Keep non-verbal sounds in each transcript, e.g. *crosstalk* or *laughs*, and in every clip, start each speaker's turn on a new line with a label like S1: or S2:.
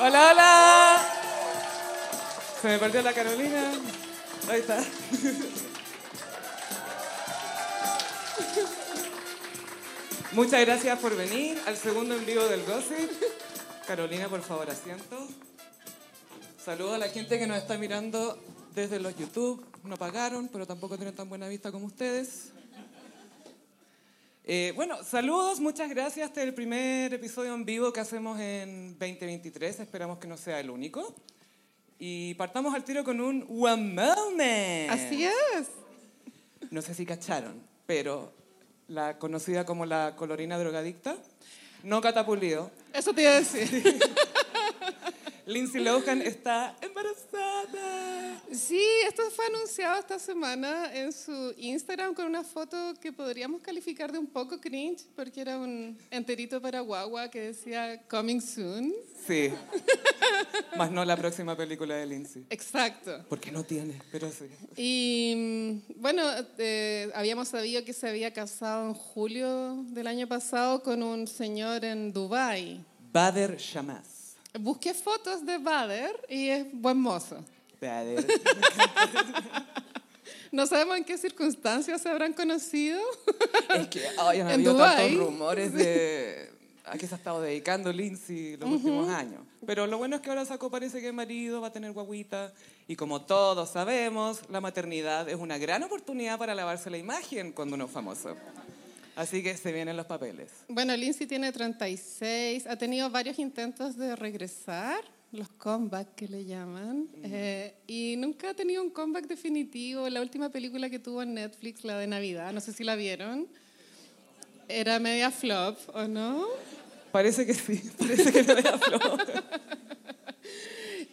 S1: Hola, hola. Se me perdió la Carolina. Ahí está. Muchas gracias por venir al segundo en vivo del Gossip. Carolina, por favor, asiento. Saludos a la gente que nos está mirando desde los YouTube. No pagaron, pero tampoco tienen tan buena vista como ustedes. Eh, bueno, saludos, muchas gracias. Este es el primer episodio en vivo que hacemos en 2023. Esperamos que no sea el único. Y partamos al tiro con un One Moment.
S2: Así es.
S1: No sé si cacharon, pero la conocida como la colorina drogadicta, no catapulido.
S2: Eso te iba a decir. *laughs*
S1: Lindsay Lohan está embarazada.
S2: Sí, esto fue anunciado esta semana en su Instagram con una foto que podríamos calificar de un poco cringe porque era un enterito para guagua que decía coming soon.
S1: Sí. Más no la próxima película de Lindsay.
S2: Exacto.
S1: Porque no tiene, pero sí.
S2: Y mm, bueno, eh, habíamos sabido que se había casado en julio del año pasado con un señor en Dubai.
S1: Bader Shamas.
S2: Busqué fotos de Bader y es buen mozo.
S1: Bader.
S2: No sabemos en qué circunstancias se habrán conocido.
S1: es que ay, han
S2: *laughs* En
S1: habido
S2: Dubái.
S1: tantos rumores
S2: *laughs*
S1: de a qué se ha estado dedicando Lindsay los últimos años. Pero lo bueno es que ahora sacó, parece que marido va a tener guaguita. Y como todos sabemos, la maternidad es una gran oportunidad para lavarse la imagen cuando uno es famoso. Así que se vienen los papeles.
S2: Bueno, Lindsay tiene 36, ha tenido varios intentos de regresar, los comeback que le llaman, eh, y nunca ha tenido un comeback definitivo. La última película que tuvo en Netflix, la de Navidad, no sé si la vieron, era media flop, ¿o no?
S1: Parece que sí, *laughs* parece que no era flojo.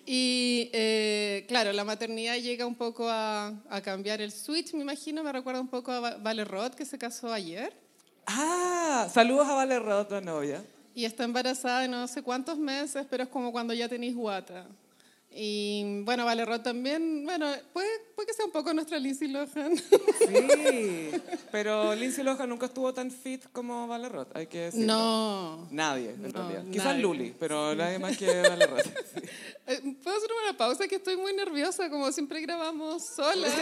S2: Y eh, claro, la maternidad llega un poco a, a cambiar el switch, me imagino, me recuerda un poco a Va- Vale Roth, que se casó ayer.
S1: Ah, saludos a Vale Roth, la novia.
S2: Y está embarazada de no sé cuántos meses, pero es como cuando ya tenéis guata. Y bueno, Vale Roth también, bueno, puede, puede que sea un poco nuestra Lindsay Lohan. *laughs*
S1: Sí, pero Lindsay Lohan nunca estuvo tan fit como Vale Roth, hay que decirlo.
S2: No.
S1: Nadie, en
S2: No,
S1: realidad.
S2: nadie.
S1: Quizás Luli, pero nadie más que Vale Roth.
S2: *laughs* Eh, ¿Puedo hacer una pausa? Que estoy muy nerviosa, como siempre grabamos sola.
S1: *laughs*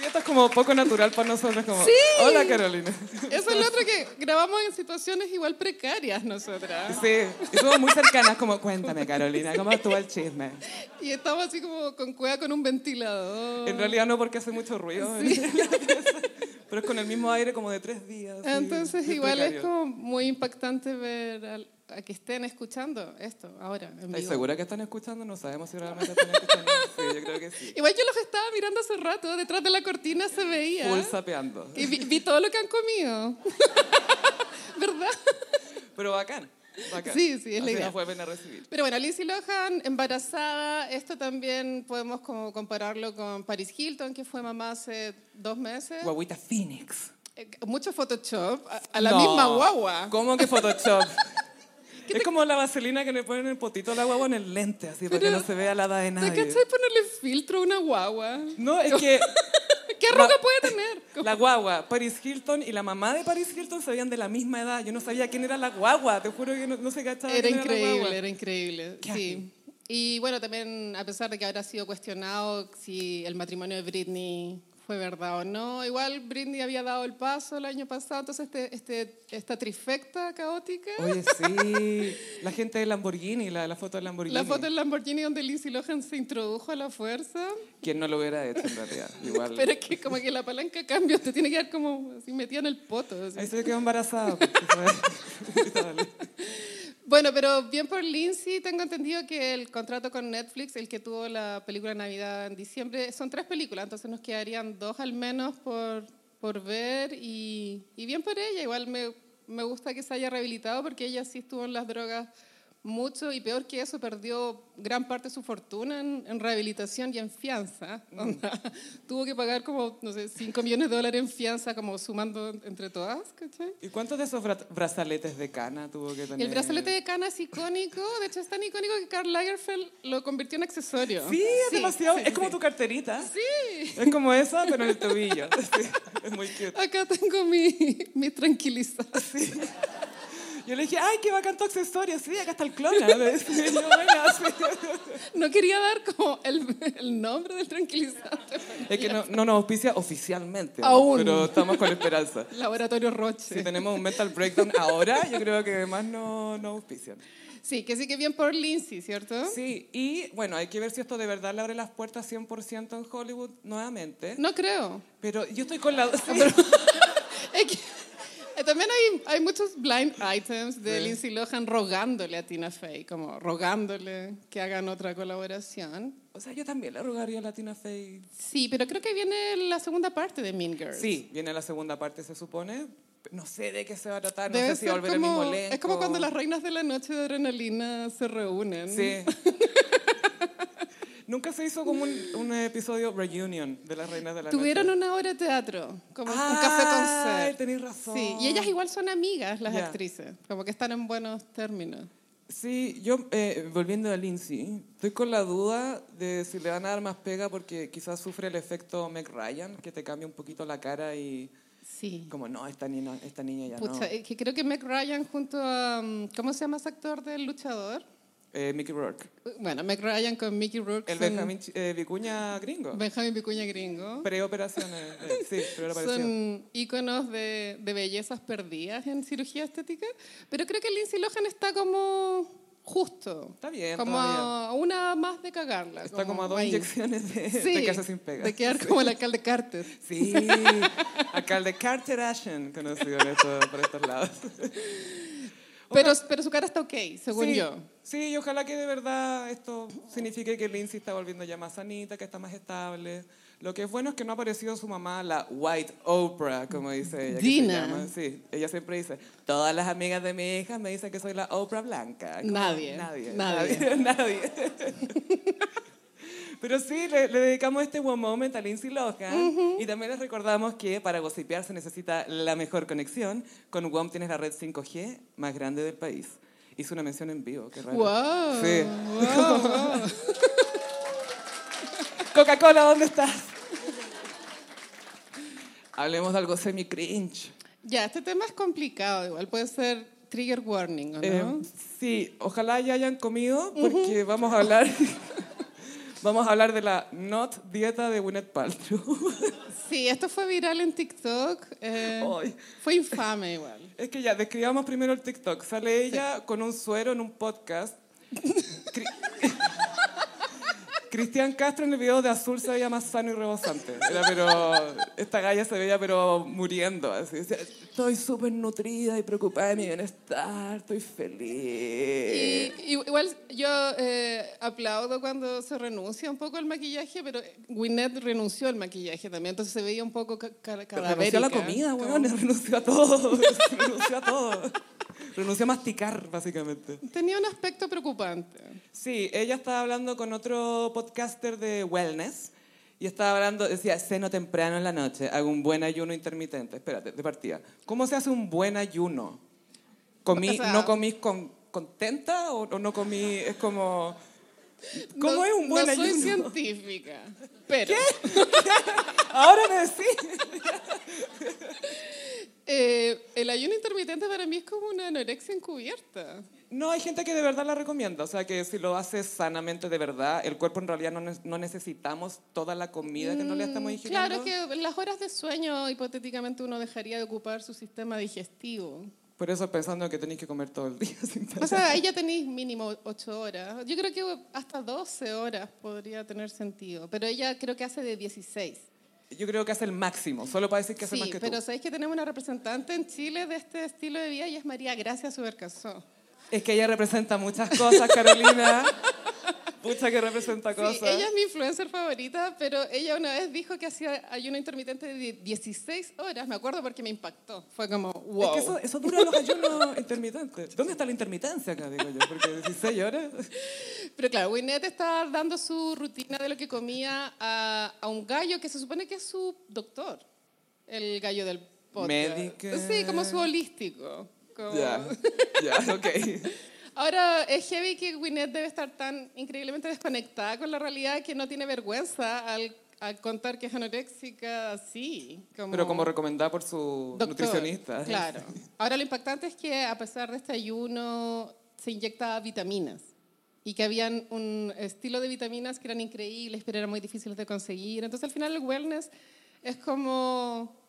S1: Sí, esto es como poco natural para nosotros. Como,
S2: Sí.
S1: Hola, Carolina.
S2: Eso es lo otro que grabamos en situaciones igual precarias nosotras.
S1: Sí, y somos muy cercanas, como, cuéntame, Carolina, ¿cómo estuvo el chisme?
S2: Y estamos así como con cueva con un ventilador.
S1: En realidad no, porque hace mucho ruido.
S2: Oh. Sí.
S1: *laughs* Pero es con el mismo aire como de tres días. sí,
S2: Entonces
S1: muy
S2: igual es
S1: precario.
S2: como muy impactante ver al- a, que estén escuchando esto ahora. En
S1: ¿Estás
S2: vivo.
S1: segura que están escuchando? No sabemos si realmente están escuchando. Sí, yo creo que
S2: *laughs*
S1: sí.
S2: Igual yo los estaba mirando hace rato, detrás de la cortina se veía.
S1: Full sapeando.
S2: Y vi, vi todo lo que han comido. *laughs* ¿Verdad?
S1: Pero bacán. bacán.
S2: Sí, sí, es la
S1: Así
S2: idea.
S1: nos vuelven a recibir.
S2: Pero bueno, Lindsay Lohan, embarazada, esto también podemos como compararlo con Paris Hilton, que fue mamá hace dos meses.
S1: Guaguita Phoenix.
S2: Eh, Mucho Photoshop a, a la
S1: No.
S2: misma guagua.
S1: ¿Cómo que
S2: *laughs*
S1: Photoshop? Es como la vaselina que le ponen en el potito a la guagua en el lente, así para que
S2: Pero,
S1: no se vea la edad de
S2: ¿Te
S1: nadie.
S2: cachai ponerle filtro a una guagua?
S1: *laughs* No, es
S2: *laughs*
S1: que
S2: ¿Qué arruga
S1: Ma-
S2: puede tener?
S1: la guagua, Paris Hilton y la mamá de Paris Hilton se veían de la misma edad. Yo no sabía quién era la guagua, te juro que no, no se cachaba
S2: Era
S1: quién la guagua.
S2: increíble, era increíble.
S1: Qué ágil.
S2: Sí. Y bueno, también a pesar de que habrá sido cuestionado si el matrimonio de Britney fue verdad o no, igual Britney había dado el paso el año pasado, entonces este, este, esta trifecta caótica,
S1: Oye, sí. La gente de Lamborghini, la, la foto de Lamborghini.
S2: la foto del Lamborghini donde Lindsay Lohan se introdujo a la fuerza,
S1: ¿Quién no lo hubiera hecho en
S2: *laughs*
S1: realidad? Igual.
S2: pero es que como que la palanca cambia, te tiene que dar como así metida en el poto. así.
S1: Ahí se quedó embarazada. pues, *laughs* dale.
S2: Bueno, pero bien por Lindsay, tengo entendido que el contrato con Netflix, el que tuvo la película Navidad en diciembre, son tres películas, entonces nos quedarían dos al menos por, por ver y, y bien por ella. Igual me, me gusta que se haya rehabilitado porque ella sí estuvo en las drogas mucho y peor que eso, perdió gran parte de su fortuna en, en rehabilitación y en fianza. Onda, *laughs* Tuvo que pagar como, no sé, 5 millones de dólares en fianza, como sumando entre todas, ¿cachai?
S1: ¿Y cuántos de esos bra- brazaletes de cana tuvo que tener?
S2: El brazalete de cana es icónico, de hecho es tan icónico que Karl Lagerfeld lo convirtió en accesorio.
S1: Sí, es demasiado.
S2: sí,
S1: es como tu carterita. Sí. Es como esa, pero en el tobillo. *laughs* Sí, es muy cute.
S2: Acá tengo mi, mi tranquiliza.
S1: Yo le dije, ay, qué bacán tu accesorio. *laughs* Sí, acá está el clona. Me decía yo, bueno, sí.
S2: No quería dar como el, el nombre del tranquilizante.
S1: *laughs* Es que no, no nos auspicia oficialmente, ¿no?
S2: Aún.
S1: pero estamos con esperanza.
S2: Laboratorio Roche.
S1: Si tenemos un mental breakdown ahora, yo creo que más no, no auspician.
S2: Sí, que sí que bien por Lindsay, ¿cierto?
S1: Sí, y bueno, hay que ver si esto de verdad le abre las puertas 100% en Hollywood nuevamente.
S2: No creo.
S1: *laughs* Pero yo estoy con la...
S2: Es que- eh, también hay, hay muchos blind items de
S1: Sí.
S2: Lindsay Lohan rogándole a Tina Fey, como rogándole que hagan otra colaboración.
S1: O sea, yo también le rogaría a Latina Face.
S2: Sí, pero creo que viene la segunda parte de Mean Girls.
S1: Sí, viene la segunda parte, se supone. No sé de qué se va a tratar, Ah, no
S2: Debe
S1: sé si va a
S2: ser
S1: volver el
S2: como-
S1: mismo elenco.
S2: es como cuando las reinas de la noche de adrenalina se reúnen.
S1: Sí. *laughs* Nunca se hizo como un, un episodio reunion de las reinas de la
S2: Tuvieron
S1: noche.
S2: una obra de teatro, como un
S1: Ay,
S2: café concert.
S1: tenés razón.
S2: Sí, y ellas igual son amigas, las
S1: Ya.
S2: actrices, como que están en buenos términos.
S1: Sí, yo, eh, volviendo a Lindsay, estoy con la duda de si le van a dar más pega porque quizás sufre el efecto Meg Ryan, que te cambia un poquito la cara y
S2: Sí.
S1: como, no, esta niña, esta niña ya
S2: Pucha,
S1: no.
S2: es que creo que Meg Ryan junto a... um, ¿Cómo se llama ese actor del luchador?
S1: Eh, Mickey Rourke.
S2: Bueno, Meg Ryan con Mickey Rourke.
S1: El
S2: son-
S1: Benjamín Ch- eh, Vicuña gringo.
S2: Benjamín Vicuña Gringo.
S1: Preoperaciones. eh, sí, preoperación.
S2: Son íconos de, de bellezas perdidas en cirugía estética. Pero creo que Lindsay Lohan está como justo.
S1: Está bien,
S2: Como
S1: todavía.
S2: a una más de cagarla.
S1: Está como a dos
S2: ahí.
S1: inyecciones *laughs* de,
S2: Sí,
S1: de casa sin pega. *laughs*
S2: De quedar como el alcalde Carter.
S1: Sí, alcalde Carter Ashen, conocido en esto- por estos lados.
S2: Pero, pero su cara está ok, según
S1: Sí,
S2: yo.
S1: Sí, y ojalá que de verdad esto signifique que Lindsay está volviendo ya más sanita, que está más estable. Lo que es bueno es que no ha aparecido su mamá, la White Oprah, como dice ella. que se
S2: Dina.
S1: llama. Sí, ella siempre dice, todas las amigas de mi hija me dicen que soy la Oprah blanca. Como,
S2: Nadie,
S1: Nadie.
S2: nadie.
S1: Nadie. *laughs* nadie. Pero sí, le, le dedicamos este One Moment a Lindsay Lohan y también les recordamos que para gossipear se necesita la mejor conexión. Con WOM tienes la red 5G más grande del país. Hizo una mención en vivo, qué raro.
S2: Wow,
S1: Sí.
S2: wow, wow.
S1: *laughs* Coca-Cola, ¿dónde estás? Hablemos de algo semi-cringe.
S2: Ya, este tema es complicado. Igual puede ser trigger warning, ¿o ¿no?
S1: Eh, sí, ojalá ya hayan comido porque vamos a hablar... *laughs* Vamos a hablar de la not dieta de Gwyneth Paltrow.
S2: Sí, esto fue viral en TikTok. eh,
S1: Ay.
S2: fue infame igual.
S1: Es que ya, describamos primero el TikTok. Sale ella con un suero en un podcast. Cri- *laughs* Cristian Castro en el video de Azul se veía más sano y rebosante. Era, pero esta galla se veía pero muriendo. Así. Decía, estoy súper nutrida y preocupada de mi bienestar, estoy feliz.
S2: Y, y- igual yo eh, aplaudo cuando se renuncia un poco al maquillaje, pero eh, Gwyneth renunció al maquillaje también, entonces se veía un poco ca- ca-
S1: Pero renunció a la
S2: cadavérica,
S1: comida,
S2: como-
S1: weón, renunció a todo. *laughs* renunció a todo. Renunció a masticar, básicamente.
S2: Tenía un aspecto preocupante.
S1: Sí, ella estaba hablando con otro podcaster de wellness y estaba hablando, decía, ceno temprano en la noche, hago un buen ayuno intermitente. Espérate, de partida. ¿Cómo se hace un buen ayuno? ¿Comí,
S2: O sea-
S1: ¿No comís con, contenta o, o no comí? Es como... ¿Cómo
S2: No-
S1: es un buen
S2: no
S1: ayuno?
S2: soy científica, pero
S1: *laughs* Ahora me decís.
S2: eh, el ayuno intermitente para mí es como una anorexia encubierta.
S1: No, hay gente que de verdad la recomienda. O sea, que si lo haces sanamente de verdad, el cuerpo en realidad no, ne- no necesitamos toda la comida que en realidad estamos ingiriendo.
S2: Mm, Claro que en las horas de sueño hipotéticamente uno dejaría de ocupar su sistema digestivo.
S1: Por eso pensando que tenéis que comer todo el día *laughs* sin parar.
S2: O sea, ahí ya tenéis mínimo 8 horas. Yo creo que hasta 12 horas podría tener sentido, pero ella creo que hace de 16.
S1: Yo creo que hace el máximo, solo para decir que hace más
S2: Sí,
S1: que
S2: pero
S1: tú.
S2: sabéis que tenemos una representante en Chile de este estilo de vida y es María Gracia Subercazó.
S1: Es que ella representa muchas cosas,
S2: *laughs*
S1: Carolina. Pucha que representa
S2: Sí,
S1: cosas.
S2: ella es mi influencer favorita, pero ella una vez dijo que hacía ayuno intermitente de 16 horas, me acuerdo porque me impactó. Fue como, wow.
S1: Es que eso, eso dura los ayunos intermitentes. ¿Dónde está la intermitencia acá, digo yo? Porque 16 horas...
S2: Pero claro, Winnet está dando su rutina de lo que comía a, a un gallo que se supone que es su doctor, el gallo del podcast.
S1: Médica.
S2: Sí, como su holístico. como-
S1: Ya,
S2: *laughs*
S1: ya, ok.
S2: Ahora, es heavy que Winnet debe estar tan increíblemente desconectada con la realidad que no tiene vergüenza al al contar que es anoréxica, sí. Como
S1: Pero como recomendada por su
S2: doctor,
S1: nutricionista. ¿eh? *laughs*
S2: Claro. Ahora lo impactante es que a pesar de este ayuno se inyectaba vitaminas y que habían un estilo de vitaminas que eran increíbles, pero eran muy difíciles de conseguir. Entonces al final el wellness es como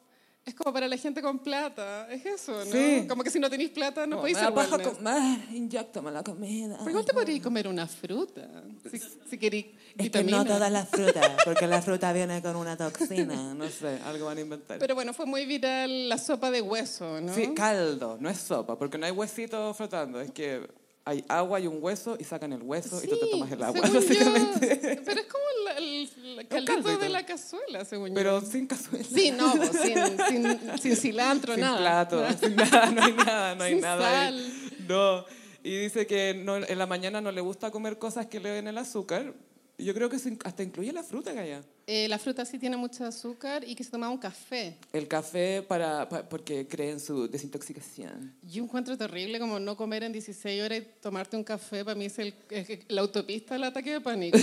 S2: es como para la gente con plata, es eso, ¿no?
S1: Sí.
S2: Como que si no tenéis plata no
S1: Como,
S2: podéis
S1: me da
S2: ser
S1: paja
S2: wellness.
S1: comer, inyectame la comida.
S2: Pero igual te podrías comer una fruta si, si queréis
S3: Es que no
S2: vitaminas.
S3: todas las frutas, porque la fruta viene con una toxina.
S1: No sé, algo van a inventar.
S2: Pero bueno, fue muy viral la sopa de hueso, ¿no?
S1: Sí, caldo, no es sopa, porque no hay huesito flotando, es que hay agua y un hueso y sacan el hueso y tú te tomas el agua,
S2: según yo,
S1: básicamente. *laughs*
S2: pero es como la- el, el caldito
S1: caldito.
S2: de la cazuela, según
S1: Pero
S2: yo.
S1: sin cazuela.
S2: Sí, no, pues, sin, sin, sin cilantro,
S1: sin
S2: nada.
S1: plato, sin nada, no hay nada, no hay
S2: Sin
S1: nada. ahí.
S2: sal.
S1: No, y dice que no, en la mañana no le gusta comer cosas que le den el azúcar. Yo creo que eso in- hasta incluye la fruta, Gaya.
S2: Eh, la fruta sí tiene mucho azúcar y que se tomaba un café.
S1: El café para, pa- porque cree en su desintoxicación.
S2: Yo encuentro terrible como no comer en 16 horas y tomarte un café. Para mí es, el- es la autopista del ataque de
S1: *laughs*
S2: pánico.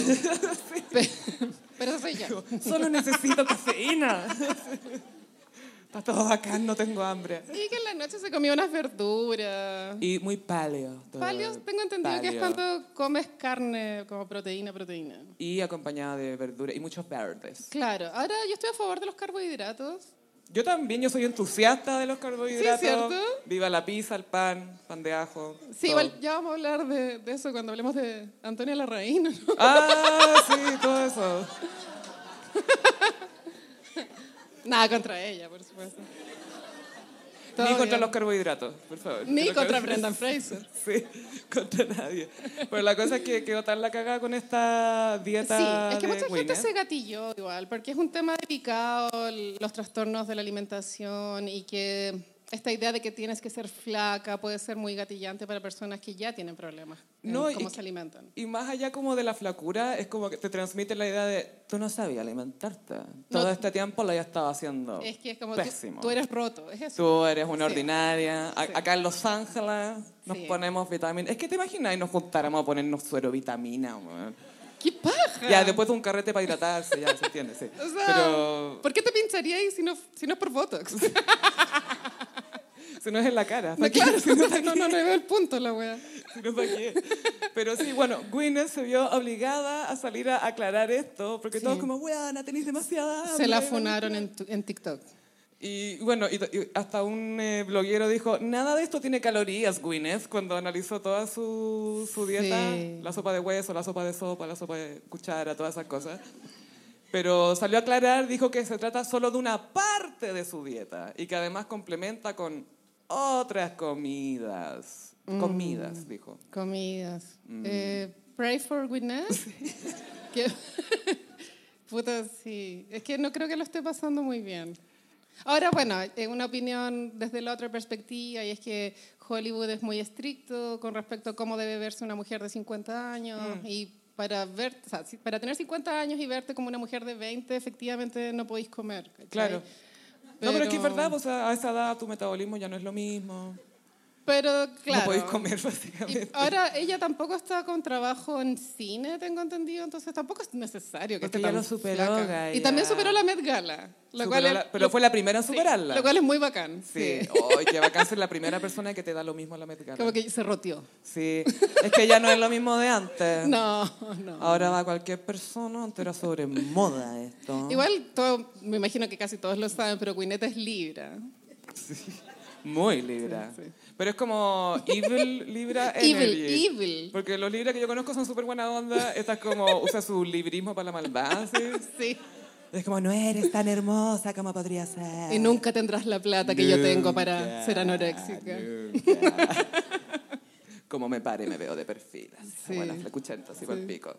S2: Pe- pero eso soy yo.
S1: Solo necesito cafeína. *laughs* Está todo bacán, no tengo hambre.
S2: Y que en la noche se comía unas verduras.
S1: Y muy paleo. todo.
S2: Paleo, tengo entendido que es
S1: Paleo.
S2: cuando comes carne como proteína, proteína.
S1: Y acompañada de verduras y muchos verdes.
S2: Claro, ahora yo estoy a favor de los carbohidratos.
S1: Yo también, yo soy entusiasta de los carbohidratos.
S2: ¿cierto?
S1: Viva la pizza, el pan, pan de ajo.
S2: Sí,
S1: todo.
S2: igual ya vamos a hablar de, de eso cuando hablemos de Antonia Larraín. *laughs* ¿no?
S1: Ah, sí, todo eso.
S2: Nada contra ella, por supuesto. Todo
S1: Ni contra
S2: bien.
S1: los carbohidratos, por favor.
S2: Ni
S1: Los *laughs*
S2: contra
S1: carbohidratos.
S2: Brendan Fraser.
S1: Sí, contra nadie. Pero la cosa es que quedó tan la cagada con esta dieta.
S2: Sí, es que
S1: de
S2: mucha gente
S1: Winner.
S2: se gatilló igual, porque es un tema delicado, el- los trastornos de la alimentación y que esta idea de que tienes que ser flaca puede ser muy gatillante para personas que ya tienen problemas en
S1: No, y
S2: cómo
S1: que-
S2: se alimentan.
S1: Y más allá como de la flacura, es como que te transmite la idea de tú no sabías alimentarte. Todo
S2: No.
S1: este tiempo lo has estado haciendo.
S2: Es que es como tú,
S1: Oh, pésimo.
S2: tú eres roto, es eso.
S1: Tú eres una
S2: Sí.
S1: ordinaria. A- Acá en Los Ángeles nos
S2: Sí.
S1: ponemos vitamina. Es que te imaginas y nos juntáramos a ponernos suero vitamina. weón.
S2: ¡Qué paja!
S1: Ya, después de un carrete para hidratarse, ya se entiende, sí.
S2: *laughs* O sea,
S1: Pero
S2: ¿por qué te pincharía ahí si no, si no es por Botox?
S1: si no es en la cara.
S2: *laughs* No,
S1: ¿para qué?
S2: claro,
S1: Si no,
S2: no, no, no veo el punto la wea.
S1: *laughs* si no, ¿para qué? Pero sí, bueno, Gwyneth se vio obligada a salir a aclarar esto, porque
S2: Sí.
S1: todos como, weona, tenéis demasiada
S2: Se la
S1: hambre".
S2: funaron en, tu- en TikTok.
S1: Y bueno, y, y hasta un eh, bloguero dijo, nada de esto tiene calorías, Gwyneth, cuando analizó toda su, su dieta,
S2: Sí.
S1: la sopa de hueso, la sopa de sopa, la sopa de cuchara, todas esas cosas. Pero salió a aclarar, dijo que se trata solo de una parte de su dieta y que además complementa con otras comidas.
S2: Mm.
S1: Comidas, dijo.
S2: Comidas.
S1: Mm.
S2: Eh, pray
S1: *laughs*
S2: for Gwyneth. Que- *laughs* Puta, sí. Es que no creo que lo esté pasando muy bien. Ahora, bueno, eh, una opinión desde la otra perspectiva y es que Hollywood es muy estricto con respecto a cómo debe verse una mujer de 50 años
S1: Mm.
S2: y para, ver, o sea, si- para tener 50 años y verte como una mujer de 20, efectivamente no podéis comer. ¿cachai?
S1: Claro. No, pero es que es verdad, o sea, a esa edad tu metabolismo ya no es lo mismo.
S2: Pero, claro.
S1: No podéis comer, *laughs*
S2: Y
S1: básicamente.
S2: ahora ella tampoco está con trabajo en cine, tengo entendido, entonces tampoco es necesario que
S1: Porque
S2: esté
S1: ya
S2: tan
S1: lo superó,
S2: flaca.
S1: Gaia.
S2: Y también superó la Met Gala, lo
S1: Superó
S2: cual es-
S1: la- pero fue la primera en
S2: sí,
S1: superarla.
S2: lo cual es muy bacán.
S1: Sí,
S2: Sí.
S1: *laughs* ¡ay, qué bacán ser la primera persona que te da lo mismo a la mexicana.
S2: Como que se roteó.
S1: Sí, es que ya no es lo mismo de antes.
S2: No, no.
S1: Ahora va cualquier persona, antes era sobre moda esto.
S2: Igual todo, me imagino que casi todos lo saben, pero Gwyneth es Libra.
S1: Muy Libra.
S2: Sí, sí.
S1: Pero es como Evil Libra
S2: *laughs* Evil,
S1: Energy.
S2: evil.
S1: Porque los Libras que yo conozco son súper buena onda. Esta es como, usa su librismo para la maldad, ¿sí?
S2: Sí.
S3: Es como, no eres tan hermosa como podría ser.
S2: Y nunca tendrás la plata que yo tengo para
S1: Ah. Nunca,
S2: ser anoréxica.
S1: nunca. Como me pare, me veo de perfil. Así,
S2: Sí.
S1: Bueno, flacuchento, así por el pico.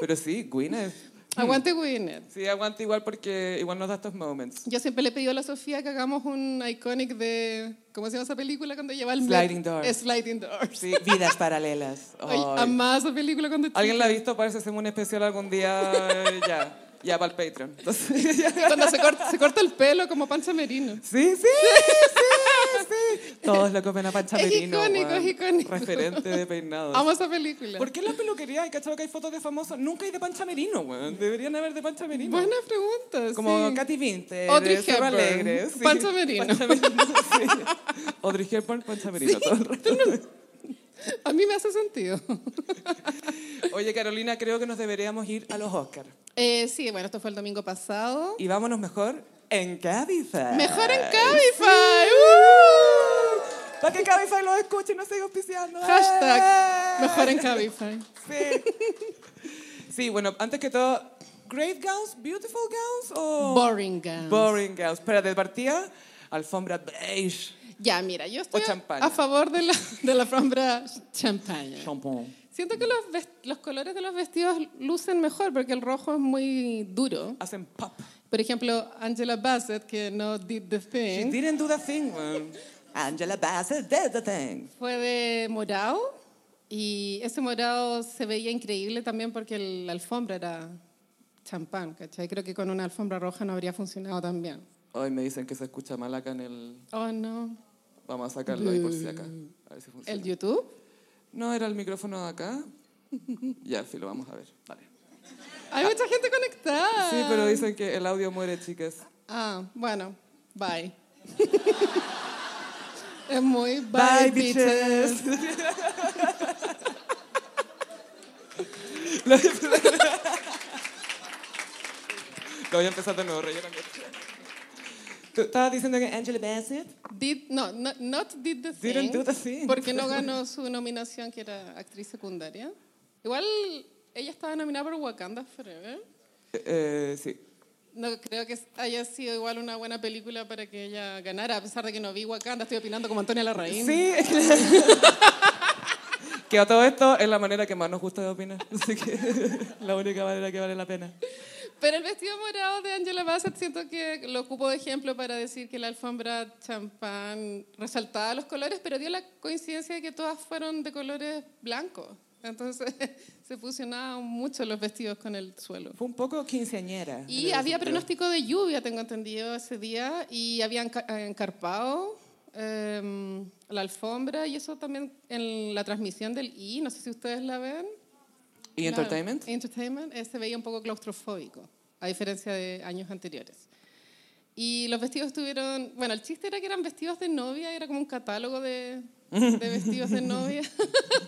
S1: Pero sí, Gwyneth.
S2: Aguante Gwyneth.
S1: Sí, aguanta igual porque igual nos da estos moments.
S2: Yo siempre le he pedido a la Sofía que hagamos un iconic de. ¿Cómo se llama esa película cuando lleva el Met?
S1: Sliding Doors.
S2: Sliding Doors.
S1: Sí.
S3: Vidas paralelas.
S2: *laughs* Ay,
S1: Ay.
S2: amaba esa película cuando chica. *laughs*
S1: ¿Alguien la ha visto? Parece ser un especial algún día eh, ya. Ya para el Patreon. Entonces, ya.
S2: Cuando se corta, se corta el pelo como panza merino.
S1: Sí, sí, sí, sí. Todos lo comen a Pancha
S2: Es
S1: Merino,
S2: icónico,
S1: weón.
S2: es icónico.
S1: Referente de peinados.
S2: Amo esa película.
S1: ¿Por qué en la peluquería hay cachado que hay fotos de famosos? Nunca hay de Pancha Merino, weón. Deberían haber de Pancha Merino.
S2: Buena pregunta.
S1: Como
S2: sí.
S1: Katy Vinter,
S2: Audrey
S1: Cerro
S2: Hepburn,
S1: Alegre. sí.
S2: Pancha Merino.
S1: Pancha Merino, sí. Audrey Hepburn, Pancha Merino. todo el rato.
S2: A mí me hace sentido.
S1: Oye, Carolina, creo que nos deberíamos ir a los Oscars.
S2: Eh, sí, bueno, esto fue el domingo pasado.
S1: Y vámonos mejor en Cabify.
S2: Mejor en Cabify. ¡uh!
S1: Para que Cabify lo escuche y nos siga auspiciando.
S2: Hashtag
S1: ¡Eh!
S2: mejor en Cabify.
S1: Sí. Sí, bueno, antes que todo, ¿great gowns, beautiful gowns o
S2: Boring Gowns.
S1: boring gowns? Pero de partida, alfombra beige,
S2: Ya, mira, yo estoy
S1: O
S2: a-
S1: champaña.
S2: a favor de la, de la alfombra champaña.
S1: champón.
S2: Siento que los, vest- los colores de los vestidos lucen mejor porque el rojo es muy duro.
S1: Hacen pop.
S2: Por ejemplo, Angela Bassett, que no did the
S1: She
S2: thing,
S1: didn't do the thing, man. Angela Bassett did the thing.
S2: fue de morado y ese morado se veía increíble también porque el- la alfombra era champán, ¿cachai? Creo que con una alfombra roja no habría funcionado tan bien.
S1: Hoy me dicen que se escucha mal acá en el...
S2: Oh, no.
S1: Vamos a sacarlo ahí por si acá. A ver si
S2: ¿El
S1: funciona.
S2: YouTube?
S1: No, era el micrófono de acá. Ya, sí, lo vamos a ver. Vale.
S2: Hay mucha gente conectada.
S1: Sí, pero dicen que el audio muere, chicas.
S2: Ah, bueno, bye. *laughs* es muy bye, bitches.
S1: *laughs* Lo voy a empezar de nuevo, rey. yo también. Tú estabas diciendo que Angela Bassett
S2: Did, no, no- not did the thing.
S1: Didn't do the thing.
S2: Porque
S1: *laughs*
S2: no ganó su nominación, que era actriz secundaria. Igual ella estaba nominada por Wakanda Forever.
S1: Eh, sí.
S2: No creo que haya sido igual una buena película para que ella ganara, a pesar de que no vi Wakanda, estoy opinando como Antonia Larraín.
S1: Sí. *laughs* que a todo esto es la manera que más nos gusta de opinar. Así que *laughs* la única manera que vale la pena.
S2: Pero el vestido morado de Angela Bassett siento que lo ocupo de ejemplo para decir que la alfombra champán resaltaba los colores, pero dio la coincidencia de que todas fueron de colores blancos. Entonces *laughs* se fusionaban mucho los vestidos con el suelo.
S1: Fue un poco quinceañera.
S2: Y había pronóstico de lluvia, tengo entendido, ese día, y habían ca- eh, encarpado em, la alfombra, y eso también en la transmisión del I, no sé si ustedes la ven.
S1: ¿Y
S2: Claro,
S1: entertainment?
S2: Entertainment eh, se veía un poco claustrofóbico, a diferencia de años anteriores. Y los vestidos tuvieron, bueno, el chiste era que eran vestidos de novia, era como un catálogo de,
S1: *laughs*
S2: de vestidos de novia. *laughs*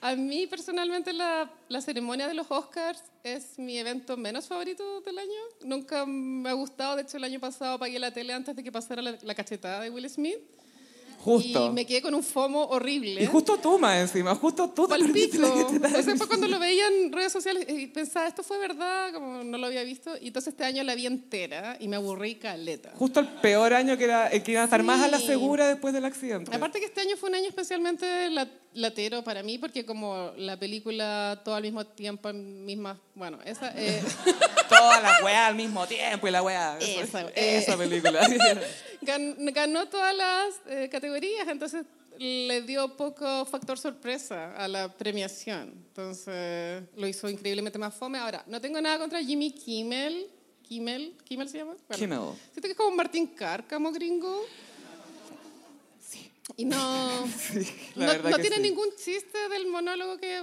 S2: a mí personalmente la, la ceremonia de los Oscars es mi evento menos favorito del año. Nunca me ha gustado, de hecho el año pasado apagué la tele antes de que pasara la, la cachetada de Will Smith y
S1: Justo.
S2: me quedé con un fomo horrible.
S1: Y justo tú, más encima. Justo *laughs* tú. te
S2: Pal
S1: perdiste
S2: pico.
S1: la que te da-
S2: Entonces fue cuando lo veía en redes sociales y pensaba, esto fue verdad, como no lo había visto. Y entonces este año la vi entera y me aburrí caleta.
S1: Justo el peor año que, era, el que iba a estar más a la
S2: Sí.
S1: segura después del accidente.
S2: Aparte que este año fue un año especialmente la- latero para mí, porque como la película todo al mismo tiempo, en mismas, bueno, esa... eh,
S1: Toda la weá al mismo tiempo y la weá.
S2: Esa,
S1: Esa,
S2: eh.
S1: esa película. *laughs*
S2: Gan- ganó todas las eh, categorías, entonces le dio poco factor sorpresa a la premiación. Entonces lo hizo increíblemente más fome. Ahora, no tengo nada contra Jimmy Kimmel. ¿Kimmel? ¿Kimmel se llama?
S1: Kimmel.
S2: Siento que es como un Martín Cárcamo gringo. Y no,
S1: *laughs* la
S2: no,
S1: verdad
S2: no
S1: que
S2: tiene
S1: sí.
S2: ningún chiste del monólogo que,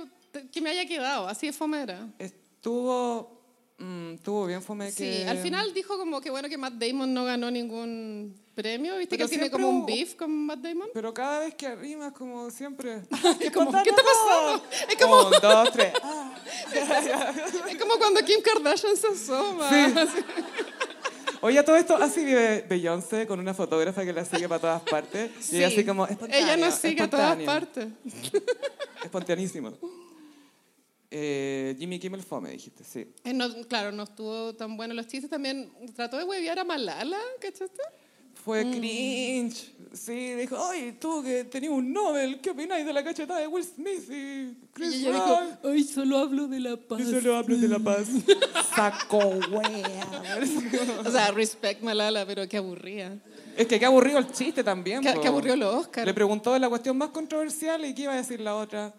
S2: que me haya quedado. Así de fome era.
S1: Estuvo, mm, estuvo bien fome que...
S2: Sí, al final dijo como que bueno que Matt Damon no ganó ningún premio, ¿viste?
S1: Pero
S2: que tiene
S1: siempre
S2: como un
S1: hubo-
S2: beef con Matt Damon.
S1: Pero cada vez que arrimas, como
S2: *laughs*
S1: siempre...
S2: como, ¿qué está pasando? Es como-
S1: Un, dos, tres. Ah,
S2: Es como cuando Kim Kardashian se asoma.
S1: Oye, a todo esto así vive Beyoncé con una fotógrafa que la sigue para todas partes.
S2: *laughs*
S1: Y ella
S2: Sí.
S1: así como... "Espontáneo,
S2: Ella nos sigue a todas
S1: espontáneo,
S2: partes.
S1: Espontaneísimo. Eh, Jimmy Kimmel fome, dijiste, sí.
S2: Eh, no- claro, no estuvo tan bueno los chistes. También trató de hueviar a Malala, ¿cachaste?
S1: Fue
S2: Mm.
S1: cringe. Sí, dijo, ay, tú que tenías un Nobel, ¿qué opináis de la cachetada de Will Smith y Chris
S2: Y ella
S1: Rock?
S2: dijo, hoy solo hablo de la paz.
S1: Yo solo hablo de la
S2: *laughs*
S1: paz.
S3: Saco wea.
S2: O sea, respect Malala, pero qué aburría.
S1: es que qué aburrido el chiste también.
S2: Qué,
S1: po.
S2: qué aburrió los Oscars.
S1: Le preguntó de la cuestión más controversial y qué iba a decir la otra.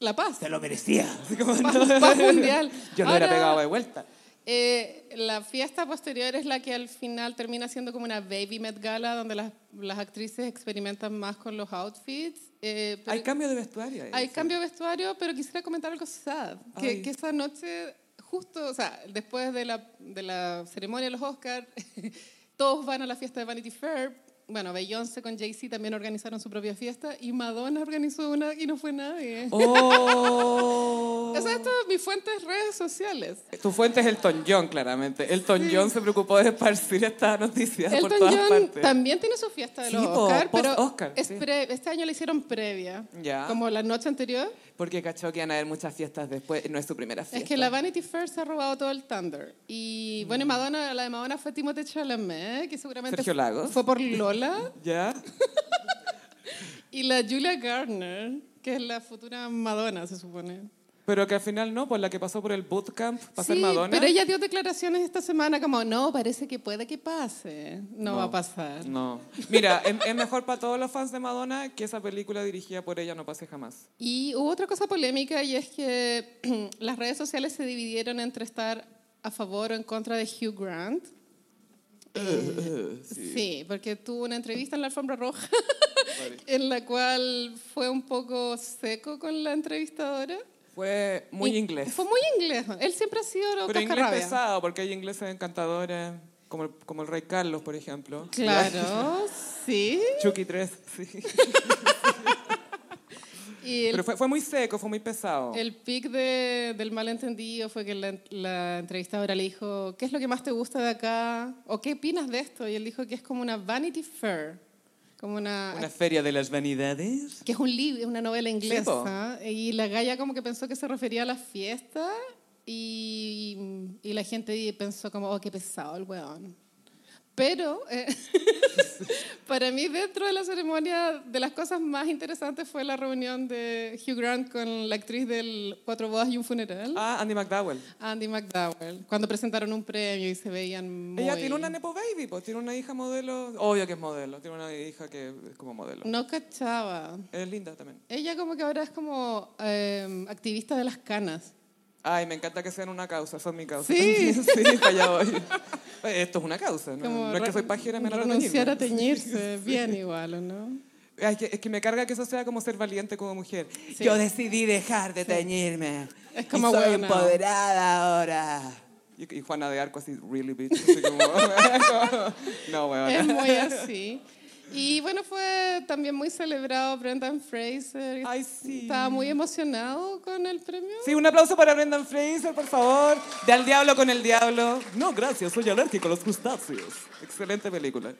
S2: La paz.
S3: Se lo merecía.
S2: Paz, paz mundial.
S1: Yo no hubiera
S2: Ahora-
S1: pegado de vuelta.
S2: Eh, la fiesta posterior es la que al final termina siendo como una baby Met Gala, donde las, las actrices experimentan más con los outfits. eh, pero-
S1: Hay cambio de vestuario. ahí,
S2: hay
S1: sí.
S2: cambio de vestuario, pero quisiera comentar algo sad.
S1: Ay.
S2: Que, que esa noche, justo, o sea, después de la, de la ceremonia de los Oscars, *laughs* todos van a la fiesta de Vanity Fair. Bueno, Beyoncé con Jay-Z también organizaron su propia fiesta y Madonna organizó una y no fue nadie. *laughs*
S1: ¡Oh!
S2: O sea, esto mi fuente es redes sociales.
S1: Tu fuente es Elton John, claramente. Elton John se preocupó de esparcir esta noticia por
S2: Elton
S1: todas
S2: John
S1: partes.
S2: también tiene su fiesta de
S1: Sí,
S2: los
S1: po,
S2: Oscars,
S1: post
S2: pero
S1: Oscar,
S2: es
S1: sí.
S2: pre- este año le hicieron previa,
S1: Ya.
S2: como la noche anterior.
S1: Porque cachó que van a haber muchas fiestas después. No es su primera fiesta.
S2: Es que la Vanity Fair se ha robado todo el thunder. Y bueno, Madonna, la de Madonna fue Timothée Chalamet, que seguramente
S1: Mm. Sergio Lagos.
S2: fue
S1: *laughs*
S2: por Lola.
S1: ¿Ya?
S2: Y la Julia Garner, que es la futura Madonna, se supone.
S1: Pero que al final no, por la que pasó por el bootcamp para ser
S2: sí,
S1: Madonna.
S2: pero ella dio declaraciones esta semana como, no, parece que puede que pase. No, va a pasar.
S1: No. Mira, es, es mejor para todos los fans de Madonna que esa película dirigida por ella no pase jamás.
S2: Y hubo otra cosa polémica y es que *clears throat* las redes sociales se dividieron entre estar a favor o en contra de Hugh
S1: *laughs*
S2: Grant. sí. porque tuvo una entrevista en la alfombra roja *laughs* en la cual fue un poco seco con la entrevistadora.
S1: Fue muy
S2: Y-
S1: inglés.
S2: Fue muy inglés. Él siempre ha sido
S1: Pero inglés
S2: cascarrabia.
S1: pesado, porque hay ingleses encantadores, como el, como el rey Carlos, por ejemplo.
S2: Claro, *laughs* sí.
S1: Chucky 3, sí.
S2: Y el
S1: Pero fue, fue muy seco, fue muy pesado.
S2: El pic de- del malentendido fue que la, la entrevistadora le dijo, ¿qué es lo que más te gusta de acá? ¿O qué opinas de esto? Y él dijo que es como una Vanity Fair, como una...
S1: Una feria de las vanidades.
S2: que es un libro, una novela inglesa.
S1: po.
S2: y la galla como que pensó que se refería a la fiesta y, y la gente pensó como, oh, qué pesado el weón. Pero eh, *laughs* para mí dentro de la ceremonia de las cosas más interesantes fue la reunión de Hugh Grant con la actriz del Cuatro Bodas y un Funeral,
S1: Ah, Andy McDowell.
S2: Andy McDowell, cuando presentaron un premio y se veían muy...
S1: Ella tiene una Nepo Baby, pues tiene una hija modelo. Obvio que es modelo, tiene una hija que es como modelo.
S2: No cachaba.
S1: Es linda también.
S2: Ella como que ahora es como eh, activista de las canas.
S1: Ay, me encanta que sean una causa, son mi causa. *laughs*
S2: Sí.
S1: sí, para allá voy. Oye, Esto es una causa, ¿no?
S2: Como
S1: No es que
S2: re-
S1: soy pajera, me la
S2: Renunciar
S1: *laughs*
S2: a teñirse, bien igual, ¿o no?
S1: Ay, que- es que me carga que eso sea como ser valiente como mujer.
S2: Sí.
S3: Yo decidí dejar de teñirme.
S2: Es como
S3: y soy
S2: huevonao.
S3: empoderada ahora.
S1: Y, y Juana de Arco así, really bitch. Así como, *laughs* como, no,
S2: Es
S1: weón. *laughs*
S2: muy así. Y bueno, fue también muy celebrado Brendan Fraser.
S1: Ay, sí.
S2: Estaba muy emocionado con el premio.
S1: Sí, un aplauso para Brendan Fraser, por favor. De al diablo con el diablo. No, gracias, soy alérgico a los crustáceos. Excelente película.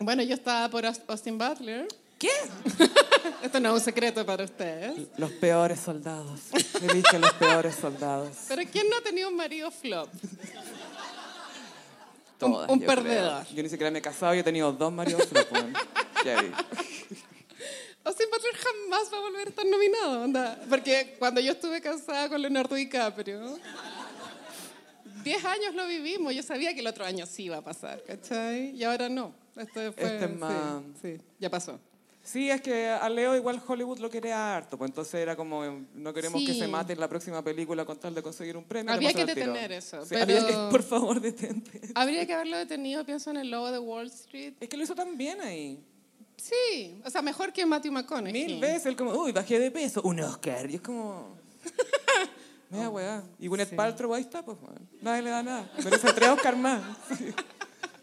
S2: Bueno, yo estaba por Aus- Austin Butler.
S1: ¿Qué?
S2: *laughs* Esto no es un secreto para ustedes.
S1: Los peores soldados. Elige los peores
S2: *laughs*
S1: soldados.
S2: Pero ¿quién no ha tenido un marido flop?
S1: Todas,
S2: un
S1: yo creo.
S2: perdedor.
S1: Yo ni siquiera me he casado, yo he tenido dos maridos. pero, weón, ya vi.
S2: Austin Butler jamás va a volver a estar nominado, onda. Porque cuando yo estuve casada con Leonardo DiCaprio, 10 años lo vivimos. Yo sabía que el otro año sí iba a pasar, ¿cachai? Y ahora no. Esto fue-
S1: Este es más-
S2: Sí, sí, ya pasó.
S1: Sí, es que a Leo igual Hollywood lo quería harto, pues entonces era como eh, no queremos que
S2: Sí.
S1: se mate en la próxima película con tal de conseguir un premio. le
S2: Había
S1: pasan
S2: que
S1: al tiro.
S2: detener eso,
S1: Sí, había
S2: pero-
S1: que- por favor, detente.
S2: Habría que haberlo detenido, pienso en el lobo de Wall Street.
S1: Es que lo hizo tan bien ahí.
S2: Sí, o sea, mejor que Matthew McConaughey.
S1: Mil veces, él como, uy, bajé de peso, un Oscar. Y es como. *laughs*
S2: Oh,
S1: Mira, weá. Y Gwyneth Paltrow ahí está, pues, weón. Nadie le da nada. Merece tres Oscar más. *laughs* Sí.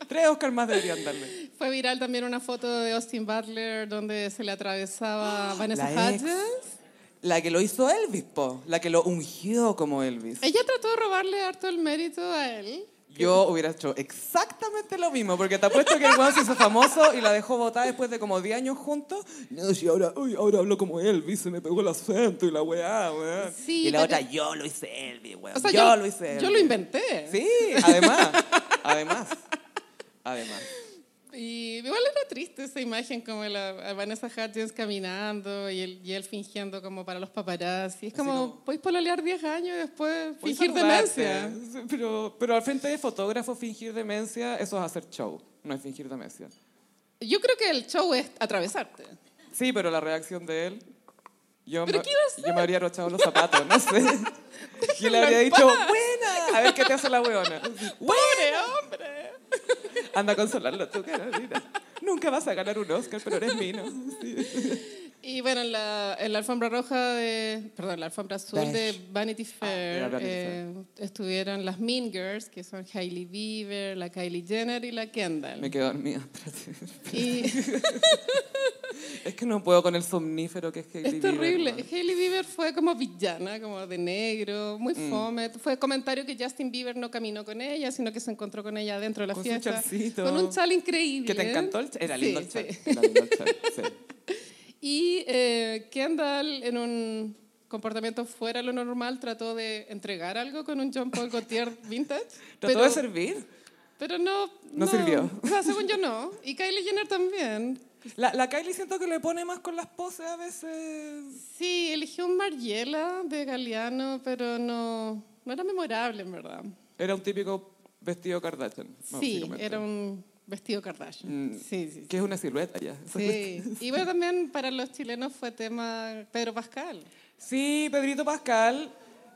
S1: Tres Oscar más deberían darle.
S2: Fue viral también una foto de Austin Butler donde se
S1: *gasps*
S2: le atravesaba Vanessa
S1: la ex.
S2: Hudgens.
S1: La que lo hizo Elvis, po. La que lo ungió como Elvis.
S2: Ella trató de robarle harto el mérito a él.
S1: Yo hubiera hecho exactamente lo mismo, porque te apuesto que el weón se hizo famoso y la dejó botar después de como 10 años juntos. No, si ahora, uy, ahora hablo como Elvis, se me pegó el acento y la weá, weón.
S2: Sí,
S3: y la
S2: pero-
S3: otra, yo lo hice Elvis, weón.
S2: O sea,
S3: yo, lo hice
S2: Yo
S3: Elvis.
S2: lo inventé.
S1: Sí, además, además, además.
S2: Y igual era triste esa imagen como la a Vanessa Hudgens caminando y él, y él fingiendo como para los paparazzi. Es como,
S1: como-
S2: podéis pololear 10 años y después
S1: Voy a
S2: fingir
S1: saludarte.
S2: demencia.
S1: Sí, Pero, pero al frente de fotógrafo, fingir demencia, eso es hacer show, no es fingir demencia.
S2: Yo creo que el show es atravesarte.
S1: Sí, pero la reacción de él. Yo,
S2: ¿Pero
S1: me,
S2: qué iba a hacer? *laughs*
S1: yo me habría rochado los zapatos, no sé. Yo le habría
S2: en
S1: dicho,
S2: paz.
S1: buena. A ver qué te hace la weona.
S2: ¡Pobre hombre!
S1: Anda a consolarlo tú, Carolina. Nunca vas a ganar un Oscar, pero eres mío.
S2: Y bueno, en la, en la alfombra roja de. Perdón, la alfombra azul
S3: Beige.
S2: de Vanity Fair,
S1: era Vanity
S2: eh, estuvieron las Mean Girls, que son Hailey Bieber, la Kylie Jenner y la Kendall.
S1: Me quedo dormida. espérate.
S2: Y
S1: Es que no puedo con el somnífero que es Hailey
S2: es
S1: Bieber,
S2: terrible.
S1: weón.
S2: Hailey Bieber fue como villana, como de negro, muy
S1: Mm.
S2: fome. Fue comentario que Justin Bieber no caminó con ella, sino que se encontró con ella dentro de la
S1: Con su
S2: fiesta.
S1: chalcito.
S2: Con un chal increíble.
S1: Que te encantó el chal. Era
S2: Sí,
S1: lindo el chal.
S2: sí.
S1: Era lindo el chal, sí.
S2: Y eh, Kendall, en un comportamiento fuera de lo normal, trató de entregar algo con un John Paul Gaultier
S1: *laughs*
S2: vintage.
S1: Trató
S2: *laughs* pero,
S1: de servir.
S2: pero no,
S1: No sirvió.
S2: O sea, según yo no. Y Kylie Jenner también.
S1: La, la Kylie siento que le pone más con las poses a veces.
S2: Sí, eligió un Mariela de Galeano, pero no, no era memorable, en verdad.
S1: Era un típico vestido Kardashian.
S2: sí,
S1: básicamente.
S2: era un vestido Kardashian.
S1: Mm,
S2: Sí,
S1: *laughs*
S2: sí, sí.
S1: Que es una silueta ya.
S2: Sí. Y bueno, también para los chilenos fue tema Pedro Pascal.
S1: Sí, Pedrito Pascal,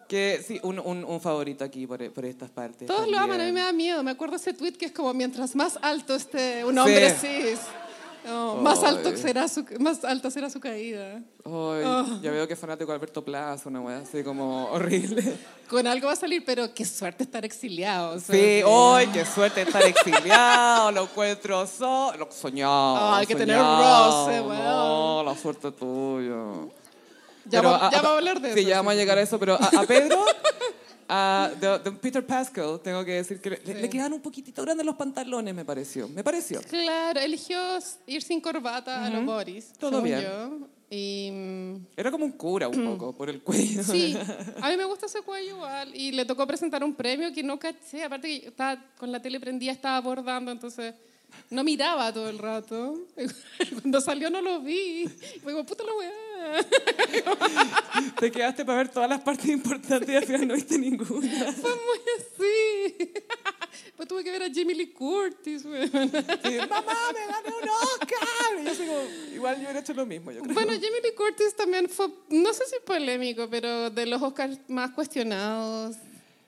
S1: que sí, un, un- un favorito aquí por, por estas partes.
S2: Todos lo
S1: también.
S2: aman, a mí me da miedo. Me acuerdo ese tweet que es como mientras más alto esté un hombre
S1: Sí.
S2: cis, oh, más, alto
S1: Ay.
S2: será su, más alta será su caída.
S1: Ay,
S2: Oh.
S1: Ya veo que es fanático de Alberto Plaza, una weá así como horrible.
S2: Con algo va a salir, pero qué suerte estar exiliado. o sea,
S1: Sí, oh, ¡ay, qué suerte estar exiliado! lo encuentro so lo soñado.
S2: Ay, hay que tener
S1: soñado,
S2: roce, weón.
S1: No, la suerte tuya.
S2: Ya,
S1: Pero
S2: va,
S1: a-
S2: ya va a hablar de
S1: sí,
S2: eso.
S1: ya vamos a llegar a eso, pero a, a *laughs* Pedro, a, de, de Peter Pascal, tengo que decir que le, le- le quedaban un poquitito grandes los pantalones, me pareció. Me pareció.
S2: Claro, eligió ir sin corbata a los Boris.
S1: Todo
S2: según
S1: bien.
S2: yo. Y, mm,
S1: Era como un cura un poco, por el cuello.
S2: sí, a mí me gusta ese cuello igual. Y le tocó presentar un premio que no caché. Aparte que yo estaba con la tele prendida, estaba bordando, entonces no miraba todo el rato. *laughs* Cuando salió no lo vi. Fue como, puta la weá.
S1: *laughs*
S2: *laughs*
S1: Te quedaste para ver todas las partes importantes y al final no viste ninguna. *laughs*
S2: Fue muy así. *laughs* Pues tuve que ver a Jimmy Lee Curtis, weón. *laughs*
S1: Sí, ¡Mamá, me gané un Oscar! Y yo así como, igual yo hubiera hecho lo mismo, yo creo.
S2: Bueno, Jamie Lee Curtis también fue, no sé si polémico, pero de los Oscars más cuestionados.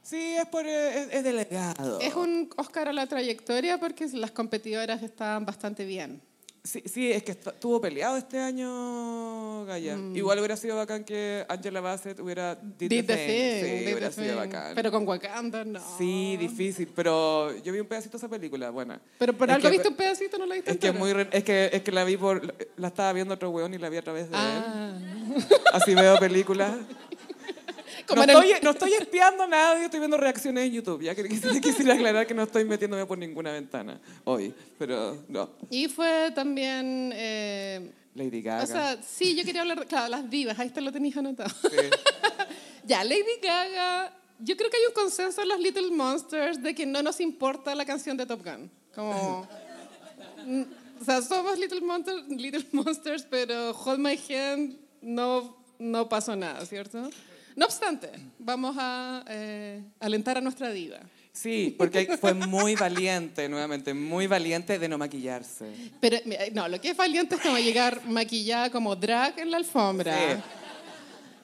S1: Sí, es, por, eh, es, es delegado.
S2: Es un Oscar a la trayectoria porque las competidoras estaban bastante bien.
S1: Sí, sí, es que est- estuvo peleado este año, Gaya. Igual hubiera sido bacán que Angela Bassett hubiera did,
S2: Mm. Did
S1: thing.
S2: the thing,
S1: Sí,
S2: did the
S1: hubiera sido
S2: thing.
S1: bacán.
S2: Pero con Wakanda, no.
S1: Sí, difícil, pero yo vi un pedacito de esa película, buena.
S2: Pero por
S1: Es
S2: algo
S1: que-
S2: viste un pedacito, no la viste
S1: Es que, es
S2: entera?
S1: muy, re- es, que, es que la vi por... La estaba viendo otro weón y la vi a través de
S2: Ah.
S1: él. Así veo películas.
S2: *laughs* Como en
S1: no,
S2: el- *laughs*
S1: estoy, no estoy espiando a nadie, estoy viendo reacciones en YouTube. Ya que *laughs* quisiera, quisiera aclarar que no estoy metiéndome por ninguna ventana hoy, pero no.
S2: Y fue también... eh,
S1: Lady Gaga.
S2: o sea, sí, yo quería hablar... de- Claro, las divas, ahí te lo tenéis anotado.
S1: Sí.
S2: *laughs* Ya, Lady Gaga. Yo creo que hay un consenso en los Little Monsters de que no nos importa la canción de Top Gun. Como. Mm, o sea, somos Little, Monster- Little Monsters, pero Hold My Hand no, no pasó nada, ¿cierto? No obstante, vamos a eh, alentar a nuestra diva.
S1: Sí, porque fue muy valiente, nuevamente, muy valiente de no maquillarse.
S2: Pero mira, no, lo que es valiente es como llegar maquillada como drag en la alfombra.
S1: Sí.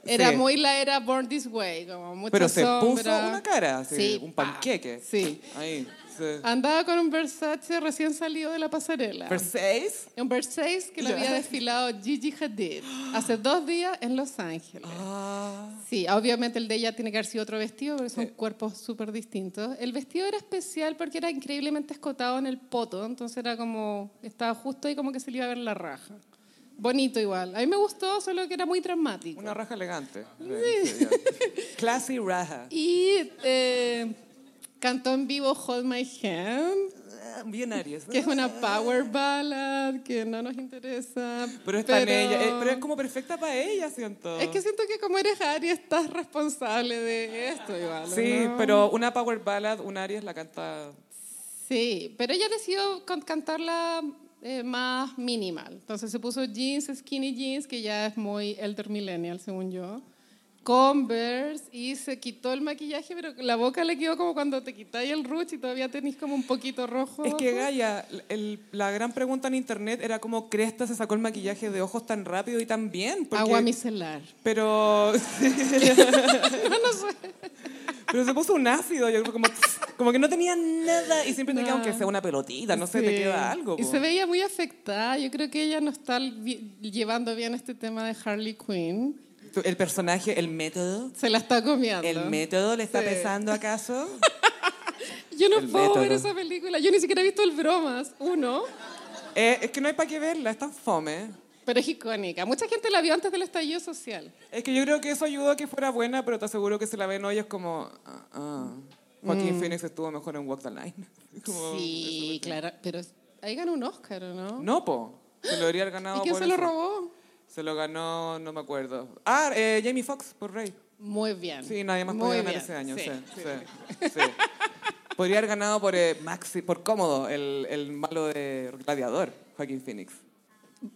S2: Era
S1: Sí.
S2: muy la era Born This Way, como mucha
S1: Pero se puso
S2: sombra.
S1: una cara, así,
S2: Sí,
S1: un
S2: pa.
S1: panqueque.
S2: Sí.
S1: Ahí, sí.
S2: Andaba con un Versace recién salido de la pasarela.
S1: Versace.
S2: un Versace que lo
S1: Ya.
S2: había desfilado Gigi Hadid hace dos días en Los Ángeles.
S1: Ah.
S2: Sí, obviamente el de ella tiene que haber sido otro vestido porque son cuerpos súper distintos. El vestido era especial porque era increíblemente escotado en el poto, entonces era como, estaba justo ahí como que se le iba a ver la raja. Bonito igual. A mí me gustó, solo que era muy dramático.
S1: Una raja elegante. Sí, sí, ya. Classy raja.
S2: Y eh, cantó en vivo Hold My Hand.
S1: Ah, Bien Aries.
S2: que es una power ballad que no nos interesa.
S1: Pero está en ella. eh, Pero es como perfecta para ella, siento.
S2: Es que siento que como eres Aries estás responsable de esto, igual. ¿o
S1: Sí,
S2: no?
S1: pero una power ballad, un Aries la canta.
S2: Sí, pero ella decidió con- cantarla eh, más minimal. Entonces se puso jeans, skinny jeans, que ya es muy elder millennial, según yo. Converse y se quitó el maquillaje, pero la boca le quedó como cuando te quitáis el ruch y todavía tenéis como un poquito rojo.
S1: Es que
S2: ojo.
S1: Gaia, el- la gran pregunta en internet era cómo Cresta se sacó el maquillaje de ojos tan rápido y tan bien. porque-
S2: *laughs* Agua micelar.
S1: Pero
S2: no, no sé.
S1: Pero se puso un ácido, yo como, como que no tenía nada y siempre te queda,
S2: No.
S1: aunque sea una pelotita, no sé,
S2: Sí.
S1: te queda algo.
S2: Y
S1: po.
S2: se veía muy afectada. Yo creo que ella no está vi- llevando bien este tema de Harley Quinn.
S1: Tú, El personaje, el método,
S2: Se la está comiendo.
S1: el método le está
S2: Sí.
S1: pesando
S2: *laughs*
S1: acaso.
S2: Yo no
S1: el
S2: puedo ver
S1: método.
S2: esa película. Yo ni siquiera he visto el Bromas, uno.
S1: Eh, es que no hay para qué verla, es tan fome.
S2: Pero es icónica. Mucha gente la vio antes del estallido social.
S1: Es que yo creo que eso ayudó a que fuera buena, pero te aseguro que si la ven hoy es como... ah, ah, Joaquín Phoenix estuvo mejor en Walk the Line. *laughs* Como-
S2: Mm. sí, claro. Pero es- ahí ganó un Oscar, ¿o ¿no?
S1: No, po. Se lo habría ganado
S2: ¿Y quién
S1: por
S2: se lo
S1: eso.
S2: robó?
S1: Se lo ganó, no me acuerdo. Ah, eh, Jamie Foxx por Rey.
S2: Muy bien.
S1: Sí, nadie más
S2: Muy
S1: podía ganar
S2: bien,
S1: ese año. Sí,
S2: sí.
S1: sí, sí. Podría haber ganado por, eh, Maxi, por cómodo el, el malo de Gladiador, Joaquín Phoenix.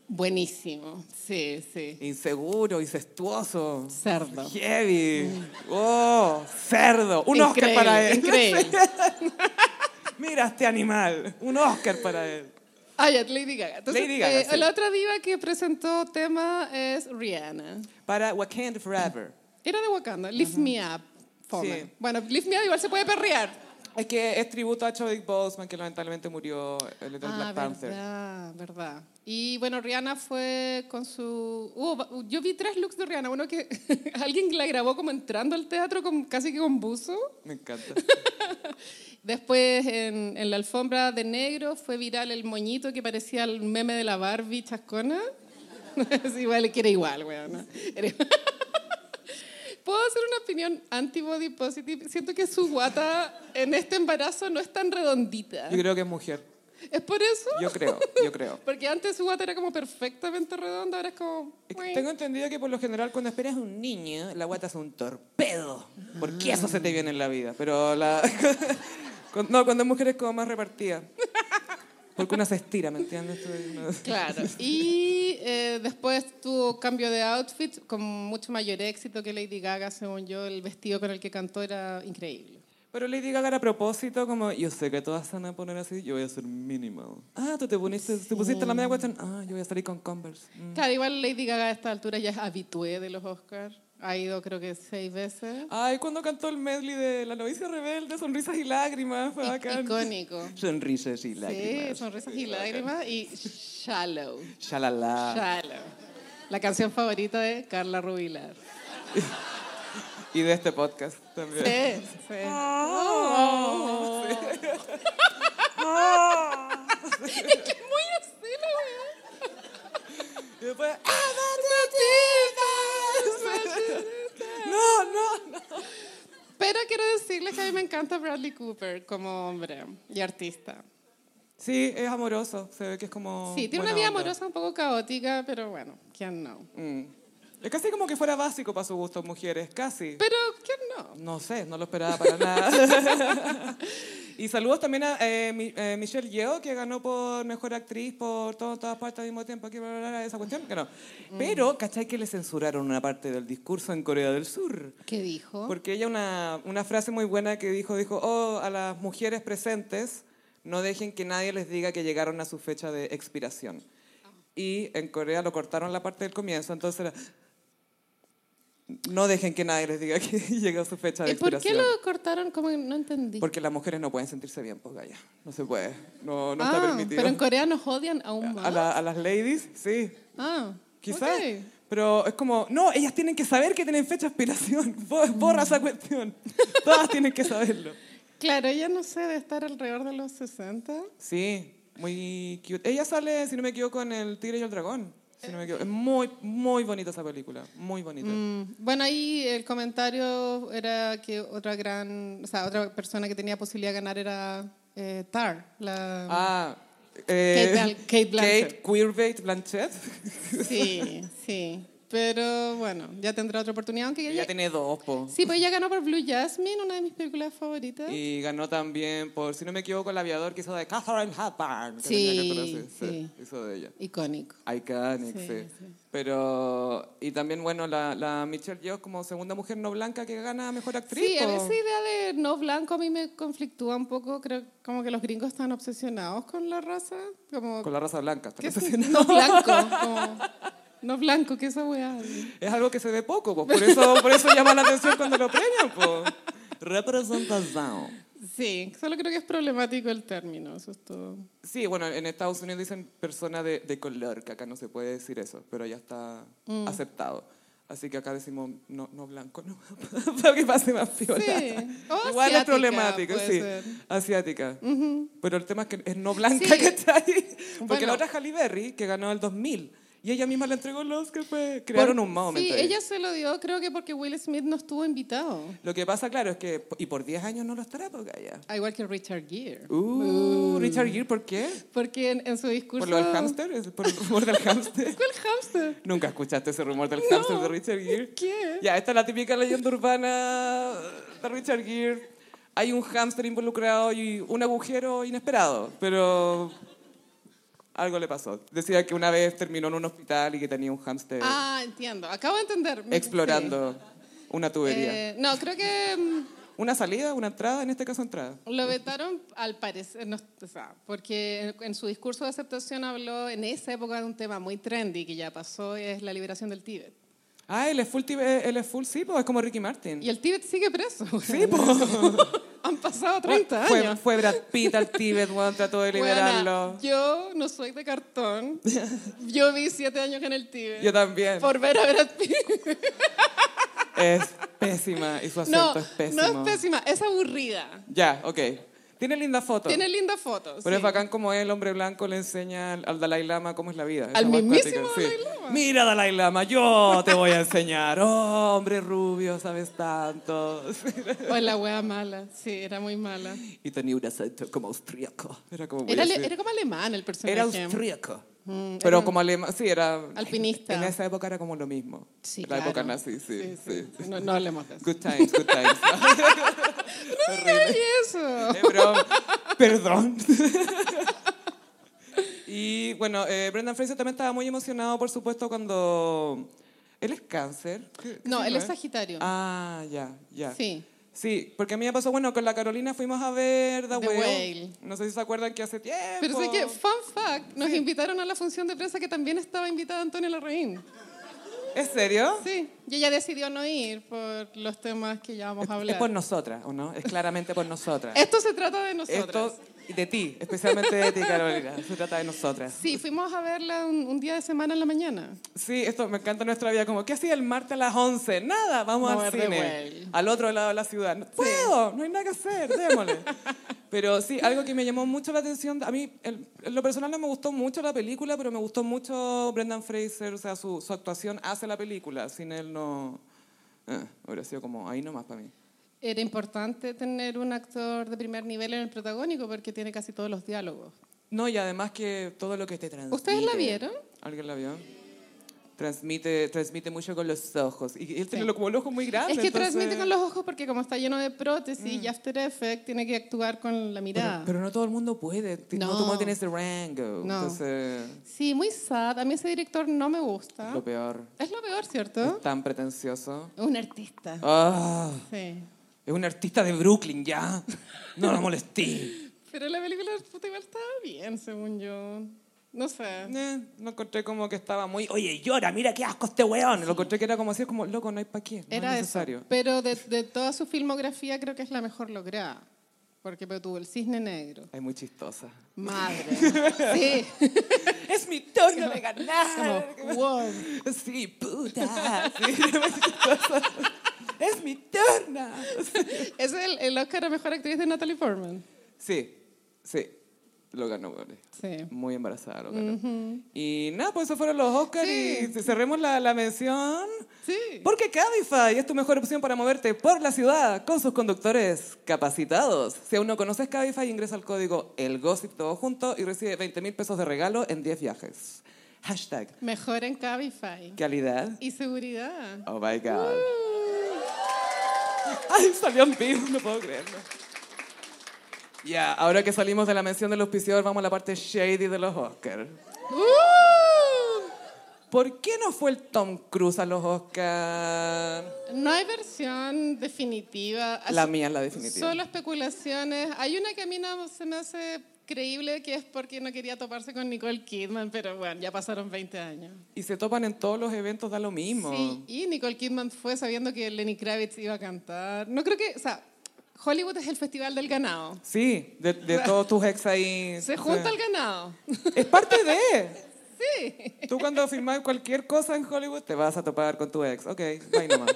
S2: Buenísimo. Sí, sí.
S1: Inseguro, incestuoso.
S2: Cerdo.
S1: Heavy. Oh, cerdo. Un Oscar
S2: Increíble,
S1: para él.
S2: Increíble.
S1: *laughs* Mira este animal. Un Oscar para él.
S2: Ah, ya, Lady Gaga. Entonces,
S1: Lady Gaga,
S2: eh,
S1: sí.
S2: La otra diva que presentó tema es Rihanna.
S1: Para Wakanda Forever.
S2: Era de Wakanda. Lift Me Up. Fome.
S1: Sí.
S2: Bueno, Lift Me Up igual se puede perrear.
S1: Es que es tributo a Chadwick Boseman, que lamentablemente murió el Little
S2: ah,
S1: Black Panther.
S2: verdad, verdad. Y bueno, Rihanna fue con su... hubo va- yo vi tres looks de Rihanna. Uno que *laughs* alguien la grabó como entrando al teatro con, casi que con buzo.
S1: Me encanta.
S2: Después, en, en la alfombra de negro, fue viral el moñito que parecía el meme de la Barbie chascona. *laughs* es igual, que era igual, weón. ¿no? Era igual. *laughs* ¿Puedo hacer una opinión antibody positive? Siento que su guata en este embarazo no es tan redondita.
S1: Yo creo que es mujer.
S2: ¿Es por eso?
S1: Yo creo, yo creo.
S2: Porque antes su guata era como perfectamente redonda, ahora es como...
S1: Es que Tengo entendido que por lo general cuando esperas a un niño, la guata es un torpedo. Porque eso se te viene en la vida. Pero la... *laughs* cuando- No, cuando es mujer es como más repartida. Porque una se estira, ¿me entiendes? Tú- no. *laughs*
S2: Claro. Y eh, después tuvo cambio de outfit con mucho mayor éxito que Lady Gaga, según yo. El vestido con el que cantó era increíble.
S1: Pero Lady Gaga era a propósito, como yo sé que todas se van a poner así, yo voy a ser minimal. Ah, tú te pusiste, te pusiste la media cuestión. Ah, yo voy a salir con Converse. Mm.
S2: Claro, igual Lady Gaga a esta altura ya es habitué de los Oscars. Ha ido creo que seis veces.
S1: Ay, cuando cantó el medley de La novicia rebelde, sonrisas y lágrimas, fue Ah, bacán.
S2: Icónico.
S1: Sonrisas y *laughs*
S2: Sí,
S1: lágrimas.
S2: sonrisas y lágrimas. Y Shallow.
S1: Shalala.
S2: Shallow. La canción favorita de Carla Rubilar.
S1: Y de este podcast también.
S2: Sí, sí. Muy así la weá.
S1: Y después, "Ah, no, no, no.
S2: *laughs* Pero quiero decirles que a mí me encanta Bradley Cooper como hombre y artista.
S1: Sí, es amoroso. Se ve que es como.
S2: Sí, tiene una
S1: buena
S2: vida
S1: onda.
S2: amorosa un poco caótica, pero bueno, ¿quién no?
S1: Mm. Es casi como que fuera básico para su gusto, mujeres. Casi.
S2: Pero ¿quién no?
S1: No sé, no lo esperaba para nada.
S2: *laughs*
S1: y saludos también a eh, Mi- eh, Michelle Yeoh, que ganó por Mejor Actriz por todo- todas partes al mismo tiempo. Aquí, bla, bla, bla, esa cuestión, que no.
S2: Mm.
S1: Pero, ¿cachai que le censuraron una parte del discurso en Corea del Sur?
S2: ¿Qué dijo?
S1: Porque ella una, una frase muy buena que dijo, dijo, oh, a las mujeres presentes, no dejen que nadie les diga que llegaron a su fecha de expiración. Y en Corea lo cortaron la parte del comienzo, entonces era, no dejen que nadie les diga que *laughs* llega a su fecha de
S2: ¿Y por qué
S1: expiración.
S2: lo cortaron? Como que no entendí.
S1: Porque las mujeres no pueden sentirse bien, pues Gaya. No se puede. No, no está
S2: ah,
S1: permitido.
S2: pero en Corea nos odian aún más.
S1: a, la- a las ladies, sí.
S2: ah,
S1: Quizás.
S2: ok.
S1: Pero es como, no, ellas tienen que saber que tienen fecha de expiración. *laughs* Bo-
S2: Mm.
S1: Borra esa cuestión. *laughs* Todas tienen que saberlo.
S2: Claro, ella no sé, debe estar alrededor de los 60.
S1: Sí, muy cute. Ella sale, si no me equivoco, en El Tigre y el Dragón. Si no me equivoco. Es muy, muy bonita esa película. Muy bonita.
S2: Mm, Bueno, ahí el comentario era que otra gran, o sea, otra persona que tenía posibilidad de ganar era eh, Tar, la *laughs*
S1: Ah, eh,
S2: Kate Blan- Kate Blanchett.
S1: Kate Queerbait
S2: *laughs*
S1: Blanchett.
S2: Sí, sí. Pero bueno, ya tendrá otra oportunidad, aunque ella...
S1: Ella tiene dos, po.
S2: Sí, pues ella ganó por Blue Jasmine, una de mis películas favoritas.
S1: Y ganó también por, si no me equivoco, El Aviador, que hizo de Catherine Hepburn. que
S2: Sí,
S1: tenía que conocer.
S2: sí.
S1: Hizo de ella.
S2: Icónico.
S1: Iconic, sí.
S2: Sí,
S1: Pero, y también, bueno, la, la Michelle Yeoh como segunda mujer no blanca que gana Mejor Actriz.
S2: Sí, a
S1: po.
S2: ver, esa idea de no blanco a mí me conflictúa un poco. Creo como que los gringos están obsesionados con la raza. Como,
S1: Con la raza blanca.
S2: ¿qué
S1: ¿te
S2: es
S1: parece? *laughs*
S2: *laughs* no blanco? Como, no blanco, que esa weá.
S1: Es algo que se ve poco, pues. Por eso, por eso llama la atención cuando lo premian, pues. Representación.
S2: Sí, solo creo que es problemático el término, eso es todo.
S1: Sí, bueno, en Estados Unidos dicen persona de, de color, que acá no se puede decir eso, pero ya está
S2: Mm.
S1: aceptado. Así que acá decimos no, no blanco, no, para *laughs* que pase más piola.
S2: Sí, o
S1: Igual es
S2: asiática,
S1: problemático,
S2: puede
S1: sí.
S2: ser.
S1: Asiática. Pero el tema es que es no blanca,
S2: Sí.
S1: que está
S2: *laughs*
S1: ahí. Porque
S2: Bueno.
S1: la otra es Halle Berry, que ganó el 2000, y ella misma le entregó el Oscar, pues crearon
S2: Por-
S1: un momento.
S2: Sí,
S1: ahí.
S2: ella se lo dio, creo que porque Will Smith no estuvo invitado.
S1: Lo que pasa, claro, es que, y por 10 años no lo estará, porque allá.
S2: Ah, Igual que Richard Gere.
S1: Uh, Richard Gere, ¿por qué?
S2: Porque en, en su discurso...
S1: ¿Por lo del Eh, hámster? ¿Es ¿Por el rumor del *laughs* hámster?
S2: ¿Cuál hámster?
S1: ¿Nunca escuchaste ese rumor del hámster de Richard Gere?
S2: ¿Qué?
S1: Ya, esta es la típica leyenda urbana de Richard Gere. Hay un hámster involucrado y un agujero inesperado, pero algo le pasó. Decía que una vez terminó en un hospital y que tenía un hámster
S2: Ah, entiendo. Acabo de entender.
S1: explorando una
S2: Sí.
S1: tubería.
S2: Eh, no, creo que mm,
S1: ¿Una salida? ¿Una entrada? En este caso, entrada.
S2: lo vetaron al parecer, no, o sea, porque en su discurso de aceptación habló en esa época de un tema muy trendy que ya pasó, es la liberación del Tíbet.
S1: Ah, él es full, tibe- él es full sí, po, es como Ricky Martin.
S2: Y el Tíbet sigue preso.
S1: Sí, po.
S2: *laughs* Han pasado 30
S1: fue,
S2: años.
S1: Fue Brad Pitt al Tíbet, weón, trató
S2: *laughs*
S1: de liberarlo.
S2: Weona, yo no soy
S1: *laughs*
S2: de cartón. Yo vi siete años en el Tíbet.
S1: Yo también.
S2: Por ver a Brad Pitt.
S1: Es pésima y su acento
S2: No,
S1: es pésimo.
S2: no es pésima, es aburrida.
S1: Ya, ok. Tiene linda foto.
S2: Tiene lindas fotos.
S1: pero
S2: sí.
S1: es bacán como el hombre blanco le enseña al, al Dalai Lama cómo es la vida. Esa
S2: Al
S1: hueá
S2: mismísimo
S1: acuática,
S2: Dalai Lama.
S1: Mira, Dalai Lama, yo te voy a enseñar. *laughs* Oh, hombre rubio, sabes tanto.
S2: O la wea mala, sí, era muy mala.
S1: Y tenía un acento como austríaco. Era como muy
S2: Era,
S1: así.
S2: ale- era como alemán el
S1: Era
S2: personaje.
S1: austríaco. pero como alemán, sí, era...
S2: Mm, Alpinista.
S1: En esa época era como lo mismo.
S2: Sí,
S1: la época
S2: claro.
S1: nazi, sí. sí,
S2: No, no hablemos de eso.
S1: Good times, good
S2: *laughs*
S1: times. *laughs*
S2: ¡Ay, eso!
S1: Eh, broma. Perdón. *laughs* y bueno, eh, Brendan Fraser también estaba muy emocionado, por supuesto, cuando. Él es cáncer. ¿Qué- qué
S2: No,
S1: signo
S2: él es Sagitario.
S1: Ah, ya, ya.
S2: Sí.
S1: Sí, porque a mí me pasó, bueno, con la Carolina fuimos a ver The,
S2: The
S1: Whale.
S2: Whale.
S1: No sé si se acuerdan que hace tiempo.
S2: Pero sé que, fun fact, nos invitaron a la función de prensa que también estaba invitada Antonio Larraín.
S1: ¿Es serio?
S2: Sí, y ella decidió no ir por los temas que ya vamos a
S1: Es
S2: hablar.
S1: por nosotras, ¿o no? Es claramente por nosotras.
S2: Esto se trata de nosotros.
S1: Esto, y de ti, especialmente de ti, Carolina. Se trata de nosotras.
S2: Sí, fuimos a verla un, un día de semana en la mañana.
S1: Sí, esto me encanta nuestra vida. Como, ¿qué hacía el martes a las 11? Nada, vamos
S2: Vamos
S1: al
S2: a ver The
S1: cine.
S2: Whale.
S1: Al otro lado de la ciudad. No puedo, no hay nada que hacer, démosle. *laughs* pero sí, algo que me llamó mucho la atención, a mí el- en lo personal no me gustó mucho la película, pero me gustó mucho Brendan Fraser, o sea, su, su actuación hace la película. Sin él no... eh, hubiera sido como ahí nomás para mí.
S2: Era importante tener un actor de primer nivel en el protagónico porque tiene casi todos los diálogos.
S1: No, y además que todo lo que te transmite.
S2: ¿Ustedes la vieron?
S1: ¿Alguien la vio? Transmite, transmite mucho con los ojos. Y él tiene lo- como el ojo muy grande.
S2: Es que transmite
S1: Ah, entonces-
S2: con los ojos porque como está lleno de prótesis y After Effects tiene que actuar con la mirada.
S1: Pero, pero no todo el mundo puede. ti- No,
S2: No.
S1: todo el mundo tiene ese rango.
S2: No.
S1: Entonces,
S2: Sí, muy sad. A mí ese director no me gusta.
S1: lo peor.
S2: Es lo peor, ¿cierto?
S1: Es tan pretencioso.
S2: Es un artista.
S1: Ah,
S2: Sí.
S1: es un artista de Brooklyn, ya. No lo *laughs* molesté.
S2: Pero la película puta, igual estaba bien, según yo. No sé.
S1: Eh, lo encontré como que estaba muy. Oye, llora, mira qué asco este weón. Lo encontré que era como así, es como loco, no hay pa' qué. No
S2: Era
S1: es
S2: eso.
S1: necesario.
S2: Pero de, de toda su filmografía creo que es la mejor lograda. Porque tuvo El Cisne Negro.
S1: Es muy chistosa.
S2: Madre. Sí.
S1: *laughs* es mi turno de
S2: Como,
S1: ganar.
S2: wow.
S1: *laughs* Sí, puta. *laughs* Sí, es muy chistosa. *laughs* Es mi turno.
S2: Es el, el Oscar a Mejor Actriz de Natalie Portman.
S1: Sí, sí. Lo ganó, weón.
S2: Sí.
S1: Muy embarazada, lo ganó. Y nada, pues esos fueron los Oscars
S2: Sí.
S1: y cerremos la, la mención.
S2: Sí.
S1: Porque Cabify es tu mejor opción para moverte por la ciudad con sus conductores capacitados. Si aún no conoces Cabify, ingresa al código ELGOSIP todo junto y recibe 20 mil pesos de regalo en 10 viajes. Hashtag
S2: Mejor en Cabify.
S1: calidad.
S2: Y seguridad.
S1: Oh my God. *laughs* Ay, salió en vivo, no puedo creerlo. Ya, ahora que salimos de la mención del auspiciador, vamos a la parte shady de los Oscars.
S2: ¡Uh!
S1: ¿Por qué no fue el Tom Cruise a los Oscars?
S2: No hay versión definitiva. Así-
S1: La mía es la definitiva.
S2: Solo especulaciones. Hay una que a mí no se me hace creíble que es porque no quería toparse con Nicole Kidman, pero bueno, ya pasaron 20 años.
S1: Y se topan en todos los eventos, da lo mismo.
S2: Sí, y Nicole Kidman fue sabiendo que Lenny Kravitz iba a cantar. No creo que, o sea, Hollywood es el festival del ganado.
S1: Sí, de,
S2: *laughs*
S1: de todos tus ex ahí.
S2: Se
S1: sí.
S2: junta el ganado.
S1: Es parte de.
S2: Sí.
S1: Tú cuando firmas cualquier cosa en Hollywood te vas a topar con tu ex. Ok, bye nomás.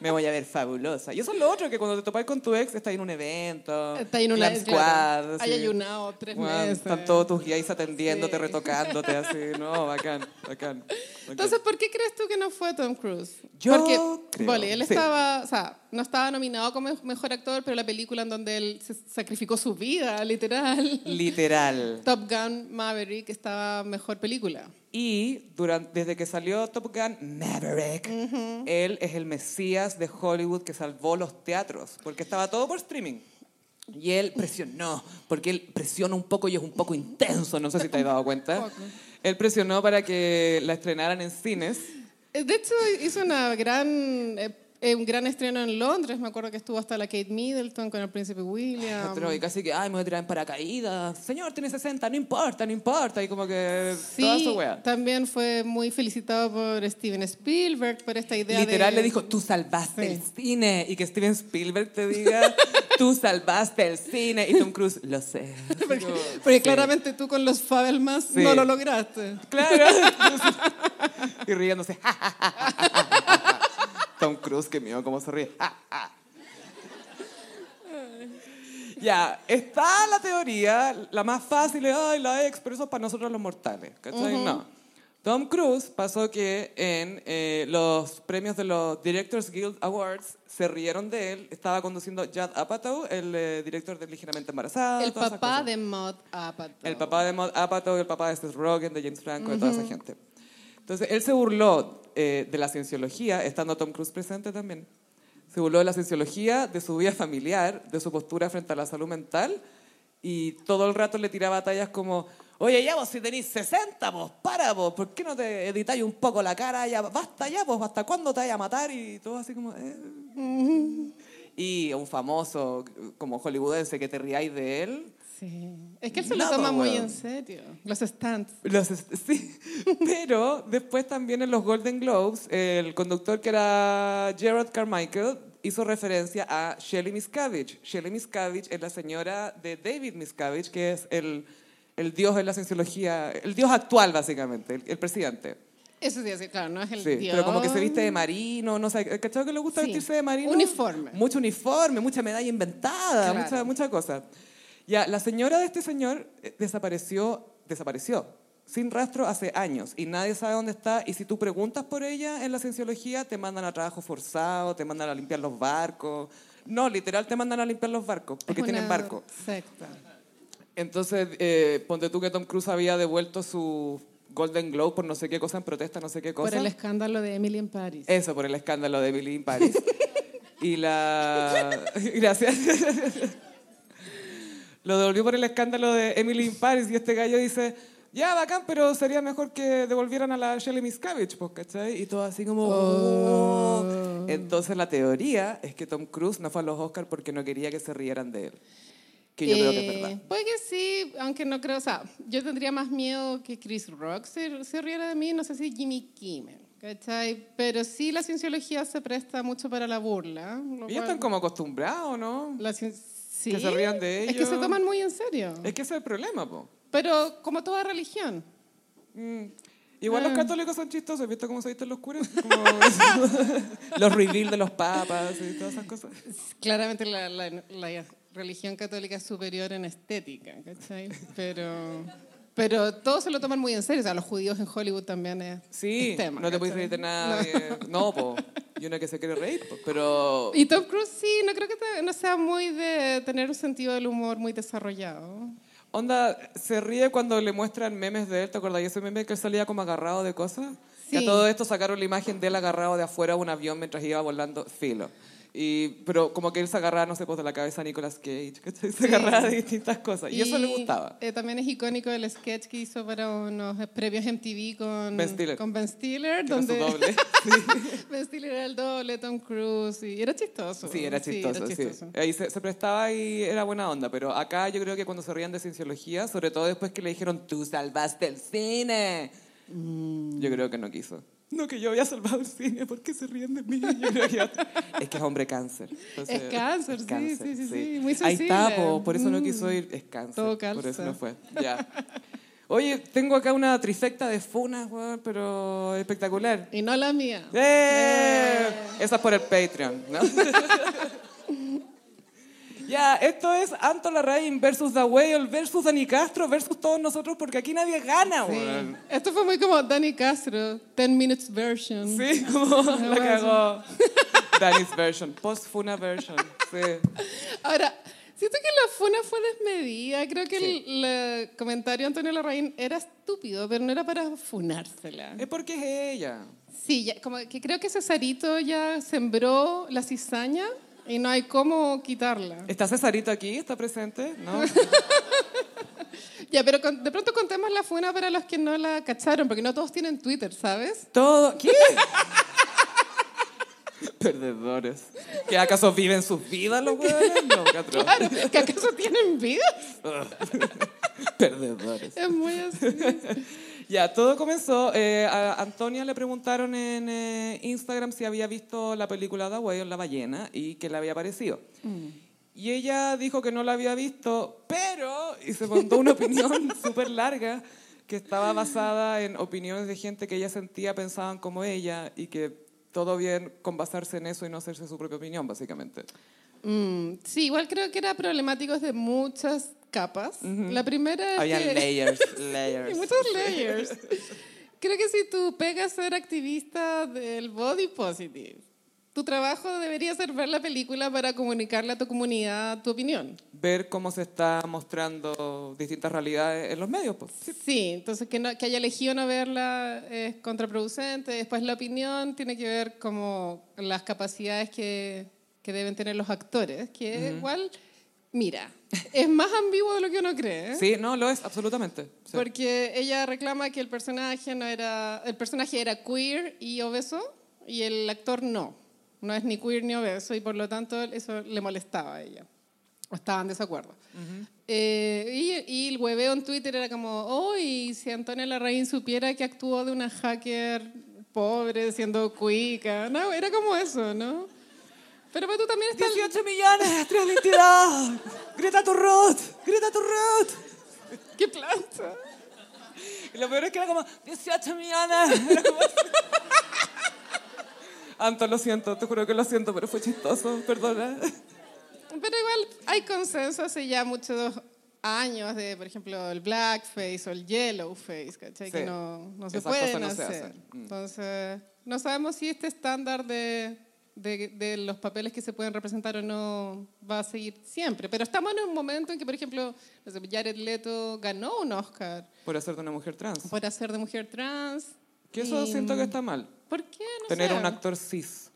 S1: Me voy a ver fabulosa. Y eso es lo otro, que cuando te topas con tu ex, estás en un evento.
S2: Está ahí en una
S1: glam
S2: claro,
S1: squad.
S2: Hay
S1: así.
S2: ayunado tres
S1: Bueno,
S2: meses.
S1: Están todos tus gays atendiéndote,
S2: Sí.
S1: retocándote, así. No, bacán, bacán. bacán.
S2: Entonces, ¿por qué crees tú que no fue Tom Cruise?
S1: Yo
S2: Porque,
S1: creo-
S2: Boli, él
S1: sí.
S2: estaba, o sea, no estaba nominado como mejor actor, pero la película en donde él se sacrificó su vida, literal.
S1: *laughs* Literal.
S2: Top Gun Maverick estaba mejor película.
S1: Y duran- desde que salió Top Gun Maverick, él es el mesías de Hollywood que salvó los teatros, porque estaba todo por streaming. Y él presionó, porque él presiona un poco y es un poco intenso, no sé si te has dado
S2: *laughs*
S1: cuenta.
S2: poco.
S1: Él presionó para que la estrenaran en cines.
S2: Eh, De hecho, hizo una gran, eh, eh, un gran estreno en Londres. Me acuerdo que estuvo hasta la Kate Middleton con el príncipe William.
S1: Otro, Ah, Y casi que, ay, me voy a tirar en paracaídas. Señor, tiene 60, no importa, no importa. Y como que toda
S2: Sí,
S1: su wea.
S2: también fue muy felicitado por Steven Spielberg por esta idea
S1: Literal
S2: de-
S1: le dijo, tú salvaste
S2: Sí.
S1: el cine. Y que Steven Spielberg te diga, tú salvaste el cine. Y Tom Cruise, lo sé. Así como,
S2: *laughs* Porque
S1: sí.
S2: claramente tú con los Fabelmas
S1: Sí.
S2: no lo lograste.
S1: Claro. *laughs* y riéndose. *laughs* Tom Cruise, que mío, cómo se ríe. *laughs* ya, está la teoría, la más fácil es, ay, la ex, pero eso es para nosotros los mortales. ¿Cachai? No. Tom Cruise pasó que en eh, los premios de los Directors Guild Awards se rieron de él. Estaba conduciendo Judd Apatow, el eh, director de Ligeramente Embarazada.
S2: El
S1: Ah, todas esas
S2: papá
S1: cosas.
S2: de Maud Apatow.
S1: El papá de Maud Apatow, el papá de Seth Rogen, de James Franco, de toda esa gente. Entonces, él se burló eh, de la cienciología, estando Tom Cruise presente también. Se burló de la cienciología, de su vida familiar, de su postura frente a la salud mental y todo el rato le tiraba tallas como, oye, ya vos si tenéis 60, vos, para vos, ¿por qué no te editáis un poco la cara? Ya, basta ya, vos, ¿hasta cuándo te vayas a matar? Y todo así como... "Eh". Y un famoso como hollywoodense que te riáis de él,
S2: Sí. Es que él se lo
S1: Nada,
S2: toma muy
S1: weón.
S2: en serio. Los stands.
S1: Los est- *laughs* sí, pero después también en los Golden Globes, el conductor que era Gerard Carmichael hizo referencia a Shelley Miscavige. Shelley Miscavige es la señora de David Miscavige, que es el, el dios de la cienciología, el dios actual básicamente, el, el presidente.
S2: Eso sí, así, claro, no es el
S1: Sí,
S2: dios.
S1: pero como que se viste de marino, no sé, ¿cachado que le gusta
S2: Sí,
S1: vestirse de marino?
S2: uniforme.
S1: Mucho uniforme, mucha medalla inventada,
S2: Claro.
S1: mucha, mucha cosa. Ya, la señora de este señor eh, desapareció, desapareció, sin rastro hace años y nadie sabe dónde está. Y si tú preguntas por ella en la cienciología, te mandan a trabajo forzado, te mandan a limpiar los barcos. No, literal, te mandan a limpiar los barcos, porque
S2: Es
S1: tienen
S2: una
S1: barco.
S2: Secta.
S1: Entonces, eh, ponte tú que Tom Cruise había devuelto su Golden Globe por no sé qué cosa, en protesta, no sé qué cosa.
S2: Por el escándalo de Emily en Paris.
S1: Eso, por el escándalo de Billy in Paris. y la... *laughs* Gracias. Lo devolvió por el escándalo de Emily in Paris y este gallo dice, ya, bacán, pero sería mejor que devolvieran a la Shelley Miscavige, pues, ¿cachai? Y todo así como... "Oh". Entonces la teoría es que Tom Cruise no fue a los Oscars porque no quería que se rieran de él. Que yo creo que es
S2: Eh,
S1: verdad.
S2: Puede que sí, aunque no creo, o sea, yo tendría más miedo que Chris Rock se, se riera de mí, no sé si Jimmy Kimmel, ¿cachai? Pero sí la cienciología se presta mucho para la burla. lo
S1: Ellos
S2: cual-
S1: están como acostumbrados, ¿no?
S2: la cien- sí,
S1: se rían de
S2: Es que se
S1: ellos.
S2: toman muy en serio.
S1: Es que ese es el problema, po.
S2: Pero como toda religión.
S1: Igual
S2: Mm.
S1: los católicos son chistosos, ¿has visto cómo se visten los curas? Como *laughs* los reveal de los papas y todas esas cosas.
S2: Claramente la, la- la religión católica es superior en estética, ¿cachai? Pero, pero todos se lo toman muy en serio. O sea, los judíos en Hollywood también es,
S1: Sí,
S2: es tema.
S1: no te puedes
S2: ¿cachai?
S1: reír de
S2: No.
S1: nadie. No, po. Y uno que se quiere reír, po. Pero
S2: Y Tom Cruise sí, no creo que te- no sea muy de tener un sentido del humor muy desarrollado.
S1: onda, se ríe cuando le muestran memes de él, ¿te acordás? Y ese meme que él salía como agarrado de cosas. Y a
S2: Sí.
S1: todo esto sacaron la imagen de él agarrado de afuera de un avión mientras iba volando filo. Y, pero como que él se agarraba, no sé, pues de la cabeza a Nicolas Cage, ¿cachai? Se agarraba de distintas cosas. Y, eso le gustaba.
S2: eh, también es icónico el sketch que hizo para unos premios MTV con
S1: Ben Stiller.
S2: Con ben Stiller
S1: Que era su
S2: donde
S1: doble.
S2: *laughs* Ben Stiller era el doble, Tom Cruise, y era chistoso.
S1: Sí, era chistoso. Sí,
S2: chistoso.
S1: Ahí se, se prestaba y era buena onda, pero acá yo creo que cuando se rían de cienciología, sobre todo después que le dijeron, tú salvaste el cine.
S2: Mm.
S1: Yo creo que no quiso. No, que yo había salvado el cine, ¿por qué se ríen de mí? Yo creo que- es que es hombre cáncer. Entonces,
S2: Es cáncer, sí, sí, sí, sí,
S1: Ahí
S2: muy
S1: está,
S2: sensible. Mm.
S1: po, por eso no quiso ir, es cáncer.
S2: Todo
S1: Por eso
S2: calza.
S1: no
S2: *laughs*
S1: fue, ya. Oye, tengo acá una trifecta de funas, weón, pero espectacular.
S2: Y no la mía.
S1: ¡Eh! Esa es por el Patreon, ¿no? *laughs* Ya, esto es Anto Larraín versus The Whale versus Dani Castro versus todos nosotros porque aquí nadie gana,
S2: Sí.
S1: weón.
S2: Esto fue muy como Dani Castro, 10 minutes version.
S1: Sí, como la
S2: bueno.
S1: cagó. Dani's version, post-funa version. Sí.
S2: Ahora, siento que la funa fue desmedida. Creo que
S1: Sí.
S2: el, el comentario de Antonio Larraín era estúpido, pero no era para funársela.
S1: Es porque es ella.
S2: Sí, ya- como que creo que Cesarito ya sembró la cizaña y no hay cómo quitarla.
S1: ¿Está Cesarito aquí? ¿Está presente? ¿No?
S2: Ya, pero con- de pronto contemos la funa para los que no la cacharon, porque no todos tienen Twitter, ¿sabes?
S1: Todo. ¿Qué? *laughs* Perdedores. ¿Que acaso viven sus vidas los weones? No, qué atroz.
S2: Claro, ¿que acaso tienen vida?
S1: Perdedores.
S2: Es muy así.
S1: Ya, todo comenzó. eh, a Antonia le preguntaron en eh, Instagram si había visto la película The Whale, La ballena, y qué le había parecido. Y ella dijo que no la había visto, pero, y se montó una *laughs* opinión súper larga que estaba basada en opiniones de gente que ella sentía pensaban como ella y que todo bien con basarse en eso y no hacerse su propia opinión, básicamente.
S2: Mm, sí, igual creo que era problemático de muchas capas. La primera es
S1: Habían
S2: que- *laughs*
S1: layers,
S2: Y
S1: layers.
S2: muchos layers. Creo que si tú pegas ser activista del body positive, tu trabajo debería ser ver la película para comunicarle a tu comunidad tu opinión.
S1: Ver cómo se está mostrando distintas realidades en los medios, pues.
S2: Sí, entonces que, no- que haya elegido no verla es contraproducente. Después la opinión tiene que ver como las capacidades que, que deben tener los actores, que igual, mira, es más ambiguo de lo que uno cree.
S1: Sí, no, lo es, absolutamente. Sí.
S2: Porque ella reclama que el personaje no era el personaje era queer y obeso y el actor no, no es ni queer ni obeso y por lo tanto eso le molestaba a ella. O estaba en desacuerdo. Eh, y, y el hueveo en Twitter era como, oh, y si Antonio Larraín supiera que actuó de una hacker pobre siendo cuica. No, era como eso, ¿no? Pero pues, tú también estás...
S3: 18 millones, 3 identidad. Greta Turrut, Greta Turrut.
S2: ¡Qué planta!
S1: Y lo peor es que era como, 18 millones. Era como- Anto, lo siento, te juro que lo siento, pero fue chistoso, perdona.
S2: Pero igual hay consenso hace ya muchos años de, por ejemplo, el blackface o el yellowface, ¿cachai?
S1: Sí.
S2: Que no, no se
S1: Esas
S2: pueden
S1: cosas no se
S2: hacer.
S1: hacen. Mm.
S2: Entonces, no sabemos si este estándar de, de- de los papeles que se pueden representar o no va a seguir siempre. Pero estamos en un momento en que, por ejemplo, no sé, Jared Leto ganó un Oscar
S1: Por hacer de una mujer trans.
S2: por hacer de mujer trans.
S1: Que eso
S2: Y-
S1: siento que está mal.
S2: ¿Por qué? No
S1: Tener
S2: sé.
S1: un actor cis.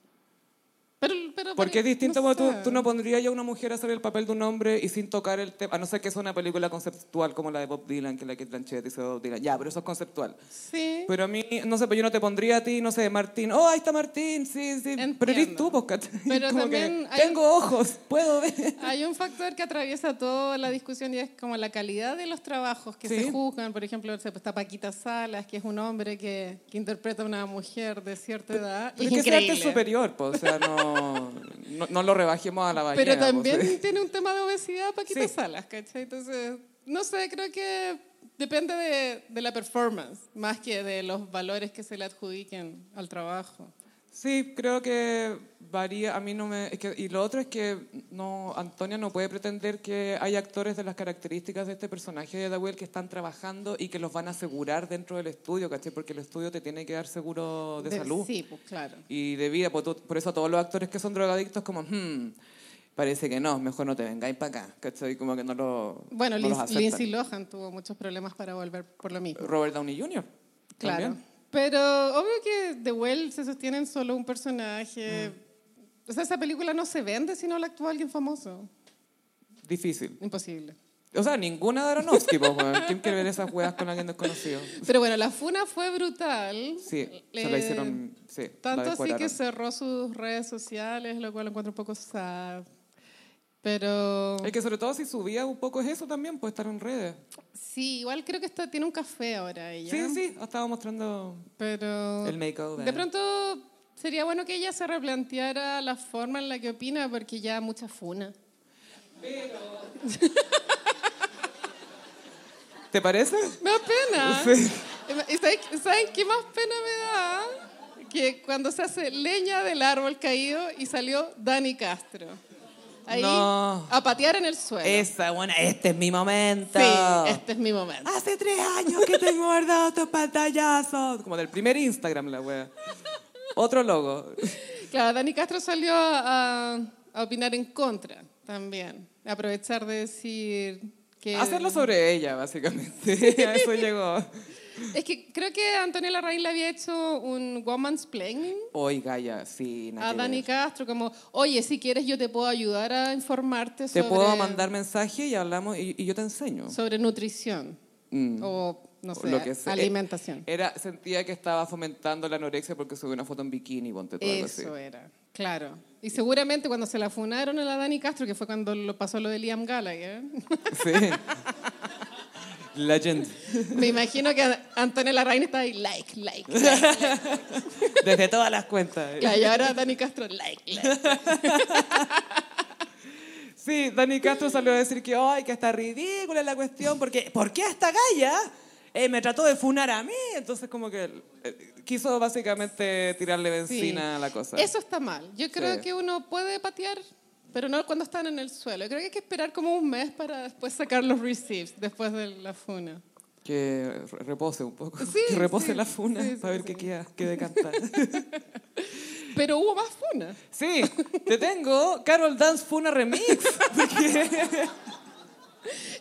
S2: Pero, pero-
S1: Porque es distinto,
S2: no
S1: porque tú,
S2: sé.
S1: tú no pondrías ya a una mujer a hacer el papel de un hombre y sin tocar el tema, a no ser que sea una película conceptual como la de Bob Dylan, que la que Blanchett hizo de Bob Dylan. Ya, pero eso es conceptual.
S2: Sí.
S1: Pero a mí, no sé, pues yo no te pondría a ti, no sé, Martín. Oh, ahí está Martín, sí, sí. Pero eres
S2: Entiendo.
S1: tú, pues, *laughs* ¿cachai?
S2: Pero
S1: Como
S2: también
S1: que,
S2: hay-
S1: Tengo ojos, *laughs* puedo ver.
S2: Hay un factor que atraviesa toda la discusión y es como la calidad de los trabajos que
S1: Sí.
S2: se juzgan. Por ejemplo, se- está Paquita Salas, que es un hombre que, que interpreta a una mujer de cierta edad. y
S1: Pero
S2: es
S1: es que ese arte
S2: increíble.
S1: es superior, pues, o sea, no, no, no lo rebajemos a la ballena.
S2: Pero
S1: pues,
S2: también
S1: sí.
S2: tiene un tema de obesidad Paquita
S1: Sí.
S2: Salas, ¿cachai? Entonces, no sé, creo que depende de, de la performance, más que de los valores que se le adjudiquen al trabajo.
S1: *laughs* Sí, creo que varía, a mí no me... es que- y lo otro es que no, Antonia no puede pretender que hay actores de las características de este personaje de Dawel que están trabajando y que los van a asegurar dentro del estudio, ¿cachai? Porque el estudio te tiene que dar seguro de,
S2: De-
S1: salud.
S2: Sí, pues claro.
S1: y de vida. Por, tu- por eso a todos los actores que son drogadictos, como, hmm, parece que no, mejor no te vengáis para acá. ¿Cachai? Como que no lo.
S2: Bueno,
S1: no los
S2: Lin-
S1: aceptan.
S2: Lindsay Lohan tuvo muchos problemas para volver por lo mismo.
S1: Robert Downey Jr.
S2: Claro.
S1: también.
S2: Pero obvio que The Well se sostiene en solo un personaje.
S1: Mm.
S2: O sea, esa película no se vende si no la actúa alguien famoso.
S1: Difícil.
S2: Imposible.
S1: O sea, ninguna de Aronofsky, po, weón. ¿Quién quiere ver esas weas con alguien desconocido?
S2: Pero bueno, la funa fue brutal.
S1: Sí, se
S2: Eh,
S1: la hicieron. Sí, la
S2: Tanto así
S1: descuadraron.
S2: que cerró sus redes sociales, lo cual lo encuentro un poco sad. Pero
S1: Es que sobre todo si subía un poco es eso también, pues estar en redes.
S2: sí, igual creo que está, tiene un café ahora ella.
S1: Sí, sí, estaba mostrando
S2: Pero
S1: el makeover.
S2: de pronto sería bueno que ella se replanteara la forma en la que opina porque ya mucha funa.
S1: ¿Te parece?
S2: Me da pena.
S1: Sí.
S2: ¿Y ¿Saben, saben qué más pena me da? Que cuando se hace leña del árbol caído y salió Dani Castro. Ahí
S1: No.
S2: a patear en el suelo.
S1: Esa, bueno, este es mi momento.
S2: sí, este es mi momento.
S1: Hace tres años que te muerdo tus pantallazos. Como del primer Instagram, la wea. Otro logo.
S2: Claro, Dani Castro salió a, a opinar en contra también. Aprovechar de decir que...
S1: Hacerlo sobre ella,
S2: *laughs*
S1: básicamente. A eso llegó.
S2: Es que creo que Antonio Larraín le había hecho un woman's planning
S1: Hoy, Gaia, sí. nada
S2: a
S1: que
S2: Dani
S1: ver.
S2: Castro, como, oye, si quieres yo te puedo ayudar a
S1: Te
S2: informarte sobre...
S1: puedo mandar mensaje y hablamos y, y yo te enseño.
S2: Sobre nutrición
S1: Mm.
S2: o, no
S1: O
S2: sé,
S1: lo que sea.
S2: alimentación.
S1: Era, sentía que estaba fomentando la anorexia porque subí una foto en bikini, ponte todo Eh, algo así.
S2: Eso era, claro. Y seguramente cuando se la funaron a la Dani Castro, que fue cuando lo pasó lo de Liam Gallagher, *laughs*
S1: Sí. Legend.
S2: me imagino que Antonio Larraín estaba ahí, like, like, like.
S1: Desde todas las cuentas.
S2: Claro, y ahora Dani Castro, like,
S1: *laughs*
S2: like.
S1: Sí, Dani Castro salió a decir que, ay, que está ridícula la cuestión, porque ¿por qué a esta galla eh, me trató de funar a mí? Entonces como que eh, quiso básicamente tirarle benzina a la cosa.
S2: Eso está mal. Yo creo
S1: Sí.
S2: que uno puede patear, pero no cuando están en el suelo. Creo que hay que esperar como un mes para después sacar los receipts después de la funa.
S1: Que re- repose un poco,
S2: Sí,
S1: que repose
S2: sí,
S1: la funa
S2: sí, sí,
S1: para ver qué queda, qué decanta.
S2: Pero hubo más funas.
S1: sí, te tengo Carol Dance Funa Remix.
S2: *laughs*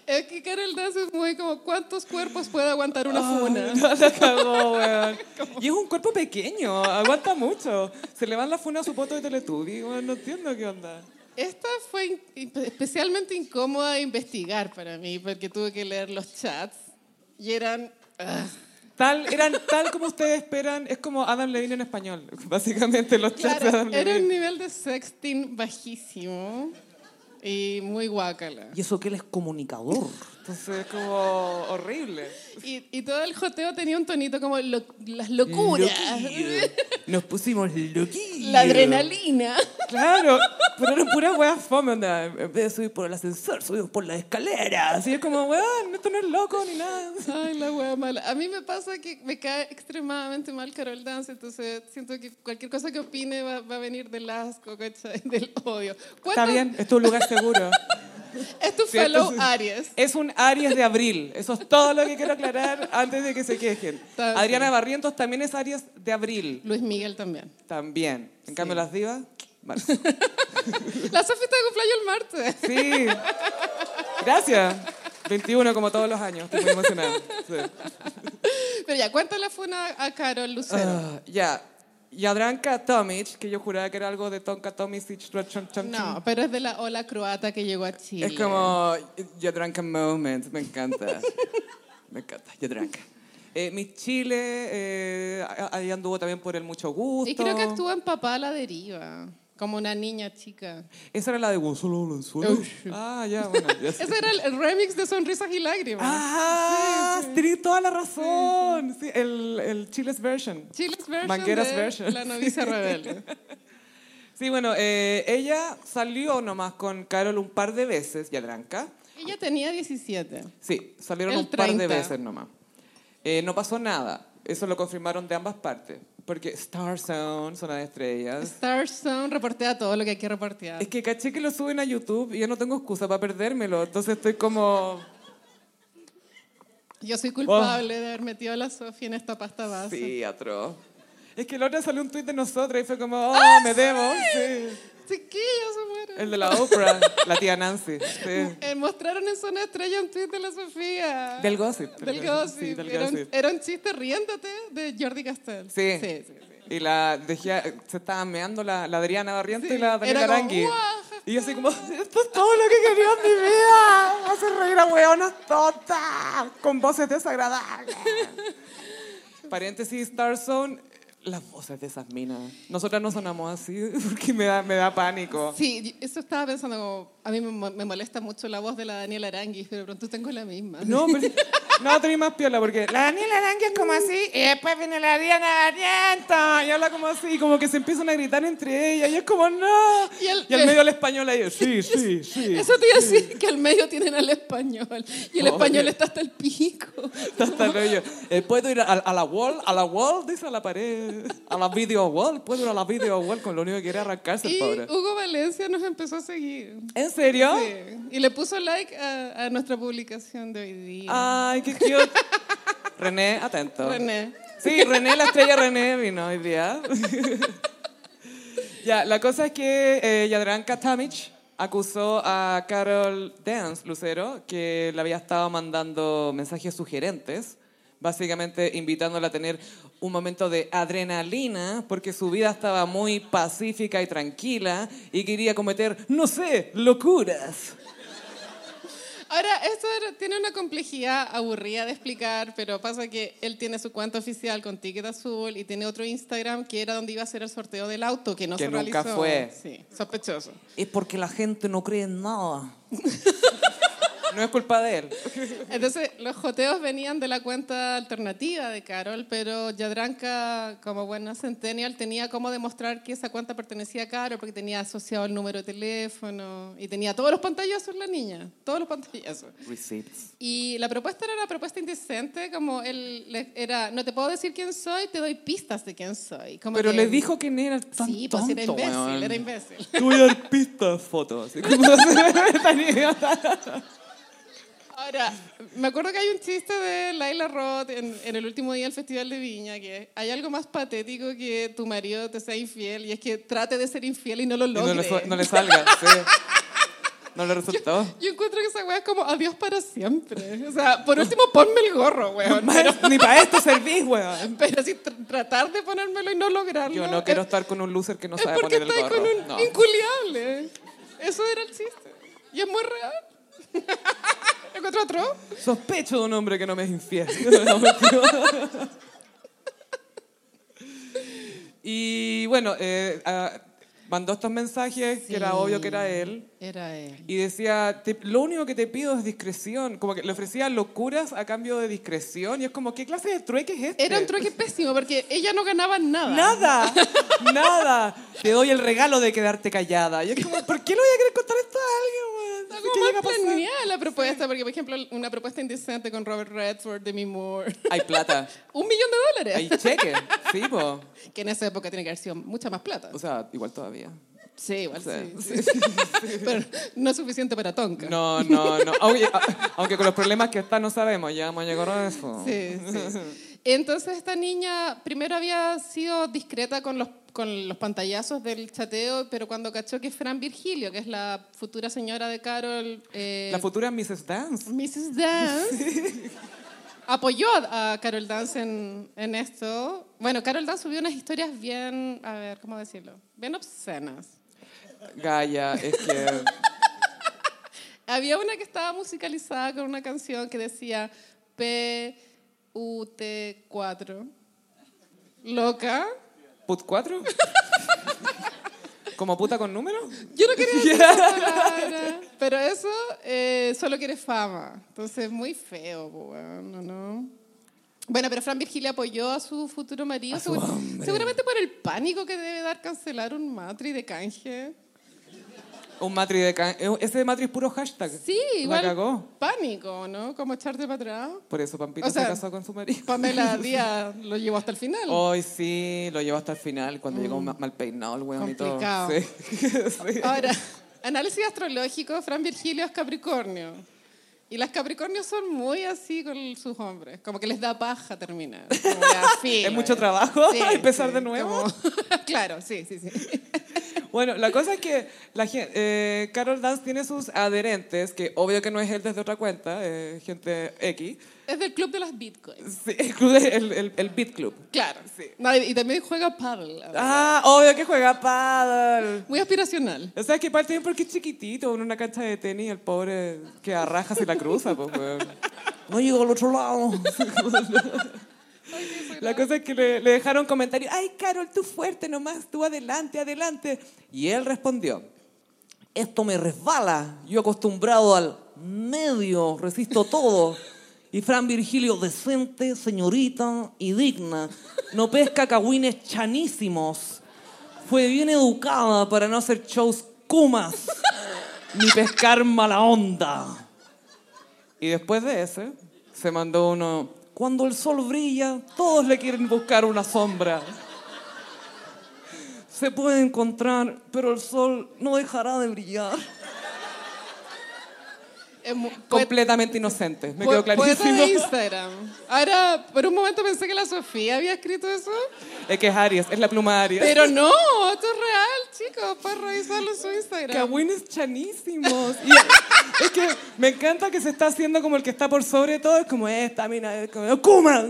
S2: Es que Carol Dance es muy como, ¿cuántos cuerpos puede aguantar una funa?
S1: No, la cagó, weón. Y es un cuerpo pequeño, aguanta mucho. Se le van la funa a su poto de Teletubby, weón, no entiendo qué onda.
S2: Esta fue in- in- especialmente incómoda de investigar para mí, porque tuve que leer los chats y eran... ah,
S1: Tal, eran tal como ustedes esperan, es como Adam Levine en español, básicamente los chats de Adam
S2: claro, era un
S1: Levine.
S2: nivel de sexting bajísimo y muy guácala.
S3: Y eso que él es comunicador.
S1: Entonces es como horrible.
S2: Y, y todo el joteo tenía un tonito como lo- las locuras,
S3: Nos pusimos loquillos.
S2: la adrenalina.
S1: Claro, pero eran puras weas fome, onda.
S3: En vez de subir por el ascensor, subimos por las escaleras.
S1: Así es como, weón, esto no es loco ni nada.
S2: Ay, la wea mala. A mí me pasa que me cae extremadamente mal Carol Dance, entonces siento que cualquier cosa que opine va, va a venir del asco, ¿cachai? *laughs* Del odio.
S1: Está
S2: ¿Cuántas-
S1: bien, es tu lugar seguro.
S2: Es tu
S1: Sí,
S2: fellow
S1: entonces-
S2: Aries.
S1: Es un Aries de abril. Eso es todo lo que quiero aclarar antes de que se quejen.
S2: Está bien.
S1: Adriana Barrientos también es Aries de abril.
S2: Luis Miguel también.
S1: También. En
S2: Sí.
S1: cambio, las
S2: *laughs*
S1: divas, marzo.
S2: La Sofía está de cumpleaños el martes.
S1: Sí. Gracias. 21 como todos los años. Estoy muy emocionada. Sí.
S2: Pero ya, cuéntale fue una a Carol Lucero.
S1: Ah, ya. Jadranka Tomic, que yo juraba que era algo de Tonka Tomisic. chon, chon, chon.
S2: no, pero es de la ola croata que llegó a Chile.
S1: Ah, Es como Jadranka Moment. Me encanta. Me encanta. Jadranka. Eh, Miss Chile, eh, ahí anduvo también por el mucho gusto.
S2: Y creo que actúa en Papá a la deriva, como una niña chica.
S1: Esa era la de Gonzalo Valenzuela.
S2: Oh, shit.
S1: ah, ya, bueno. ya sé.
S2: Ese era el, el remix de Sonrisas y Lágrimas.
S1: Ah, tienes toda la razón. Sí, el, el Chile's version.
S2: Chile's version
S1: Mangueras
S2: de
S1: version. *laughs*
S2: La novicia rebelde.
S1: Sí, bueno, eh, ella salió nomás con Carol un par de veces, Yadranca.
S2: Ella tenía 17.
S1: Sí, salieron
S2: El
S1: un par de
S2: 30.
S1: veces nomás. Eh, no pasó nada. Eso lo confirmaron de ambas partes. Porque Star Zone, zona de estrellas.
S2: Star Zone reportea todo lo que hay que reportear.
S1: Es que caché que lo suben a YouTube y yo no tengo excusa para perdérmelo. Entonces estoy como.
S2: Yo soy culpable de haber metido a la Sofía en esta pasta base.
S1: Ah, Sí, atroz. Es que la otra salió un tweet de nosotros y fue como, oh, me debo. Sí.
S2: Chiquillos, se mueren.
S1: El de la Oprah, la tía Nancy. Sí.
S2: Eh, mostraron en Zona Estrella un tweet de la Sofía.
S1: Del gossip.
S2: Del
S1: Sí,
S2: gossip.
S1: del
S2: era, un,
S1: gossip.
S2: era un chiste riéndote de Jordi Castell.
S1: Sí.
S2: sí, sí, sí.
S1: Y la dejé, se estaban meando la, la Adriana Barriento y la
S2: Sí,
S1: Daniela
S2: era como,
S1: Arangui.
S2: "Guau".
S1: Y yo así como, esto es todo lo que quería en mi vida. Hacer reír a hueonas tontas, con voces desagradables. Paréntesis, Star Zone. las voces de esas minas. Nosotras no sonamos así *laughs* porque me da, me da pánico.
S2: Sí, y- eso estaba pensando como, a mí me mo- me molesta mucho la voz de la Daniela Aranguis, pero de pronto tengo la misma.
S1: No, pero, no, tenés más piola porque la Daniela Arangui es como así y después viene la Diana Barrienta y habla como así y como que se empiezan a gritar entre ellas y es como no.
S2: Y el-
S1: Y al medio la española y yo,
S2: *laughs*
S1: sí, sí, sí. Oh,
S2: Eso te iba a decir, que al medio tienen al español y el
S1: Obvio.
S2: español está hasta el pico.
S1: *laughs* Está hasta el rollo. Eh, puedo ir a, a la wall, a la wall, dice a la pared, a la video wall, puedo ir a la video wall con lo único que quiere arrancarse *laughs* el
S2: Y
S1: pobre.
S2: Hugo Valencia nos empezó a seguir.
S1: ¿En serio?
S2: Sí. Y le puso like a, a nuestra publicación de hoy día.
S1: Ay, qué cute. René, atento.
S2: René.
S1: Sí, René, la estrella René vino hoy día. ya, la cosa es que eh, Yadranka Tamich acusó a Carol Dance, Lucero, que le había estado mandando mensajes sugerentes, básicamente invitándola a tener un momento de adrenalina, porque su vida estaba muy pacífica y tranquila y quería cometer, no sé, locuras.
S2: Ahora, esto era- tiene una complejidad aburrida de explicar, pero pasa que él tiene su cuenta oficial con Ticket Azul y tiene otro Instagram que era donde iba a hacer el sorteo del auto, que no
S1: Que
S2: se
S1: nunca
S2: realizó.
S1: fue.
S2: Sí, sospechoso.
S1: Es porque la gente no cree en nada. no es culpa de él.
S2: Entonces, los joteos venían de la cuenta alternativa de Carol, pero Yadranka, como buena centennial, tenía cómo demostrar que esa cuenta pertenecía a Carol, porque tenía asociado el número de teléfono y tenía todos los pantallazos la niña, todos los pantallazos.
S1: Receipts.
S2: Y la propuesta era una propuesta indecente, como él le- era, no te puedo decir quién soy, te doy pistas de quién soy. Como
S1: Pero
S2: que-
S1: le dijo quién era tan
S2: Sí, pues era
S1: tonto,
S2: imbécil,
S1: weón.
S2: era imbécil.
S1: Te voy a dar pistas, *laughs* fotos. Así como- Tan idiota.
S2: Ahora, me acuerdo que hay un chiste de Laila Roth en, en el último día del Festival de Viña, que hay algo más patético que tu marido te sea infiel, y es que trate de ser infiel y no lo
S1: Y no,
S2: logre.
S1: le, su- no le salga, sí. No le resultó.
S2: Yo encuentro que esa weá es como adiós para siempre. O sea, por último ponme el gorro,
S1: *laughs*
S2: weón.
S1: Maestro, Ni para esto servís, weón.
S2: Pero si tr- tratar de ponérmelo y no lograrlo.
S1: Yo no quiero
S2: es-
S1: estar con un loser que no
S2: Es
S1: sabe
S2: porque
S1: poner el
S2: está ahí
S1: gorro.
S2: con un
S1: No.
S2: inculiable. Eso era el chiste. Y es muy real. *laughs* ¿Encontró otro?
S1: Sospecho de un hombre que no me es infiel. *laughs* y bueno, eh, ah, mandó estos mensajes que era obvio que era él.
S2: Era él.
S1: Y decía, "Te- lo único que te pido es discreción. Como que le ofrecía locuras a cambio de discreción. Y es como, ¿qué clase de trueque es este?
S2: Era un trueque pésimo porque ella no ganaba nada.
S1: Nada, nada. Te doy el regalo de quedarte callada. Y es como, ¿por qué le voy a querer contar esto a
S2: Está
S1: alguien, weón? ¿Qué
S2: como
S1: llega a
S2: más
S1: pasar?
S2: planeada la propuesta, porque por ejemplo, una propuesta indecente con Robert Redford, Demi Moore.
S1: Hay plata,
S2: *laughs* Un millón de dólares.
S1: hay cheque. Sí, po.
S2: Que en esa época tiene que haber sido mucha más plata.
S1: O sea, igual todavía.
S2: Sí, igual
S1: O sea,
S2: sí. *laughs* Pero no es suficiente para Tonka.
S1: No, no, no. Oye, a- aunque con los problemas que está no sabemos, ya vamos a llegar a eso.
S2: Sí, sí. Entonces esta niña primero había sido discreta con los, con los pantallazos del chateo, pero cuando cachó que Fran Virgilio, que es la futura señora de Carol, eh,
S1: La futura Mrs. Dance.
S2: Mrs. Dance, apoyó a Carol Dance en, en esto. Bueno, Carol Dance subió unas historias bien, a ver, ¿cómo decirlo? Bien obscenas.
S1: Gaya, es que...
S2: Había una que estaba musicalizada con una canción que decía P-U-T-4. Loca.
S1: ¿Put 4? ¿Como puta con número?
S2: *laughs* Yo no quería decir esa palabra, *laughs* pero eso eh, solo quiere fama. Entonces, muy feo, po, bueno, ¿no? Bueno, pero Fran Virgilio apoyó a su futuro marido, segur- seguramente por el pánico que debe dar cancelar un matri de canje.
S1: Un matri de can... eh, Ese matri es puro hashtag.
S2: Sí, igual.
S1: La cagó.
S2: Pánico, ¿no? Como echarte para atrás.
S1: Por eso Pampita
S2: O sea-
S1: se casó con su marido.
S2: Pamela Díaz lo llevó hasta el final.
S1: Hoy sí, lo llevó hasta el final, cuando llegó ma- mal peinado el weón
S2: Mm. Complicado.
S1: y todo. Sí. Sí.
S2: Ahora, análisis astrológico, Fran Virgilio es Capricornio. Y las Capricornios son muy así con sus hombres, como que les da paja terminar. Como ya, filo,
S1: Es mucho
S2: ya. *laughs*
S1: trabajo *laughs*
S2: Sí,
S1: empezar
S2: sí,
S1: de nuevo.
S2: como- *laughs* claro, sí, sí, sí.
S1: Bueno, la cosa es que la gente, Carol Dance tiene sus adherentes, que obvio que no es él desde otra cuenta, eh, gente X.
S2: Es del club de las bitcoins.
S1: Sí, *laughs* el, club de- el, el- el Beat Club.
S2: Claro.
S1: Sí.
S2: No, y y también juega paddle. ahora.
S1: Ah, obvio que juega paddle.
S2: Muy aspiracional.
S1: O sea, que parte bien porque es chiquitito, en una cancha de tenis, el pobre que arraja se la cruza, pues, weón.
S3: No llego al otro lado.
S2: pero-
S1: La cosa es que le, le dejaron comentario, ay, Carol, tú fuerte nomás, tú adelante, adelante. Y él respondió,
S3: Esto me resbala. Yo acostumbrado al medio, resisto todo. Y Fran Virgilio, decente, señorita y digna. No pesca cagüines chanísimos. Fue bien educada para no hacer shows
S1: *laughs*
S3: cumas. Ni pescar mala onda.
S1: y después de ese, se mandó uno, cuando el sol brilla, todos le quieren buscar una sombra.
S3: Se puede encontrar, pero el sol no dejará de brillar.
S2: es mu- poeta-
S1: Completamente inocente, me
S2: po-
S1: quedó
S2: Poeta de *laughs*
S1: clarísimo.
S2: Instagram. Ahora, por un momento pensé que la Sofía había escrito eso,
S1: *laughs* Es que es Aries, es la pluma Aries.
S2: pero no, esto es real, chicos, pueden revisarlo en su Instagram.
S1: Cagüines chanísimos. Y es que me encanta que se está haciendo como el que está por sobre todo. Es como esta, mira, es como, ¡Kuma!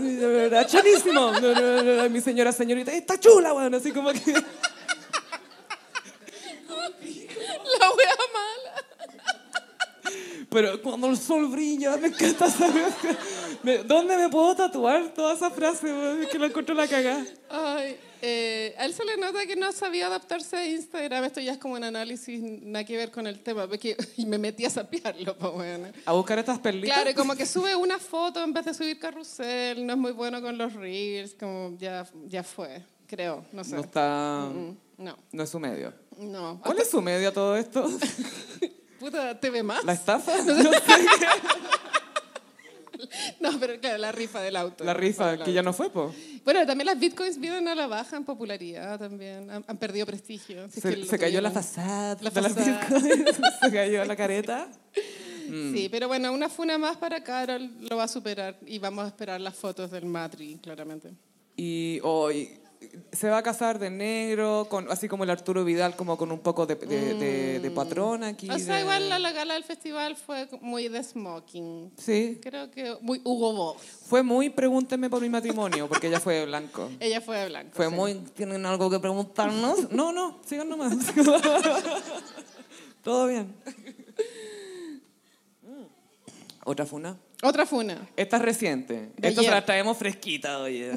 S1: ¡Chanísimo! Mi señora, señorita, ¡está chula! Bueno, así como que.
S2: *laughs* La wea mala.
S1: Pero cuando el sol brilla, me encanta saber. me- ¿Dónde me puedo tatuar toda esa frase? weón? Es que la encuentro la cagada.
S2: Ay, eh, a él se le nota que no sabía adaptarse a Instagram. Esto ya es como un análisis, nada que ver con el tema. Porque, *laughs* y me metí a sapearlo, pues bueno.
S1: A buscar estas perlitas.
S2: Claro, y como que sube una foto en vez de subir carrusel, no es muy bueno con los reels, como ya, ya fue, creo, no sé.
S1: No está.
S2: Mm, No,
S1: No es su medio.
S2: Ah, no.
S1: ¿Cuál es su medio a todo esto?
S2: Puta, TV más.
S1: ¿La estafa? No sé.
S2: *laughs* No, pero claro, la rifa del auto.
S1: La rifa, que ya no fue, po.
S2: Bueno, también las bitcoins vienen a la baja en popularidad también, han, han perdido prestigio. si es que
S1: Se,
S2: lo
S1: se cayó la
S2: tuvieron.
S1: fachada.
S2: La
S1: de las
S2: fachada.
S1: Bitcoins, *laughs* se cayó
S2: *laughs*
S1: la careta. mm.
S2: Sí, pero bueno, una funa más para Carol lo va a superar y vamos a esperar las fotos del Matri, claramente.
S1: Y hoy se va a casar de negro, con, así como el Arturo Vidal, como con un poco de, de, de- de patrón aquí.
S2: Mm. O sea,
S1: de-
S2: igual la, la gala del festival fue muy de smoking.
S1: Sí,
S2: Creo que muy Hugo Boss.
S1: fue muy pregúntenme por mi matrimonio, porque ella fue de blanco.
S2: Ella fue de blanco.
S3: Fue
S2: sí.
S3: muy. ¿Tienen algo que preguntarnos?
S1: ¿No? No, no, sigan
S2: *laughs*
S1: nomás. Todo bien.
S2: Mm.
S1: Otra funa.
S2: Otra funa,
S1: Esta es reciente.
S2: De
S1: Esta se
S2: ayer.
S1: la traemos fresquita, oye.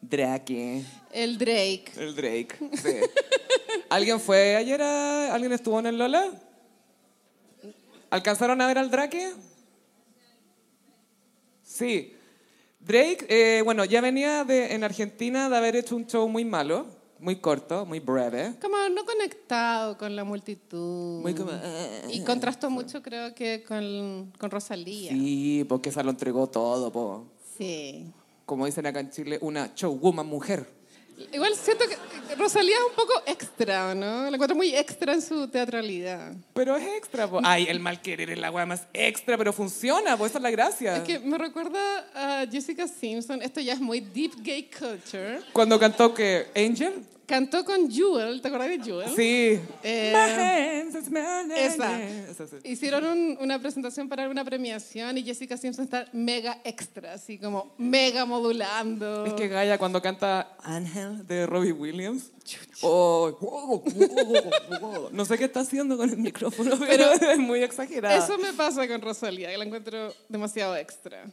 S1: Drake.
S2: el Drake.
S1: El Drake. Sí. ¿Alguien fue ayer a... ¿Alguien estuvo en el Lola? ¿Alcanzaron a ver al Drake? Sí. Drake, eh, bueno, ya venía de, en Argentina de haber hecho un show muy malo, muy corto, muy breve.
S2: Como no conectado con la multitud.
S1: Muy como... eh,
S2: Y contrastó mucho, creo que, con, con Rosalía. Sí.
S1: Sí, porque esa lo entregó todo, po. Como dicen acá en Chile, una showwoman mujer.
S2: Igual siento que Rosalía es un poco extra, ¿no? La encuentro muy extra en su teatralidad.
S1: Pero es extra, po. Ay, el mal querer es la weá más extra, pero funciona, po. Esa es la gracia.
S2: Es que me recuerda a Jessica Simpson, esto ya es muy deep gay culture.
S1: Cuando cantó que Angel.
S2: Cantó con Jewel, ¿te acordás de Jewel?
S1: Sí.
S2: Eh,
S1: My hands is my name.
S2: Esa.
S1: Esa, sí.
S2: Hicieron un- una presentación para una premiación y Jessica Simpson está mega extra, así como mega modulando.
S1: Es que Gaia cuando canta Ángel de Robbie Williams. oh, wow, wow, wow. oh. No sé qué está haciendo con el micrófono, pero, *laughs* es muy exagerada.
S2: Eso me pasa con Rosalía, que la encuentro demasiado extra.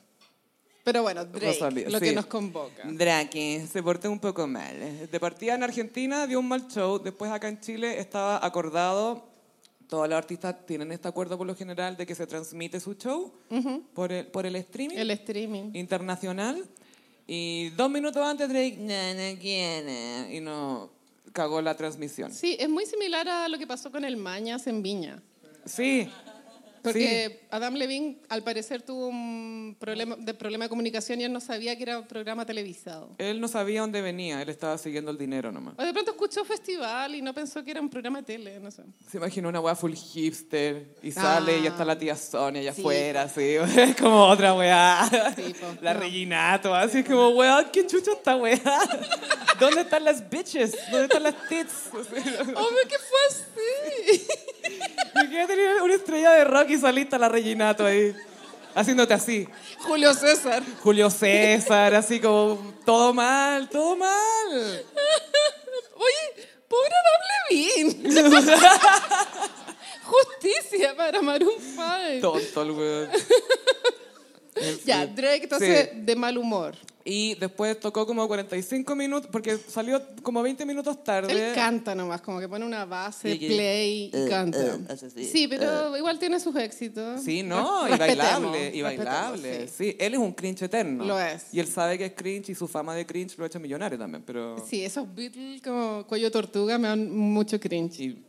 S2: Pero bueno, Drake,
S1: Rosalía,
S2: lo
S1: sí.
S2: que nos convoca.
S1: Drake se portó un poco mal. De partida en Argentina dio un mal show, después acá en Chile estaba acordado, todos los artistas tienen este acuerdo por lo general de que se transmite su show por, el, por el streaming
S2: El streaming.
S1: internacional y dos minutos antes Drake "Na, na, quién, eh", y no cagó la transmisión.
S2: Sí, es muy similar a lo que pasó con el Mañas en Viña.
S1: Sí, sí.
S2: Porque Adam Levine, al parecer, tuvo un problema de, problema de comunicación y él no sabía que era un programa televisado.
S1: Él no sabía dónde venía, él estaba siguiendo el dinero nomás.
S2: O de pronto escuchó festival y no pensó que era un programa de tele, no sé.
S1: Se imaginó una weá full hipster y sale y ya
S2: Ah.
S1: está la tía Sonia allá
S2: Sí.
S1: afuera, así. Es *laughs* como otra weá.
S2: Sí, po.
S1: la
S2: No.
S1: Reginato, así es como weá, ¿qué chucha esta weá? *laughs* ¿Dónde están las bitches? ¿Dónde están las tits?
S2: Obvio que fue así.
S1: Me quería tener una estrella de rock y solista la Reginato ahí, haciéndote así.
S2: *laughs* Julio César.
S1: Julio César, así como todo mal, todo
S2: *laughs*
S1: mal.
S2: Oye, pobre Adam Levine. Justicia para Maroon 5.
S1: Tonto el weón. En
S2: Ya,
S1: fin.
S2: Drake, entonces,
S1: Sí.
S2: de mal humor.
S1: Y después tocó como 45 minutos, porque salió como 20 minutos tarde.
S2: Él canta nomás, como que pone una base,
S3: Y que-
S2: play y
S3: eh,
S2: canta.
S3: eh, hace así,
S2: Sí, pero igual tiene sus éxitos.
S1: Sí, no, y
S2: Respetemos,
S1: bailable, y
S2: respetemos,
S1: bailable.
S2: sí.
S1: Sí, él es un cringe eterno.
S2: Lo es.
S1: Y él sabe que es cringe y su fama de cringe lo ha hecho millonario también, pero...
S2: Sí, esos Beatles como cuello de tortuga me dan mucho cringe.
S1: Y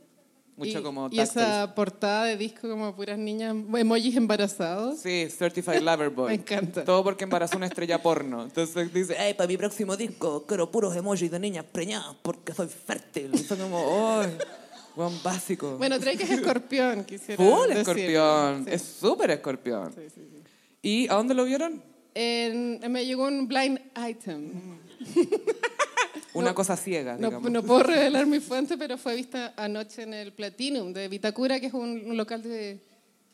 S1: mucho
S2: Y-
S1: como...
S2: y esa portada de disco como puras niñas, emojis embarazados.
S1: Sí, Certified Lover Boy.
S2: *laughs* Me encanta.
S1: Todo porque embarazó una estrella porno. Entonces dice,
S3: Ey, para mi próximo disco quiero puros emojis de niñas preñadas porque soy fértil.
S1: Fue como, ¡ay! Buen básico.
S2: Bueno, Drake es escorpión, quisiera
S1: Full
S2: decir.
S1: escorpión.
S2: Sí,
S1: Es súper escorpión.
S2: sí, sí, sí.
S1: ¿Y a dónde lo vieron?
S2: En- me llegó un blind item.
S1: Una cosa ciega,
S2: No,
S1: Mm, digamos.
S2: no puedo revelar mi fuente, pero fue vista anoche en el Platinum de Vitacura, que es un, un local de,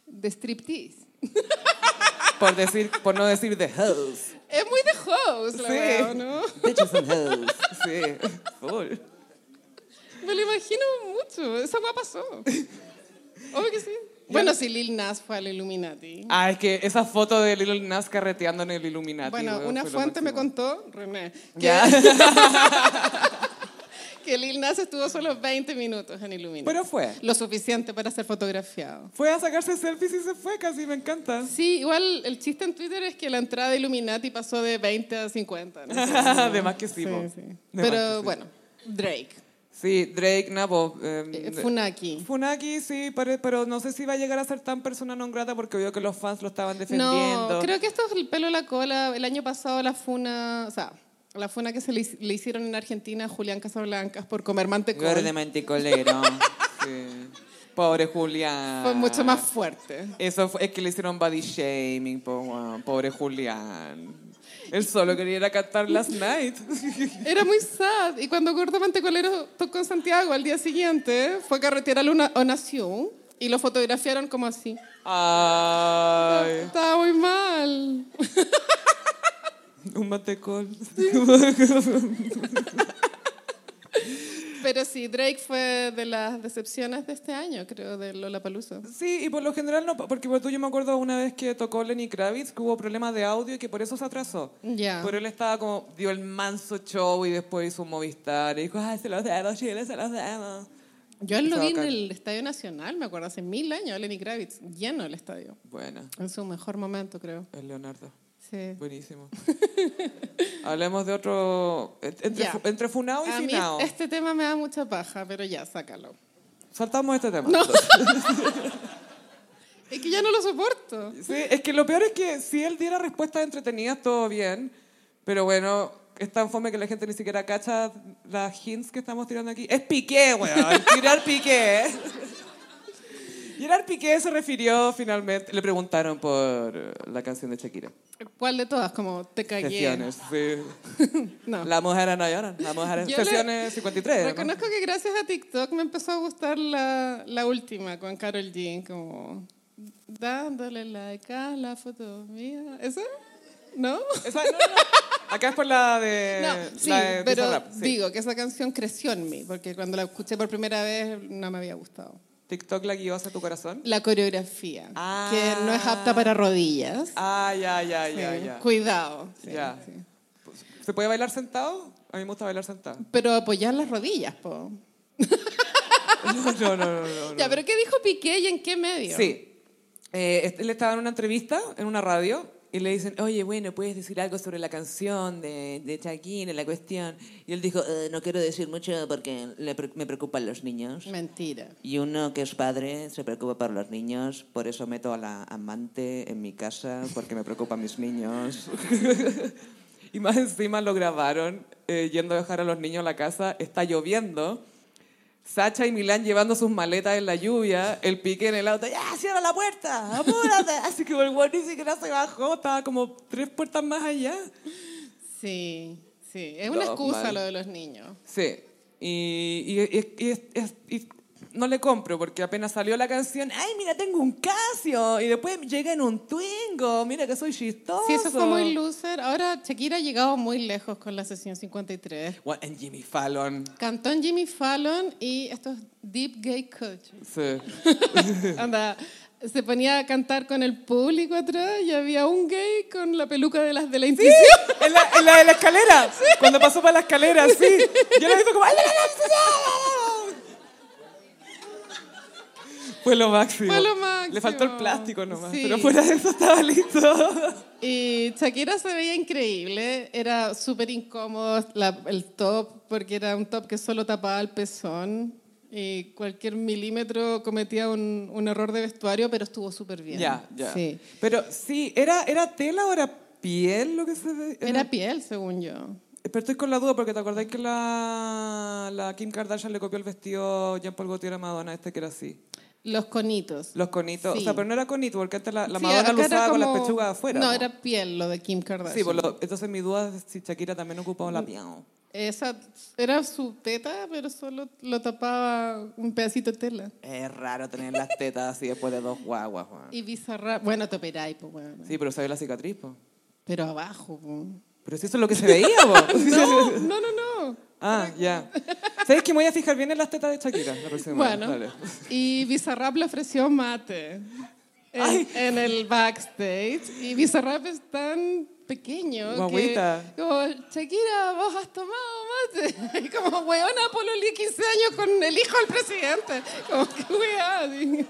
S2: de striptease.
S1: Por, decir, por no decir de house.
S2: Es muy de house, la
S1: Sí.
S2: verdad, ¿no?
S3: Bitches and hoes.
S1: Sí, full.
S2: Me lo imagino mucho. Esa guapa pasó. Obvio que sí. Bueno, si Lil Nas fue al Illuminati.
S1: Ah, es que esa foto de Lil Nas carreteando en el Illuminati.
S2: Bueno,
S1: weón,
S2: una
S1: fue lo
S2: fuente me
S1: máximo.
S2: contó, René, que,
S1: Ya,
S2: *laughs*
S1: *laughs*
S2: que Lil Nas estuvo solo 20 minutos en Illuminati.
S1: pero fue.
S2: Lo suficiente para ser fotografiado.
S1: Fue a sacarse selfies y se fue casi, me encanta.
S2: Sí, igual el chiste en Twitter es que la entrada de Illuminati pasó de 20 a 50. ¿no?
S1: *laughs* de más que sí,
S2: *laughs* Sí,
S1: po.
S2: sí.
S1: De más que
S2: Pero
S1: sí.
S2: bueno, Drake,
S1: Sí, Drake, Napo. em,
S2: eh, Funaki.
S1: Funaki, sí, pero, pero no sé si va a llegar a ser tan persona non grata porque veo que los fans lo estaban defendiendo.
S2: No, creo que esto es el pelo a la cola. El año pasado la funa, o sea, la funa que se le, le hicieron en Argentina a Julián Casablancas por comer mantecol
S1: Verde manticolero. *laughs* sí. Pobre Julián.
S2: fue mucho más fuerte.
S1: Eso fue- es que le hicieron body shaming, po, weón. pobre Julián. Él solo quería ir a cantar Last Night. *laughs*
S2: Era muy sad. Y cuando Gordo Mantecolero tocó en Santiago al día siguiente, fue a carretera a la Onación y lo fotografiaron como así.
S1: Ay,
S2: Estaba muy mal.
S1: un matecol.
S2: Pero sí, Drake fue de las decepciones de este año, creo, de Lollapalooza.
S1: *laughs* Sí, y por lo general no, porque por tú yo me acuerdo una vez que tocó Lenny Kravitz que hubo problemas de audio y que por eso se atrasó.
S2: Ya.
S1: Pero él estaba como, dio el manso show y después hizo un Movistar y dijo, ay, se los debo, Chile, se los debo.
S2: Yo él lo
S1: Estaba
S2: vi en
S1: bacán.
S2: el Estadio Nacional, me acuerdo, hace mil años, a Lenny Kravitz, lleno el estadio.
S1: Bueno,
S2: En su mejor momento, creo.
S1: el Leonardo.
S2: Sí.
S1: Pues, Buenísimo. *laughs* Hablemos de otro, et- entre,
S2: Ya.
S1: fu- entre funao y
S2: A mí
S1: finao.
S2: este tema me da mucha paja, pero ya, sácalo.
S1: Saltamos este tema. *laughs*
S2: Es que ya no lo soporto.
S1: Sí, es que lo peor es que si él diera respuestas entretenidas, todo bien. Pero bueno, es tan fome que la gente ni siquiera cacha las hints que estamos tirando aquí. Es Piqué,
S2: *laughs*
S1: weón. Tirar Piqué. Gerard Piqué se refirió finalmente, le preguntaron por eh, la canción de Shakira.
S2: ¿Cuál de todas? Como te cagué.
S1: Sesiones,
S2: *laughs*
S1: sí.
S2: No.
S1: La mujer no llora, la mujer
S2: Yo le-
S1: sesiones 53. ¿no?
S2: Reconozco que gracias a TikTok me empezó a gustar la, la última con Carol G, como dándole like a la foto mía. ¿Esa? ¿No?
S1: Esa- no, no, no. Acá es por la de.
S2: *laughs* No, sí,
S1: Eh, la de
S2: pero
S1: Bizarrap, sí.
S2: digo que esa canción creció en mí, porque cuando la escuché por primera vez no me había gustado.
S1: TikTok la guió hacia tu corazón.
S2: La coreografía,
S1: Ah.
S2: que no es apta para rodillas.
S1: Ah, ya, ya, ya,
S2: Sí,
S1: ya.
S2: Cuidado. sí,
S1: Ya.
S2: sí.
S1: ¿Se puede bailar sentado? A mí me gusta bailar
S2: *laughs*
S1: sentado.
S2: Pero apoyar las rodillas, po.
S1: No, no, no, no. no.
S2: Ya, pero ¿qué dijo Piqué y en qué medio?
S1: Sí. Eh, est- él estaba en una entrevista, en una radio, y le dicen, oye, bueno, puedes decir algo sobre la canción de, de Shakira, la cuestión.
S3: Y él dijo, "Eh, no quiero decir mucho porque le pre- me preocupan los niños.
S2: Mentira.
S3: Y uno que es padre se preocupa por los niños, por eso meto a la amante en mi casa, porque me preocupan mis niños.
S1: Y más encima lo grabaron eh, yendo a dejar a los niños a la casa. Está lloviendo. Sacha y Milán llevando sus maletas en la lluvia. El pique en el auto. ¡Ya, "Ah, cierra la puerta! ¡Apúrate! Así que el weón ni siquiera se bajó. Estaba como tres puertas más allá.
S2: Sí, sí. Es una
S1: No,
S2: excusa
S1: mal.
S2: lo de los niños.
S1: Sí. Y, y- y- y- es- es- y no le compro porque apenas salió la canción. ¡Ay, mira, tengo un Casio! Y después llega en un Twingo. ¡Mira que soy chistoso!
S2: Sí, eso fue muy loser. Ahora Shakira ha llegado muy lejos con la sesión 53.
S1: Bueno, En Jimmy Fallon.
S2: Cantó
S1: *laughs*
S2: en Jimmy Fallon y esto es Deep Gay Culture.
S1: Sí.
S2: Anda, se ponía a cantar con el público atrás y había un gay con la peluca de las de la Inquisición.
S1: En la, en la de la escalera. Cuando pasó para la escalera, sí. Yo la he visto como. "Ay, la, la, la, la". Fue lo máximo.
S2: Fue lo máximo.
S1: Le faltó el plástico nomás.
S2: Sí.
S1: Pero fuera de eso estaba listo.
S2: Y Shakira se veía increíble, era súper incómodo la- el top, porque era un top que solo tapaba el pezón y cualquier milímetro cometía un, un error de vestuario, pero estuvo súper bien.
S1: Ya, ya.
S2: Sí.
S1: Pero sí, ¿era, ¿era tela o era piel lo que se ve?
S2: Era piel, según yo.
S1: Pero estoy con la duda porque te acordáis que la, la Kim Kardashian le copió el vestido Jean-Paul Gaultier a Madonna, este que era así.
S2: Los conitos.
S1: Los conitos. O
S2: Sí.
S1: sea, pero no era conito, porque antes la, la
S2: Sí,
S1: Madonna
S2: acá
S1: lo
S2: era
S1: usaba con las
S2: como-
S1: pechugas afuera.
S2: No,
S1: ¿no?
S2: era piel lo de Kim Kardashian.
S1: Sí, por lo- entonces mi duda es si Shakira también ocupaba
S2: Mm.
S1: la piel.
S2: Esa era su teta, pero solo lo tapaba un pedacito de tela.
S1: Es raro tener las tetas así después de dos guaguas, Juan.
S2: Y bizarra. Bueno, te operáis, pues, bueno.
S1: Ah. Sí, pero sabía la cicatriz, po.
S2: Pero abajo, pues.
S1: Pero si eso es lo que se veía,
S2: *laughs*
S1: po.
S2: No, no, no, no.
S1: Ah, ya. ¿Sabes que me voy a fijar bien en las tetas de Shakira la próxima vez?
S2: Bueno,
S1: Dale.
S2: y Bizarrap le ofreció mate
S1: Ay.
S2: en, en el backstage. Y Bizarrap es tan pequeño
S1: Guagüita.
S2: que como, Shakira, vos has tomado mate. *laughs* Y como, weona, pololí 15 años con el hijo del presidente. Como, que weá.
S1: Sí,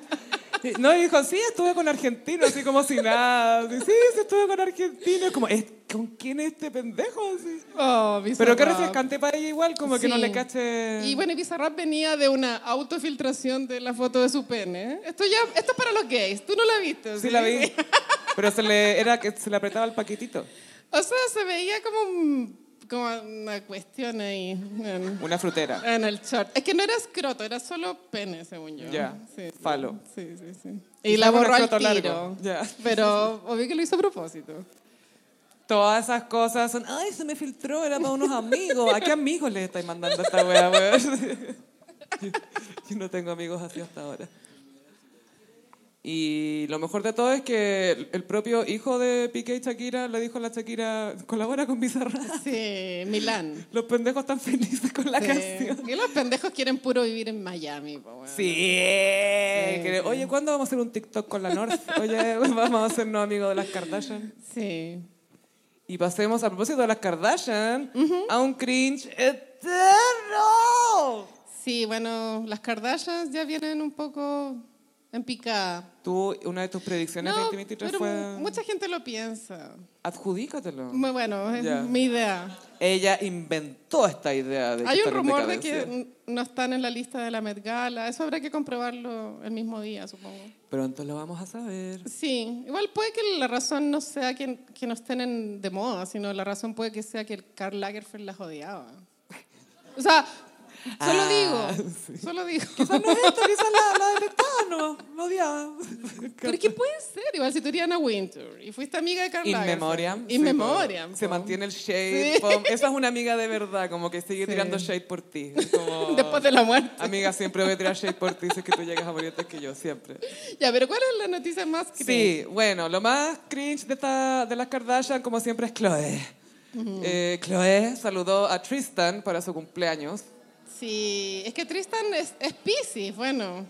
S1: *laughs* No, y dijo, sí, estuve con argentinos, así como si nada. Así, sí, sí, estuve con argentinos. Como, "Es- ¿con quién es este pendejo? Así.
S2: Oh,
S1: Pero qué
S2: Bizarrap.
S1: refrescante para ella igual, como que no
S2: Sí.
S1: le cache...
S2: Y bueno, y Bizarrap venía de una autofiltración de la foto de su pene. Esto ya, esto es para los gays. Tú no la viste.
S1: sí la vi. Pero se le, era que se le apretaba el paquetito.
S2: O sea, se veía como, un- como una cuestión ahí en,
S1: Una frutera.
S2: en el short. Es que no era escroto, era solo pene, según yo.
S1: Ya,
S2: Eh, Sí,
S1: falo.
S2: Sí, sí, sí.
S1: Y
S2: Y la
S1: solo un
S2: borró al
S1: escroto
S2: tiro.
S1: largo, ya.
S2: Pero obvio que lo hizo a propósito.
S1: Todas esas cosas son, ay, se me filtró, era para unos amigos. ¿A qué amigos les estáis mandando esta wea, weón? *laughs* Yo, yo no tengo amigos así hasta ahora. Y lo mejor de todo es que el- el propio hijo de Piqué y Shakira le dijo a la Shakira, colabora con Bizarra.
S2: Sí, Milán.
S1: Los pendejos están felices con la
S2: Sí.
S1: canción.
S2: Y los pendejos quieren puro vivir en Miami. po, weón.
S1: Sí. que- Oye, ¿cuándo vamos a hacer un TikTok con la North? Oye, *laughs* vamos a hacernos amigos de las Kardashian.
S2: Sí.
S1: Y pasemos a propósito de las Kardashian a un cringe eterno.
S2: Sí, bueno, las Kardashians ya vienen un poco en picada.
S1: Tú, una de tus predicciones de
S2: No,
S1: 2023
S2: pero
S1: fue.
S2: mucha gente lo piensa.
S1: Adjudícatelo.
S2: Muy bueno, es
S1: Ya.
S2: mi idea.
S1: Ella inventó esta idea de que
S2: Hay un
S1: están en
S2: rumor de que
S1: decadencia.
S2: n- no están en la lista de la Met Gala. Eso habrá que comprobarlo el mismo día, supongo.
S1: Pronto lo vamos a saber.
S2: Sí, igual puede que la razón no sea que, que no estén en- de moda, sino la razón puede que sea que el Karl Lagerfeld las odiaba. O sea, solo
S1: Ah,
S2: digo, solo *laughs* digo.
S1: Quizás no es esto, quizás la, la detectaba, no, lo odiaba.
S2: Pero es que puede ser, igual si tú eres Anna Winter y fuiste amiga de Karl
S1: In
S2: Lagerfeld.
S1: memoriam.
S2: In
S1: sí,
S2: memoriam.
S1: po. Se
S2: po.
S1: mantiene el shade.
S2: Sí.
S1: po. Esa es una amiga de verdad, como que sigue
S2: Sí.
S1: tirando shade por ti. Es como-
S2: *laughs* *laughs* Después de la muerte.
S1: Amiga, siempre voy a tirar shade por ti, si es que tú llegas a morir antes que yo, siempre.
S2: Ya, pero ¿cuál es la noticia más que
S1: Sí, bueno, lo más cringe de, esta, de las Kardashian, como siempre, es Chloe. Eh, Chloe saludó a Tristan para su cumpleaños.
S2: Sí, es que Tristan es, es Piscis, bueno.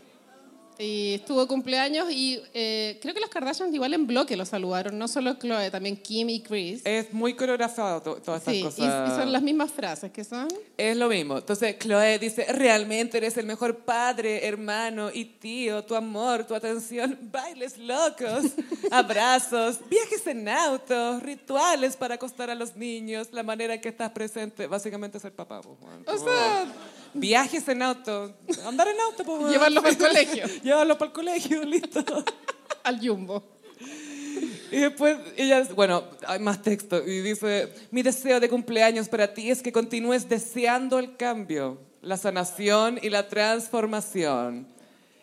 S2: Y estuvo cumpleaños y eh, creo que los Kardashians igual en bloque lo saludaron, no solo Chloe, también Kim y Chris.
S1: Es muy coreografado to- todas Eh, estas
S2: sí, y-
S1: cosas.
S2: y son las mismas frases que son.
S1: Es lo mismo. Entonces, Chloe dice, realmente eres el mejor padre, hermano y tío. Tu amor, tu atención, *laughs* bailes
S2: *laughs*
S1: locos, abrazos, viajes en auto, rituales para acostar a los niños, la manera en que estás presente. Básicamente ser papá. pues, weón.
S2: O
S1: Como
S2: sea,
S1: viajes en auto. Andar en auto. pues, weón.
S2: llevarlo para
S1: *laughs*
S2: el colegio,
S1: Llévalo para el colegio, listo.
S2: al jumbo.
S1: Y después ella, bueno, hay más texto. Y dice, mi deseo de cumpleaños para ti es que continúes deseando el cambio, la sanación y la transformación.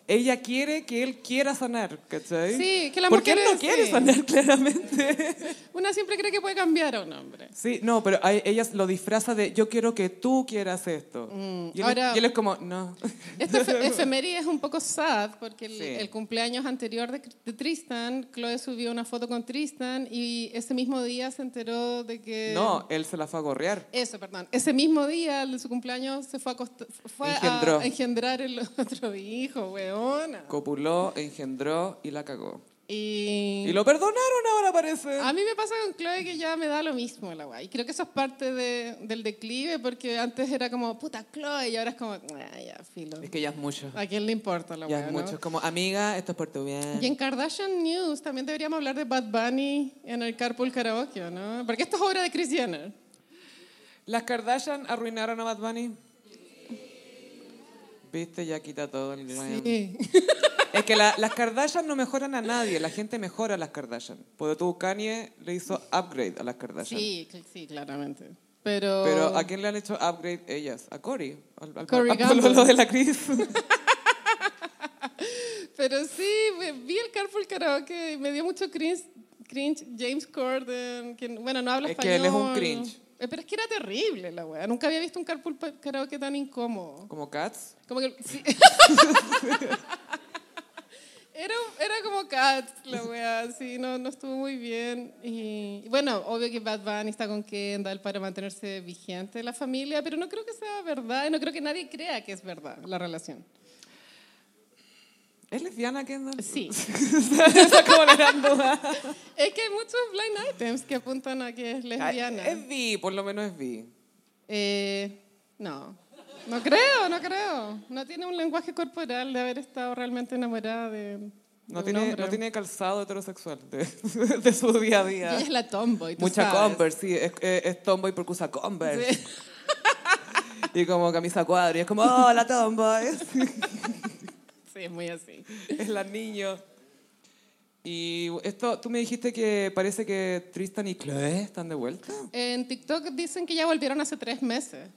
S1: Ella quiere que él quiera sanar, ¿cachai?
S2: Sí, que la
S1: Porque
S2: mujer
S1: él no
S2: es-
S1: quiere
S2: sí.
S1: sanar, *laughs* claramente.
S2: Una siempre cree que puede cambiar a un hombre.
S1: Sí, no, pero a- ella lo disfraza de yo quiero que tú quieras esto. y, él,
S2: Mm, ahora-
S1: y él es como,
S2: *laughs*
S1: no.
S2: Esta efe- efeméride es un poco sad porque el,
S1: Sí.
S2: el cumpleaños anterior de, de Tristan, Chloe subió una foto con Tristan y ese mismo día se enteró de que...
S1: No, él se la fue a gorrear.
S2: Eso, perdón. Ese mismo día el de su cumpleaños se fue a, acost- fue a
S1: Engendró.
S2: engendrar el otro hijo, weón. weona.
S1: Copuló, engendró y la cagó.
S2: Y,
S1: Y lo perdonaron ahora, parece.
S2: a mí me pasa con Chloe que ya me da lo mismo la weá. Y creo que eso es parte de- del declive porque antes era como, puta Chloe, y ahora es como, "Ah, ya, filo.
S1: Es que ya es mucho.
S2: ¿A quién le importa la
S1: Ya
S2: weá?
S1: es
S2: no?
S1: mucho. Es como, amiga, esto es por tu bien.
S2: Y en Kardashian News también deberíamos hablar de Bad Bunny en el Carpool Karaoke, ¿o ¿no? Porque esto es obra de Chris Jenner.
S1: ¿Las Kardashian arruinaron a Bad Bunny? Viste, ya quita todo el glam.
S2: Sí. *laughs*
S1: Es que la- las Kardashian no mejoran a nadie, la gente mejora a las Kardashian. Porque tú, Kanye, le hizo upgrade a las Kardashian.
S2: Sí, cl- sí, claramente. Pero,
S1: Pero ¿a quién le han hecho upgrade ellas? A Cory. Al, al,
S2: Corey
S1: al
S2: Gamble.
S1: pololo de la Cris.
S2: pero sí, me- vi el Carpool Karaoke y me dio mucho cringe, cringe James Corden, que bueno, no habla
S1: Es que
S2: español.
S1: él es un cringe.
S2: Eh, Pero es que era terrible la wea. Nunca había visto un Carpool pa- Karaoke tan
S1: *laughs*
S2: incómodo.
S1: Como Cats.
S2: Como que... sí. *laughs* Era, era como Cats, la wea, sí, no, no estuvo muy bien. Y, y bueno, obvio que Bad Bunny está con Kendall para mantenerse vigente la familia, pero no creo que sea verdad, y no creo que nadie crea que es verdad la relación.
S1: ¿Es lesbiana Kendall?
S2: Sí.
S1: Esa *laughs* como la gran duda.
S2: Es que hay muchos blind items que apuntan a que es lesbiana.
S1: Es bi, por lo menos es bi.
S2: Eh, no, no creo, no creo. No tiene un lenguaje corporal de haber estado realmente enamorada de, de
S1: No
S2: un
S1: tiene,
S2: hombre.
S1: no tiene calzado heterosexual de, *laughs* de su día a
S2: Y
S1: día.
S2: Ella es la tomboy, tú
S1: Mucha
S2: sabes.
S1: Converse, sí. Es, es- es tomboy porque usa Converse.
S2: Sí.
S1: *laughs* Y como camisa cuadra. Y es como, oh, la tomboy. *laughs*
S2: Sí, es muy así.
S1: es la niño. Y esto, tú me dijiste que parece que Tristan y Chloe están de vuelta.
S2: En TikTok dicen que ya volvieron hace tres meses.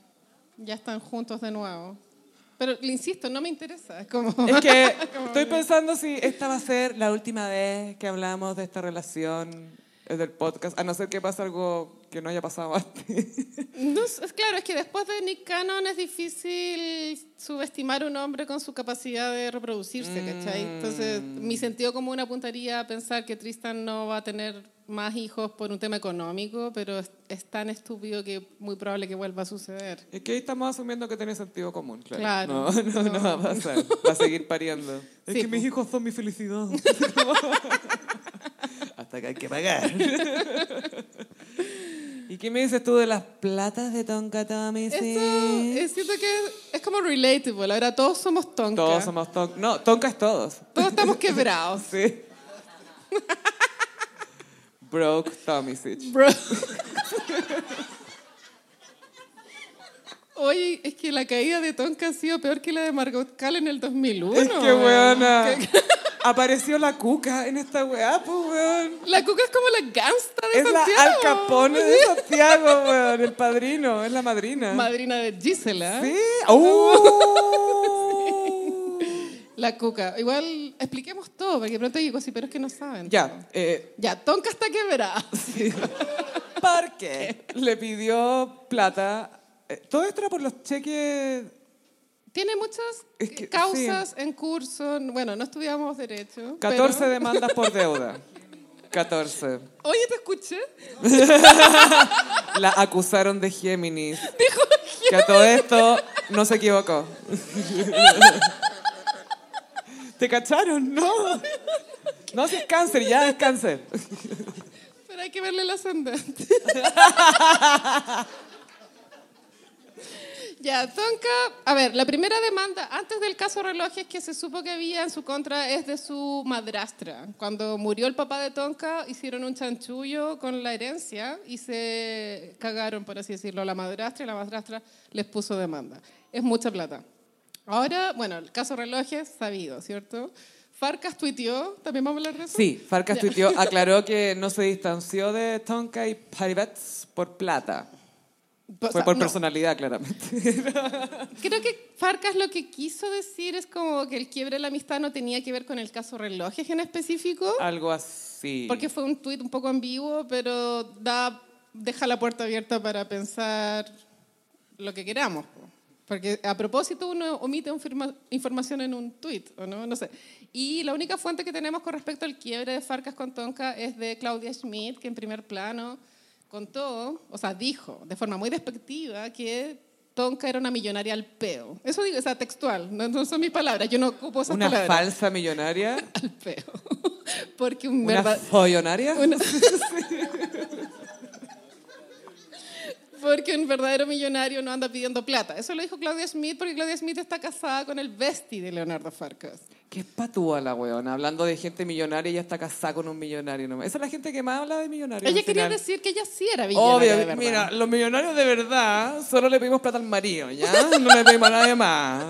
S2: Ya están juntos de nuevo. Pero le insisto, no me interesa. Es como...
S1: Es
S2: *laughs*
S1: que estoy pensando si esta va a ser la última vez que hablamos de esta relación eh, del podcast, a no ser que pase algo que no haya pasado antes.
S2: No sé, es claro, es que después de Nick Cannon es difícil subestimar a un hombre con su capacidad de reproducirse, ¿cachai? Entonces,
S1: Mm.
S2: mi sentido común apuntaría a pensar que Tristan no va a tener más hijos por un tema económico, pero es, es tan estúpido que muy probable que vuelva a suceder.
S1: Es que ahí estamos asumiendo que tiene sentido común, claro.
S2: Claro.
S1: No, *laughs* no, no va a pasar. Va a seguir pariendo. Es
S2: Sí,
S1: que
S2: po.
S1: mis hijos son mi felicidad. *laughs* Hasta que hay que pagar. *laughs* ¿Y qué me dices tú de las platas de Tonka Tommy?
S2: Esto
S1: Sí.
S2: eh, siento que es, es como relatable. Ahora todos somos tonka.
S1: Todos somos Tonka. No, Tonka es todos.
S2: Todos estamos quebrados. *laughs*
S1: Sí. Broke Tomisic.
S2: Bro. *laughs* Oye, es que la caída de Tonka ha sido peor que la de Margot Kalle en el 2001.
S1: Es que weona. Apareció la cuca en esta weá, pues weón.
S2: La Cuca es como la gangsta de
S1: Es la
S2: Santiago.
S1: Al Capone de Santiago, weón. El padrino, es la madrina.
S2: Madrina de Gisela.
S1: Sí. ¡Oh! *laughs* ¡Uh!
S2: La Cuca. Igual expliquemos todo, porque pronto hay cosiperos que no saben.
S1: Ya, eh,
S2: Ya, Tonka está
S1: *laughs*
S2: quebrada.
S1: ¿por qué? Le pidió plata. Eh, Todo esto era por los cheques.
S2: Tiene muchas
S1: Es que-
S2: causas en curso. Bueno, no estudiamos derecho.
S1: 14
S2: pero-
S1: demandas por deuda. 14.
S2: Oye, te escuché.
S1: La acusaron de *laughs* Géminis. Que a todo esto no se equivocó. *laughs* ¿Te cacharon? No. No, si es cáncer, ya es cáncer.
S2: Pero hay que verle el ascendente. *laughs* ya, Tonka, a ver, la primera demanda antes del caso relojes que se supo que había en su contra es de su madrastra. Cuando murió el papá de Tonka, hicieron un chanchullo con la herencia y se cagaron, por así decirlo, a la madrastra y la madrastra les puso demanda. Es mucha plata. Ahora, bueno, el caso relojes sabido, ¿cierto? Farcas tuiteó, también vamos a hablar de eso.
S1: Sí, Farkas tuiteó, aclaró que no se distanció de Tonka y Paribets por plata.
S2: O
S1: Fue
S2: sea,
S1: por
S2: Pues, no.
S1: personalidad, claramente.
S2: Creo que Farcas lo que quiso decir es como que el quiebre de la amistad no tenía que ver con el caso relojes en específico,
S1: Algo así.
S2: porque fue un tuit un poco ambiguo, pero da, deja la puerta abierta para pensar lo que queramos. po. Porque a propósito uno omite un firma- información en un tuit, ¿o no? No sé. Y la única fuente que tenemos con respecto al quiebre de Farcas con Tonka es de Claudia Schmidt, que en primer plano contó, o sea, dijo de forma muy despectiva que Tonka era una millonaria al peo. Eso digo, o sea, textual, no, no son mis palabras, yo no ocupo esas
S1: Una
S2: palabras.
S1: falsa millonaria.
S2: *laughs* Al peo. Porque un
S1: Una
S2: verdad- *laughs*
S1: follonaria.
S2: una- Porque un verdadero millonario no anda pidiendo plata. Eso lo dijo Claudia Smith porque Claudia Smith está casada con el bestie de Leonardo Farkas.
S1: Qué patúa la weona. Hablando de gente millonaria, ella está casada con un millonario. nomás. Esa es la gente que más habla de millonarios.
S2: Ella
S1: al
S2: quería
S1: final.
S2: decir que ella sí era millonaria. de
S1: Obvio,
S2: verdad.
S1: mira, los millonarios de verdad solo le pedimos plata al marido, ¿ya? No le pedimos a nadie
S2: *laughs*
S1: más.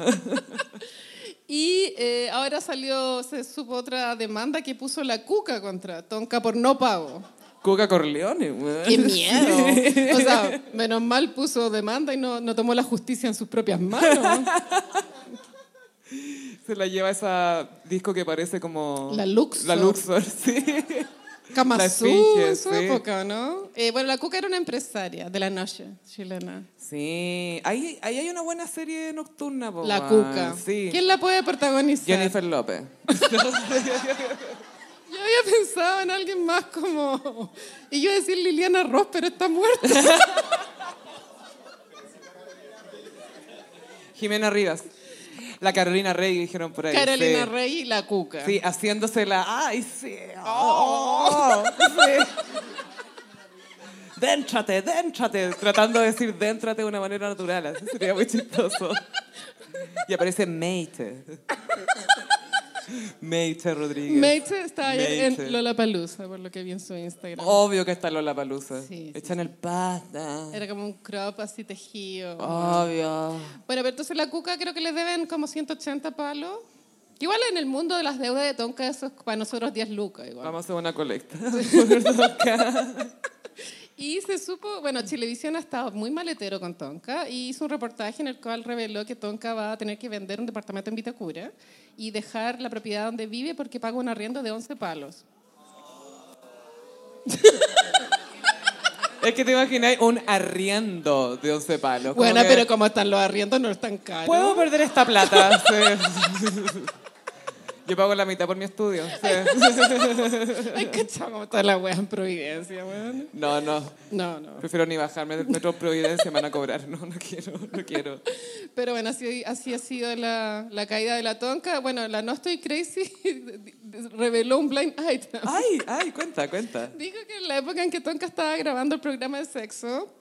S2: Y eh, ahora salió, se supo otra demanda que puso la cuca contra Tonka por
S1: *laughs*
S2: no pago.
S1: Cuca Corleone, weón.
S2: ¡Qué miedo! *laughs* O sea, menos mal puso demanda y no, no tomó la justicia en sus propias manos.
S1: Se la lleva esa disco que parece como...
S2: La Luxor.
S1: La Luxor, *laughs* sí. La
S2: Kama Su
S1: Esfinge,
S2: en su
S1: sí.
S2: época, ¿no? Eh, bueno, la cuca era una empresaria de la noche chilena.
S1: Sí, ahí, ahí hay una buena serie nocturna, po,
S2: La
S1: weón.
S2: cuca.
S1: Oh, Sí.
S2: ¿Quién la puede protagonizar?
S1: Jennifer López.
S2: Yo había pensado en alguien más como... Y yo decir Liliana Ross, pero
S1: *laughs*
S2: está muerta.
S1: Jimena Rivas. La Carolina Rey, dijeron por ahí.
S2: Carolina
S1: sí.
S2: Rey y la cuca.
S1: Sí, haciéndose la... ¡Ay, sí! Oh, sí. Déntrate, déntrate. Tratando de decir déntrate de una manera natural. Así sería muy chistoso. Y aparece Meite. Meite Rodríguez.
S2: Meitze está ayer
S1: Meitze.
S2: en Lollapalooza, por lo que vi en su Instagram.
S1: Obvio que está Lola Palusa.
S2: Sí, sí,
S1: Echan el pasta.
S2: Era como un crop así tejido.
S1: Oh. Obvio.
S2: Bueno, pero entonces la cuca creo que le deben como 180 palos. Igual en el mundo de las deudas de Tonka, eso es para nosotros 10 lucas igual.
S1: Vamos a hacer una colecta.
S2: *laughs* Y se supo, bueno, Chilevisión ha estado muy maletero con Tonka y hizo un reportaje en el cual reveló que Tonka va a tener que vender un departamento en Vitacura y dejar la propiedad donde vive porque paga un arriendo de 11 palos.
S1: *laughs* es que te imagináis un arriendo de 11 palos. Como
S2: bueno,
S1: que-
S2: pero como están los arriendos, no están caros.
S1: Puedo perder esta plata. Sí. Yo pago la mitad por mi estudio. sí.
S2: *laughs* Ay, cachado, cómo está la wea en Providencia, weón.
S1: No, no.
S2: No, no.
S1: Prefiero ni bajarme del metro Providencia, me van a cobrar. No, no quiero, no quiero.
S2: Pero bueno, así, así ha sido la, la caída de la tonca. Bueno, la No Estoy Crazy *laughs* reveló un blind item.
S1: Ay, ay, cuenta, cuenta.
S2: Dijo que en la época en que Tonka estaba grabando el programa de sexo,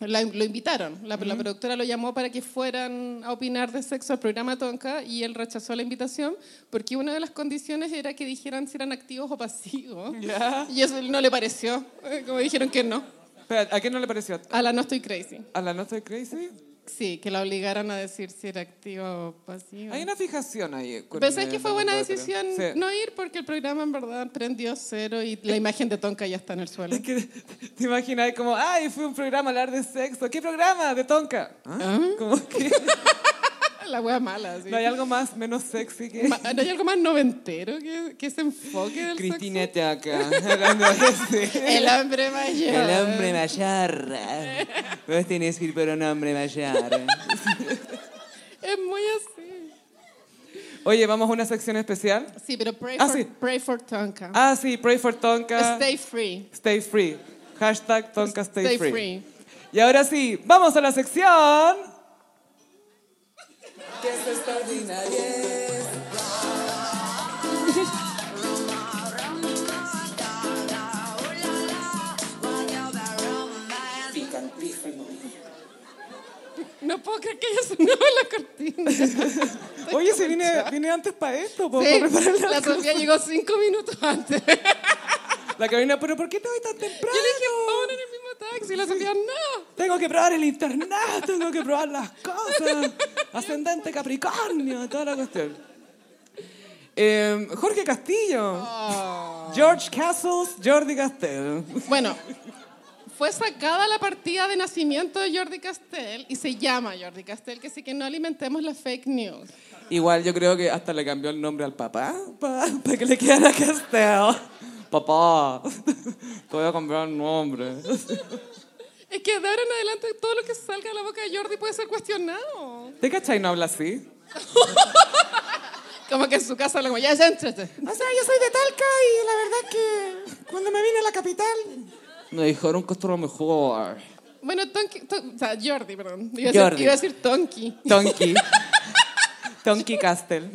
S2: la- lo invitaron. La, la productora lo llamó para que fueran a opinar de sexo al programa Tonka y él rechazó la invitación porque una de las condiciones era que dijeran si eran activos o pasivos.
S1: Ya.
S2: Y eso no le pareció. eh, Como dijeron que no.
S1: Espera, ¿a qué no le pareció?
S2: A la No Estoy Crazy.
S1: ¿A la nota de Crazy?
S2: Sí, que la obligaran a decir si era activa o pasiva.
S1: Hay una fijación ahí. con
S2: Pensé
S1: el
S2: que fue buena
S1: mundo hetero.
S2: decisión
S1: Sí.
S2: no ir porque el programa en verdad prendió cero y la imagen de Tonka ya está en
S1: *laughs*
S2: el suelo.
S1: Es que te imaginas como, ay, fue un programa a hablar de sexo. ¿Qué programa? De Tonka. ¿Ah? Como que
S2: La wea mala, sí.
S1: no hay algo más menos sexy que...
S2: Ma- ¿No hay algo más noventero que, que ese enfoque del
S1: Cristina te acá.
S2: *laughs*
S1: hablando de
S2: sexo?
S1: ese.
S2: El hombre mayor.
S3: El hombre mayor. Vos tenés que ir por un hombre mayor.
S2: Es muy así.
S1: Oye, vamos a una sección especial.
S2: Sí, pero pray,
S1: Ah,
S2: for,
S1: sí.
S2: pray for Tonka.
S1: Ah, sí, Pray for Tonka.
S2: Stay free.
S1: Stay free. Hashtag Tonka Stay,
S2: Stay
S1: free.
S2: free.
S1: Y ahora sí, vamos a la sección.
S2: No puedo creer que ya sonaba la cortina. *laughs* Estoy
S1: Oye, si vine,
S2: convencida.
S1: vine antes para esto, po,
S2: Sí,
S1: para preparar la,
S2: la Sofía llegó cinco minutos
S1: *laughs*
S2: antes.
S1: la cabina. Pero ¿por qué te voy tan temprano?
S2: Yo le dije, vamos en el mismo taxi. Y la Sofía, no.
S1: Tengo que probar el internet, tengo que probar las cosas. Ascendente Capricornio, toda la cuestión. Eh, Jorge Castillo. George Castles, Jordi Castell.
S2: Bueno, fue sacada la partida de nacimiento de Jordi Castell y se llama Jordi Castell, que sí que no alimentemos la fake news.
S1: Igual yo creo que hasta le cambió el nombre al papá para que le quedara Castell. Papá, te voy a comprar un nombre.
S2: Es que de ahora en adelante todo lo que salga de la boca de Jordi puede ser cuestionado.
S1: ¿Te cachai no habla así?
S2: Como que en su casa, como ya, céntrate.
S1: O sea, yo soy de Talca y la verdad que cuando me vine a la capital... Me dijeron que esto era mejor.
S2: Bueno, Tonki, Ton- o sea, Jordi, perdón. Iba a, decir-
S3: Jordi.
S2: iba a decir Tonki.
S1: *laughs* Tonki. Tonki Castle.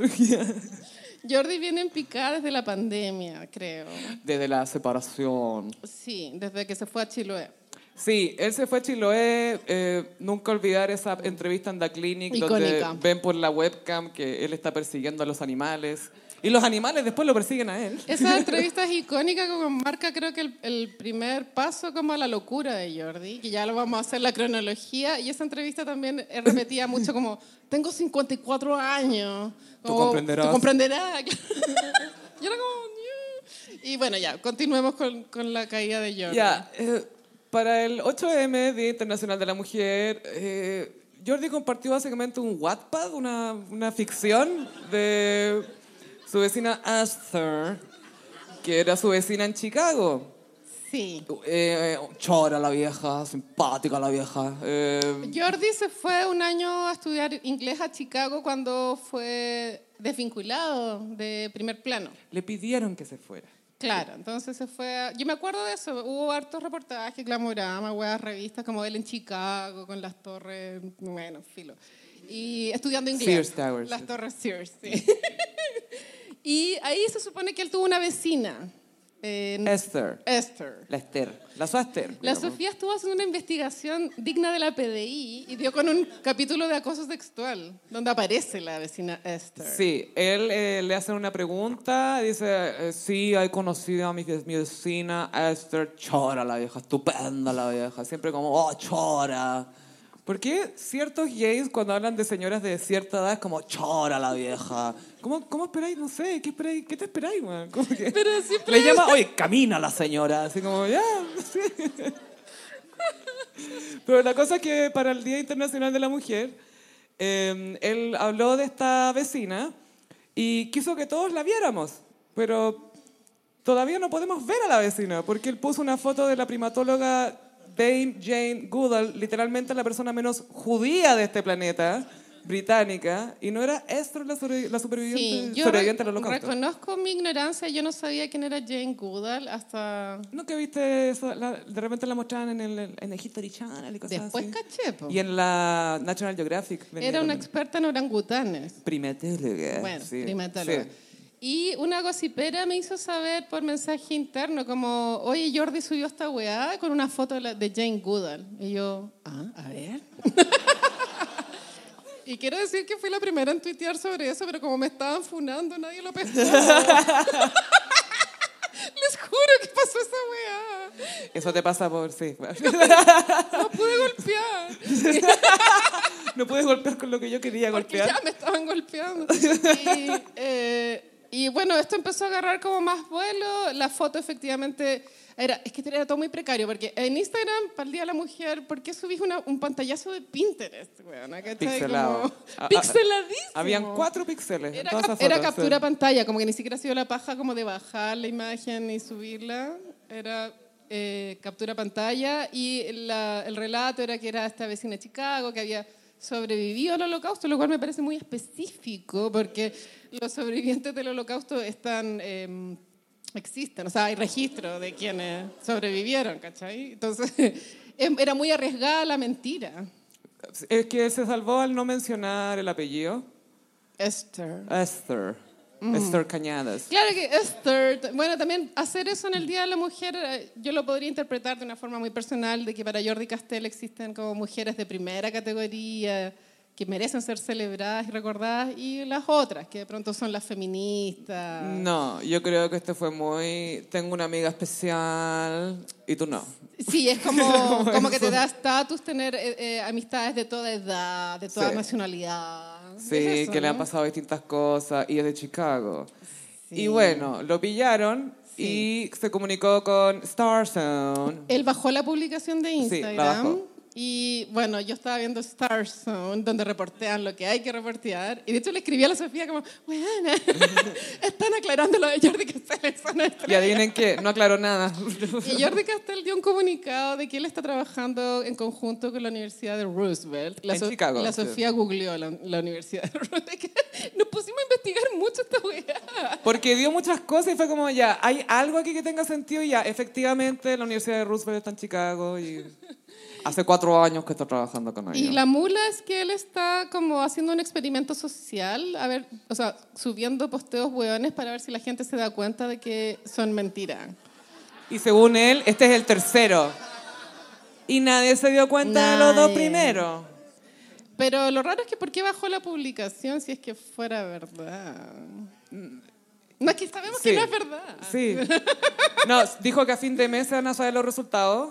S2: Jordi viene en picada desde la pandemia, creo.
S1: Desde la separación.
S2: Sí, desde que se fue a Chiloé.
S1: Sí, él se fue a Chiloé. eh, nunca olvidar esa entrevista en The Clinic
S2: Icónica.
S1: donde ven por la webcam que él está persiguiendo a los animales. Y los animales después lo persiguen a él.
S2: Esa entrevista es icónica como marca creo que el, el primer paso como a la locura de Jordi, que ya lo vamos a hacer la cronología, y esa entrevista también él repetía mucho como, tengo 54 años.
S1: Tú
S2: como,
S1: comprenderás".
S2: Tú comprenderás. *laughs* Yo era como... "Yeah". Y bueno, ya, continuemos con, con la caída de Jordi.
S1: Ya, eh, para el 8M, Día Internacional de la Mujer, eh, Jordi compartió básicamente un Wattpad, una, una ficción de su vecina Arthur, que era su vecina en Chicago.
S2: Sí.
S1: Eh, chora la vieja, simpática la vieja. eh,
S2: Jordi se fue un año a estudiar inglés a Chicago cuando fue desvinculado de primer plano.
S1: le pidieron que se fuera.
S2: Claro, entonces se fue. a- Yo me acuerdo de eso. Hubo hartos reportajes, glamorama, weas, revistas como él en Chicago, con las torres, bueno, filo. Y estudiando inglés.
S1: Sears Towers.
S2: Las torres Sears, sí. *laughs* y ahí se supone que él tuvo una vecina. eh,
S1: Esther,
S2: Esther.
S1: la Esther, la su Esther.
S2: La
S1: digamos.
S2: Sofía estuvo haciendo una investigación digna de la PDI y dio con un capítulo de acoso sexual, donde aparece la vecina Esther.
S1: Sí, él eh, le hacen una pregunta, dice, eh, sí, he conocido a mi, mi vecina Esther, chora la vieja, estupenda la vieja, siempre como, oh, chora. ¿Por qué ciertos gays cuando hablan de señoras de cierta edad es como, chora la vieja? ¿Cómo, cómo esperáis? No sé, ¿qué, esperáis? ¿Qué te esperáis, weón? Como que-
S2: Pero siempre
S1: Le llama, oye, camina la señora, así como, ya, *laughs* sí. Pero la cosa es que para el Día Internacional de la Mujer, eh, él habló de esta vecina y quiso que todos la viéramos, pero todavía no podemos ver a la vecina, porque él puso una foto de la primatóloga Dame Jane Goodall, literalmente la persona menos judía de este planeta, británica, y no era Esther la, sobre- la
S2: Sí,
S1: superviviente,
S2: yo
S1: sobreviviente
S2: re-
S1: al holocausto.
S2: reconozco mi ignorancia, yo no sabía quién era Jane Goodall hasta
S1: ¿No que viste eso? La- de repente la mostraban en el, en el History Channel y cosas
S2: después
S1: así.
S2: caché. po.
S1: Y en la National Geographic. venía
S2: Era una
S1: también.
S2: experta en orangutanes.
S1: primatóloga.
S2: Bueno,
S1: sí,
S2: primatóloga.
S1: sí.
S2: Y una gocipera me hizo saber por mensaje interno como, oye, Jordi subió esta weá con una foto de la- de Jane Goodall. Y yo, ah, a ver. y quiero decir que fui la primera en tuitear sobre eso, pero como me estaban funando, nadie lo pescó.
S1: *laughs*
S2: Les juro que pasó esa weá.
S1: Eso te pasa por sí. *laughs*
S2: No pude golpear.
S1: No puedes golpear con lo que yo quería
S2: Porque
S1: golpear.
S2: ya me estaban golpeando. *laughs* Y, eh, y bueno, esto empezó a agarrar como más vuelo. La foto efectivamente era, es que era todo muy precario, porque en Instagram, para el Día de la Mujer, ¿por qué subís una- un pantallazo de Pinterest? weona? ¿Cachai?
S1: Pixelado.
S2: Como-
S1: Ah, ah,
S2: pixeladísimo.
S1: Habían cuatro píxeles en
S2: Era,
S1: todas
S2: cap-
S1: esas
S2: era
S1: fotos, sí.
S2: captura pantalla, como que ni siquiera ha sido la paja como de bajar la imagen y subirla. Era eh, captura pantalla y la- el relato era que era esta vecina de Chicago que había sobrevivido al holocausto, lo cual me parece muy específico porque los sobrevivientes del holocausto están... eh, existen, o sea, hay registro de quienes sobrevivieron, ¿cachai? Entonces, *laughs* em, era muy arriesgada la mentira.
S1: Es que se salvó al no mencionar el apellido.
S2: Esther.
S1: Esther. Esther Cañadas.
S2: Claro que Esther, t- bueno, también hacer eso en el Día de la Mujer, eh, yo lo podría interpretar de una forma muy personal, de que para Jordi Castell existen como mujeres de primera categoría que merecen ser celebradas y recordadas, y las otras, que de pronto son las feministas.
S1: No, yo creo que este fue muy... Tengo una amiga especial y tú no.
S2: Sí,
S1: *laughs*
S2: es como, como que te da estatus tener eh, eh, amistades de toda edad, de toda
S1: Sí.
S2: nacionalidad.
S1: Sí,
S2: Es eso,
S1: que le han
S2: ¿no?
S1: pasado distintas cosas y es de Chicago.
S2: Sí.
S1: Y bueno, lo pillaron y se comunicó con Star Zone.
S2: Él bajó la publicación de
S1: Sí, la
S2: Instagram.
S1: bajó.
S2: y bueno, yo estaba viendo Star Zone, donde reportean lo que hay que reportear. Y de hecho le escribí a la Sofía como, bueno, *laughs* están aclarando lo de Jordi Castell. eso no es
S1: Y adivinen qué, no aclaró
S2: *laughs*
S1: nada.
S2: y Jordi Castell dio un comunicado de que él está trabajando en conjunto con la Universidad de Roosevelt. La
S1: En Chicago,
S2: La
S1: sí.
S2: Sofía googleó la, la Universidad de Roosevelt. *laughs* Es que Nos pusimos a investigar mucho esta weá.
S1: Porque dio muchas cosas y fue como ya, hay algo aquí que tenga sentido y ya, efectivamente la Universidad de Roosevelt está en Chicago y... Hace cuatro años que estoy trabajando con ellos.
S2: Y la mula es que él está como haciendo un experimento social, a ver, o sea, subiendo posteos hueones para ver si la gente se da cuenta de que son mentiras.
S1: Y según él, este es el tercero. Y nadie se dio cuenta de los dos
S2: Nadie.
S1: primeros.
S2: Pero lo raro es que ¿por qué bajó la publicación si es que fuera verdad? No, es que sabemos
S1: Sí.
S2: que no es verdad.
S1: Sí. No, dijo que a fin de mes se van a saber los resultados.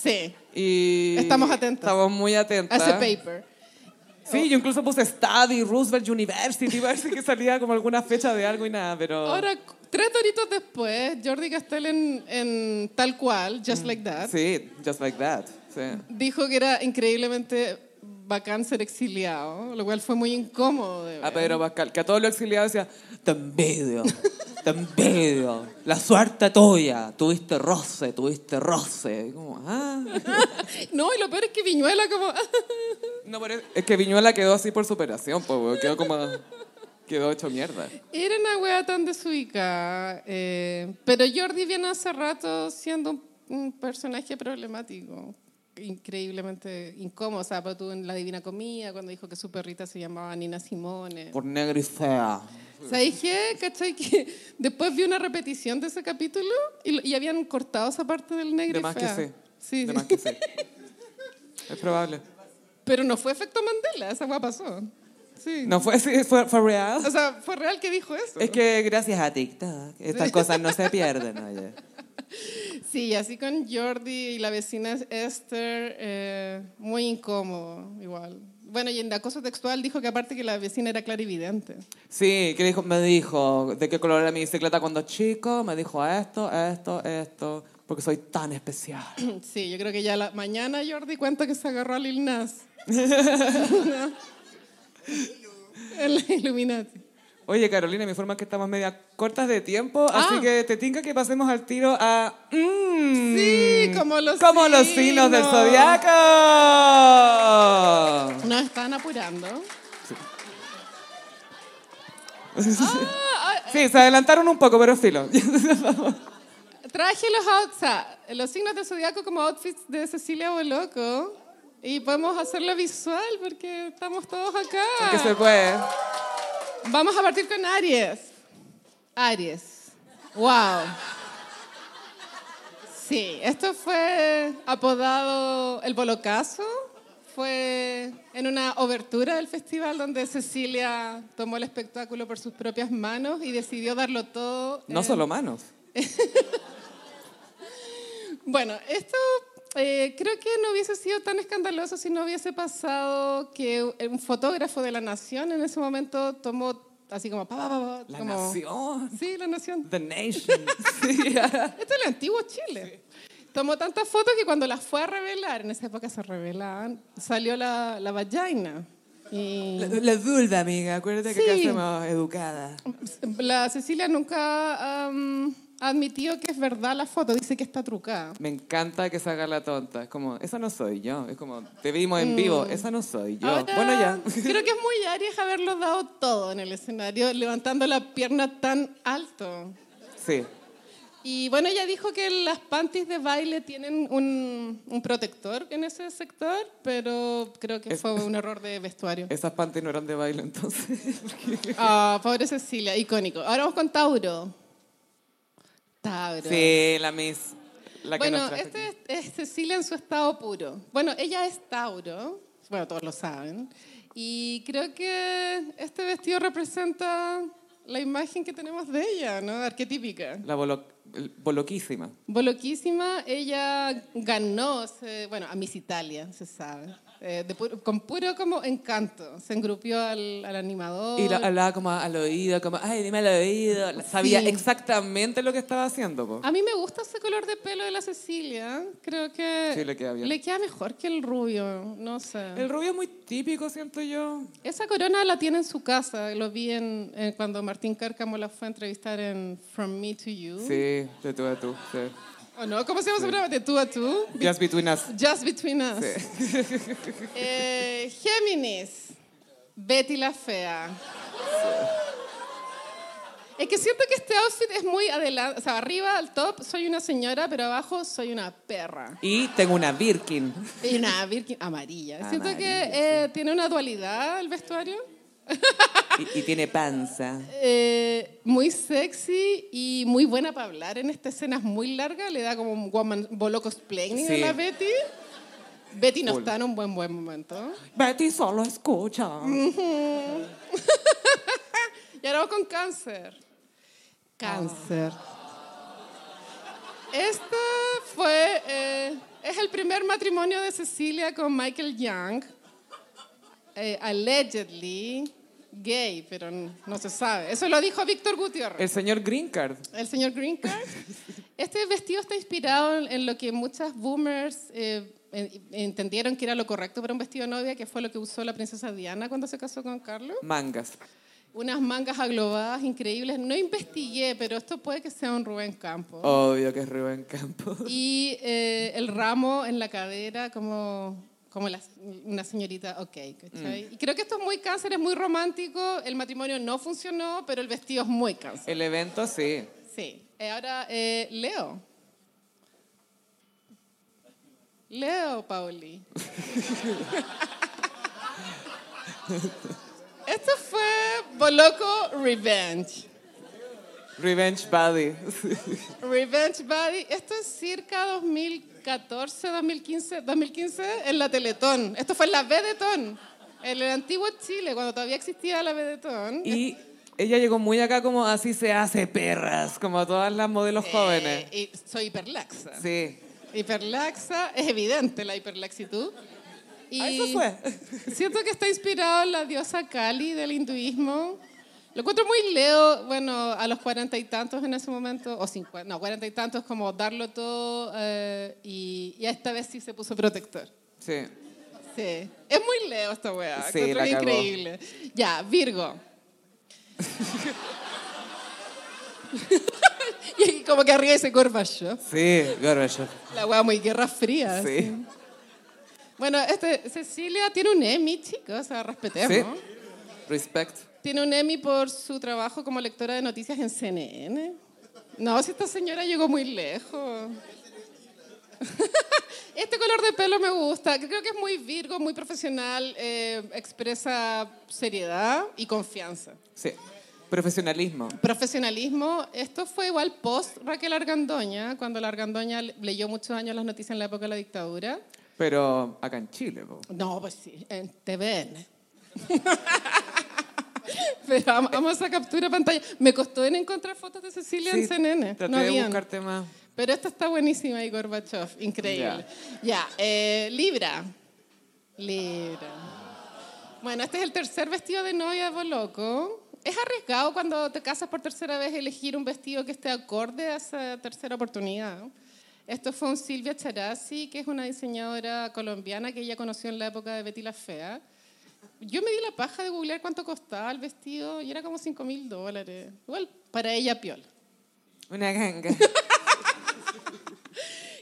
S2: Sí,
S1: Y
S2: Estamos atentos.
S1: Estamos muy atentos.
S2: a ese paper.
S1: Sí, yo incluso puse Study, Roosevelt University, *laughs* para ver si que salía como alguna fecha de algo y nada, pero...
S2: Ahora, tres doritos después, Jordi Castell en, en Tal Cual, Just Like That,
S1: Mm. Sí, just like that. Sí.
S2: dijo que era increíblemente bacán ser exiliado, lo cual fue muy incómodo. de
S1: A
S2: ver.
S1: Ah, Pedro Pascal, que a todos los exiliados decía, te envidio, te envidio, la suerte tuya, tuviste roce, tuviste roce. Y Como, ah.
S2: No, y lo peor es que Viñuela como... *laughs*
S1: No, pero es- es que Viñuela quedó así por superación, pues, weón, quedó como... Quedó hecho mierda.
S2: Era una wea tan desubicada. eh, pero Jordi viene hace rato siendo un, un personaje problemático. Increíblemente incómodo. O sea, pero tú en La Divina Comida, cuando dijo que su perrita se llamaba Nina Simone.
S3: Por negra y fea.
S2: ¿Sabéis qué? ¿Cachai? Que después vi una repetición de ese capítulo y, lo- y habían cortado esa parte del negro.
S1: De
S2: y
S1: más que
S2: fea.
S1: sí.
S2: Sí.
S1: De más que sí. Es probable.
S2: *laughs* Pero no fue efecto Mandela, esa wea pasó. Sí.
S1: No fue así, fue, fue real.
S2: O sea, fue real que dijo eso.
S1: Es que gracias a TikTok, estas cosas no se pierden, oye.
S2: Sí, y así con Jordi y la vecina Esther, eh, muy incómodo, igual. Bueno, y en la cosa textual dijo que aparte que la vecina era clarividente. *clears throat*
S1: Sí, que dijo, me dijo de qué color era mi bicicleta cuando chico, me dijo esto, esto, esto, porque soy tan especial. *laughs*
S2: Sí, yo creo que ya la, mañana Jordi cuenta que se agarró a Lil Nas. El Illuminati.
S1: Oye, Carolina, me informan que estamos media cortas de tiempo,
S2: Ah.
S1: así que te tinca que pasemos al tiro a... mm,
S2: Sí, como los
S1: como los signos del
S2: signos.
S1: zodiaco.
S2: Nos están apurando. Ah,
S1: *laughs* Sí, se adelantaron un poco, pero filo. *laughs*
S2: ah, traje los outfits, los signos de zodiaco como outfits de Cecilia Boloco. Y podemos hacerlo visual porque estamos todos acá.
S1: que se puede.
S2: Ah. Vamos a partir con Aries. Aries. Wow. Sí, esto fue apodado el Bolocazo. Fue en una obertura del festival donde Cecilia tomó el espectáculo por sus propias manos y decidió darlo todo.
S1: No
S2: eh,
S1: solo manos.
S2: Bueno, esto eh, creo que no hubiese sido tan escandaloso si no hubiese pasado que un fotógrafo de La Nación en ese momento tomó así como... pa, pa, pa, pa,
S1: La
S2: como-
S1: nación.
S2: Sí, La Nación.
S1: The nation. *laughs* Sí.
S2: Este es el antiguo Chile. Tomó tantas fotos que cuando las fue a revelar, en esa época se revelaban, salió la, la vagina. Y
S1: La, la vulva, amiga. Acuérdate que
S2: Sí.
S1: acá somos educadas.
S2: la Cecilia nunca am, ha admitido que es verdad la foto, dice que está trucada.
S1: Me encanta que se haga la tonta. Es como, esa no soy yo. Es como, te vimos en vivo. Esa no soy yo.
S2: Mm. Ahora,
S1: bueno, ya.
S2: *laughs* creo que es muy Aries haberlo dado todo en el escenario, levantando la pierna tan alto.
S1: *laughs* Sí.
S2: Y bueno, ella dijo que las panties de baile tienen un, un protector en ese sector, pero creo que
S1: Es-
S2: fue un error de vestuario.
S1: Esas panties no eran de baile entonces.
S2: Ah, pobre Cecilia, icónico. Ahora vamos con Tauro. Tauro.
S1: sí, la Miss. La que nos
S2: bueno,
S1: trajo
S2: este
S1: aquí.
S2: es, es Cecilia en su estado puro. Bueno, ella es Tauro, bueno, todos lo saben, y creo que este vestido representa la imagen que tenemos de ella, ¿no? Arquetípica.
S1: La bolo- el- boloquísima.
S2: Boloquísima, ella ganó, se- bueno, a Miss Italia, se sabe, eh, de puro- con puro como encanto. Se engrupió al, al animador.
S1: Y la- hablaba como al oído, como, ay, dime al oído. La- Sabía
S2: Sí.
S1: exactamente lo que estaba haciendo. po.
S2: A mí me gusta ese color de pelo de la Cecilia. Creo que
S1: Sí, le queda bien.
S2: le queda mejor que el rubio, no sé.
S1: El rubio es muy típico, siento yo.
S2: Esa corona la tiene en su casa. Lo vi en, en cuando Martín Cárcamo la fue a entrevistar en From Me to You.
S1: Sí, de tú a tú. Sí.
S2: ¿O no? ¿Cómo se llama su programa? De tú a tú.
S1: Just between us.
S2: Just Between Us. *laughs* Eh, Géminis. Betty la Fea. Es que siento que este outfit es muy adelante. O sea, arriba al top soy una señora, pero abajo soy una perra.
S1: Y tengo una Birkin.
S2: Y una Birkin amarilla. Siento que
S1: Amarilla,
S2: eh, tiene una dualidad el vestuario.
S1: Y, y tiene panza.
S2: Eh, muy sexy y muy buena para hablar en esta escena es muy larga. Le da como un woman bolo cosplaying a
S1: Sí.
S2: la Betty. Betty no
S1: Full.
S2: está en un buen buen momento.
S1: Betty solo escucha.
S2: Y ahora vamos con cáncer. Cáncer. Esta fue. eh, es el primer matrimonio de Cecilia con Michael Young. Eh, allegedly gay, pero n- no se sabe. Eso lo dijo Víctor Gutiérrez.
S1: El señor Green Card.
S2: El señor Green Card. Este vestido está inspirado en, en lo que muchas boomers eh, en- entendieron que era lo correcto para un vestido de novia, que fue lo que usó la princesa Diana cuando se casó con Carlos.
S1: Mangas.
S2: Unas mangas aglobadas increíbles. No investigué, pero esto puede que sea un Rubén Campo.
S1: Obvio que es Rubén Campo.
S2: Y eh, el ramo en la cadera, como, como la- una señorita, ok. ¿cachai? Y creo que esto es muy cáncer, es muy romántico. El matrimonio no funcionó, pero el vestido es muy cáncer.
S1: El evento sí.
S2: Sí. Eh, ahora, eh, Leo. Leo, Pauli. *laughs* Esto fue Boloco Revenge.
S1: Revenge Buddy.
S2: Revenge Buddy, esto es circa 2014, 2015, 2015 en la Teletón. Esto fue en la Vedetón, en el antiguo Chile, cuando todavía existía la Vedetón.
S1: Y ella llegó muy acá como así se hace perras, como todas las modelos jóvenes.
S2: Eh, y soy hiperlaxa.
S1: Sí.
S2: Hiperlaxa, *laughs* es evidente la hiperlaxitud. Y
S1: Ah, eso fue.
S2: *laughs* Siento que está inspirado en la diosa Kali del hinduismo. Lo encuentro muy leo, bueno, a los cuarenta y tantos en ese momento, o cincuenta, no, cuarenta y tantos, como darlo todo, eh, y, y esta vez sí se puso protector.
S1: Sí.
S2: Sí. Es muy leo esta weá.
S1: Sí,
S2: encuentro
S1: la
S2: que
S1: cagó.
S2: increíble. Ya,
S1: *laughs*
S2: Virgo. *laughs* y como que arriba dice Gorbachev.
S1: Sí, Gorbachev.
S2: La weá muy guerra fría. así.
S1: Sí.
S2: Bueno, este, Cecilia tiene un Emmy, chicos, o sea, respetemos.
S1: Sí. Respect.
S2: Tiene un Emmy por su trabajo como lectora de noticias en CNN. No, si esta señora llegó muy lejos. *laughs* Este color de pelo me gusta. Creo que es muy virgo, muy profesional, eh, expresa seriedad y confianza.
S1: Sí. Profesionalismo.
S2: Profesionalismo, esto fue igual post Raquel Argandoña, cuando la Argandoña le- leyó muchos años las noticias en la época de la dictadura.
S1: Pero acá en Chile, po.
S2: No, pues sí, en TVN. *laughs* Pero am- amo esa captura de pantalla. Me costó en encontrar fotos de Cecilia
S1: Sí,
S2: en CNN.
S1: Traté
S2: No
S1: de
S2: habían.
S1: buscar temas.
S2: Pero esta está buenísima y Gorbachev, increíble. Ya, eh, Libra. Libra. Bueno, este es el tercer vestido de novia de Boloco. Es arriesgado cuando te casas por tercera vez elegir un vestido que esté acorde a esa tercera oportunidad. Esto fue un Silvia Charasi, que es una diseñadora colombiana que ella conoció en la época de Betty la Fea. Yo me di la paja de googlear cuánto costaba el vestido y era como 5 mil dólares. Igual, para ella piola.
S1: Una ganga.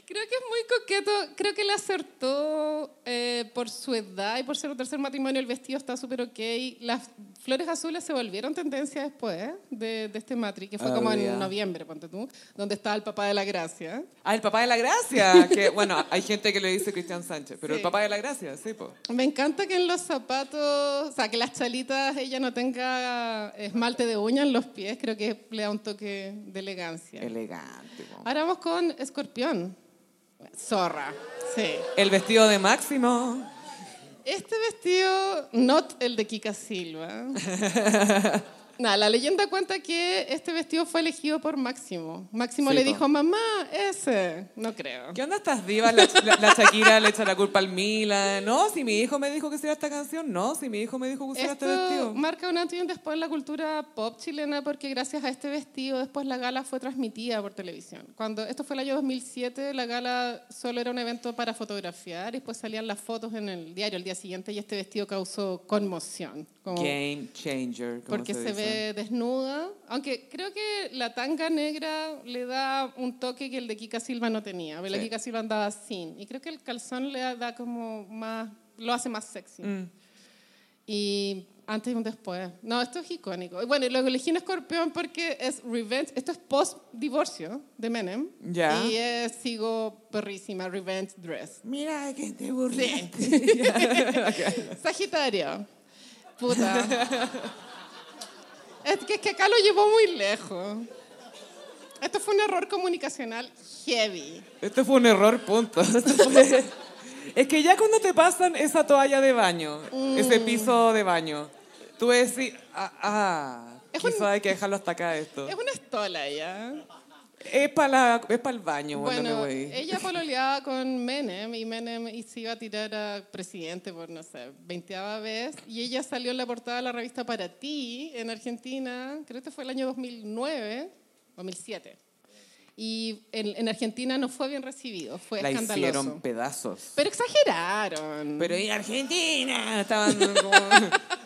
S2: Creo que es muy coqueto. Creo que le acertó eh, por su edad y por ser un tercer matrimonio. El vestido está súper ok. Las flores azules se volvieron tendencia después ¿eh? de, de este matri, que fue como
S1: Obvio.
S2: en noviembre, ponte tú, donde estaba el papá de la gracia.
S1: Ah, el papá de la gracia. Que, bueno, hay gente que le dice Cristian Sánchez, pero el
S2: Sí.
S1: papá de la gracia, sí, po.
S2: Me encanta que en los zapatos, o sea, que las chalitas ella no tenga esmalte de uña en los pies. Creo que le da un toque de elegancia.
S1: Elegante, po.
S2: Ahora vamos con escorpión. Zorra, sí.
S1: El vestido de Máximo.
S2: Este vestido, not el de
S1: *laughs*
S2: Kika Silva. Nada, la leyenda cuenta que este vestido fue elegido por Máximo. Máximo
S1: Sí,
S2: le
S1: po.
S2: dijo, mamá, ese. No creo.
S1: ¿Qué onda estas divas? La, la- la Shakira le echa la culpa al Milan. No, si mi hijo me dijo que hiciera esta canción. No, si mi hijo me dijo que usara este
S2: Esto
S1: vestido.
S2: marca un antes y un después en la cultura pop chilena porque gracias a este vestido después la gala fue transmitida por televisión. Cuando esto fue el año 2007, la gala solo era un evento para fotografiar y después salían las fotos en el diario el día siguiente y este vestido causó conmoción. Como-
S1: Game changer. como
S2: porque se,
S1: dice.
S2: ve desnuda. Aunque creo que la tanga negra le da un toque que el de Kika Silva no tenía. La
S1: Sí.
S2: Kika Silva andaba sin. Y creo
S1: Mm.
S2: que el calzón le da como más, lo hace más sexy. Y Antes y un después. No, esto es icónico. Bueno, y luego elegí en Escorpión porque es Revenge. Esto es post-divorcio de Menem.
S1: Ya.
S2: Y eh, sigo perrísima, Revenge Dress.
S3: Mira que te burlé.
S2: Sagitario. Puta. es, que, es que acá lo llevó muy lejos. Esto fue un error comunicacional heavy.
S1: Este fue un error, punto. Esto fue- es que ya cuando te pasan esa toalla de baño,
S2: Mm.
S1: ese piso de baño, tú decís, ah, ah
S2: Es un-
S1: quizá hay que dejarlo hasta acá esto.
S2: Es una estola ya.
S1: Es para el baño, bueno,
S2: Bueno,
S1: güey.
S2: ella pololeaba con Menem y Menem y se iba a tirar a presidente por, no sé, veinteava vez. Y ella salió en la portada de la revista Para Ti en Argentina, creo que fue el año 2009, 2007. Y en, en Argentina no fue bien recibido, fue
S1: La
S2: escandaloso.
S1: hicieron pedazos.
S2: Pero exageraron.
S1: Pero en Argentina
S2: *laughs*
S1: estaban como...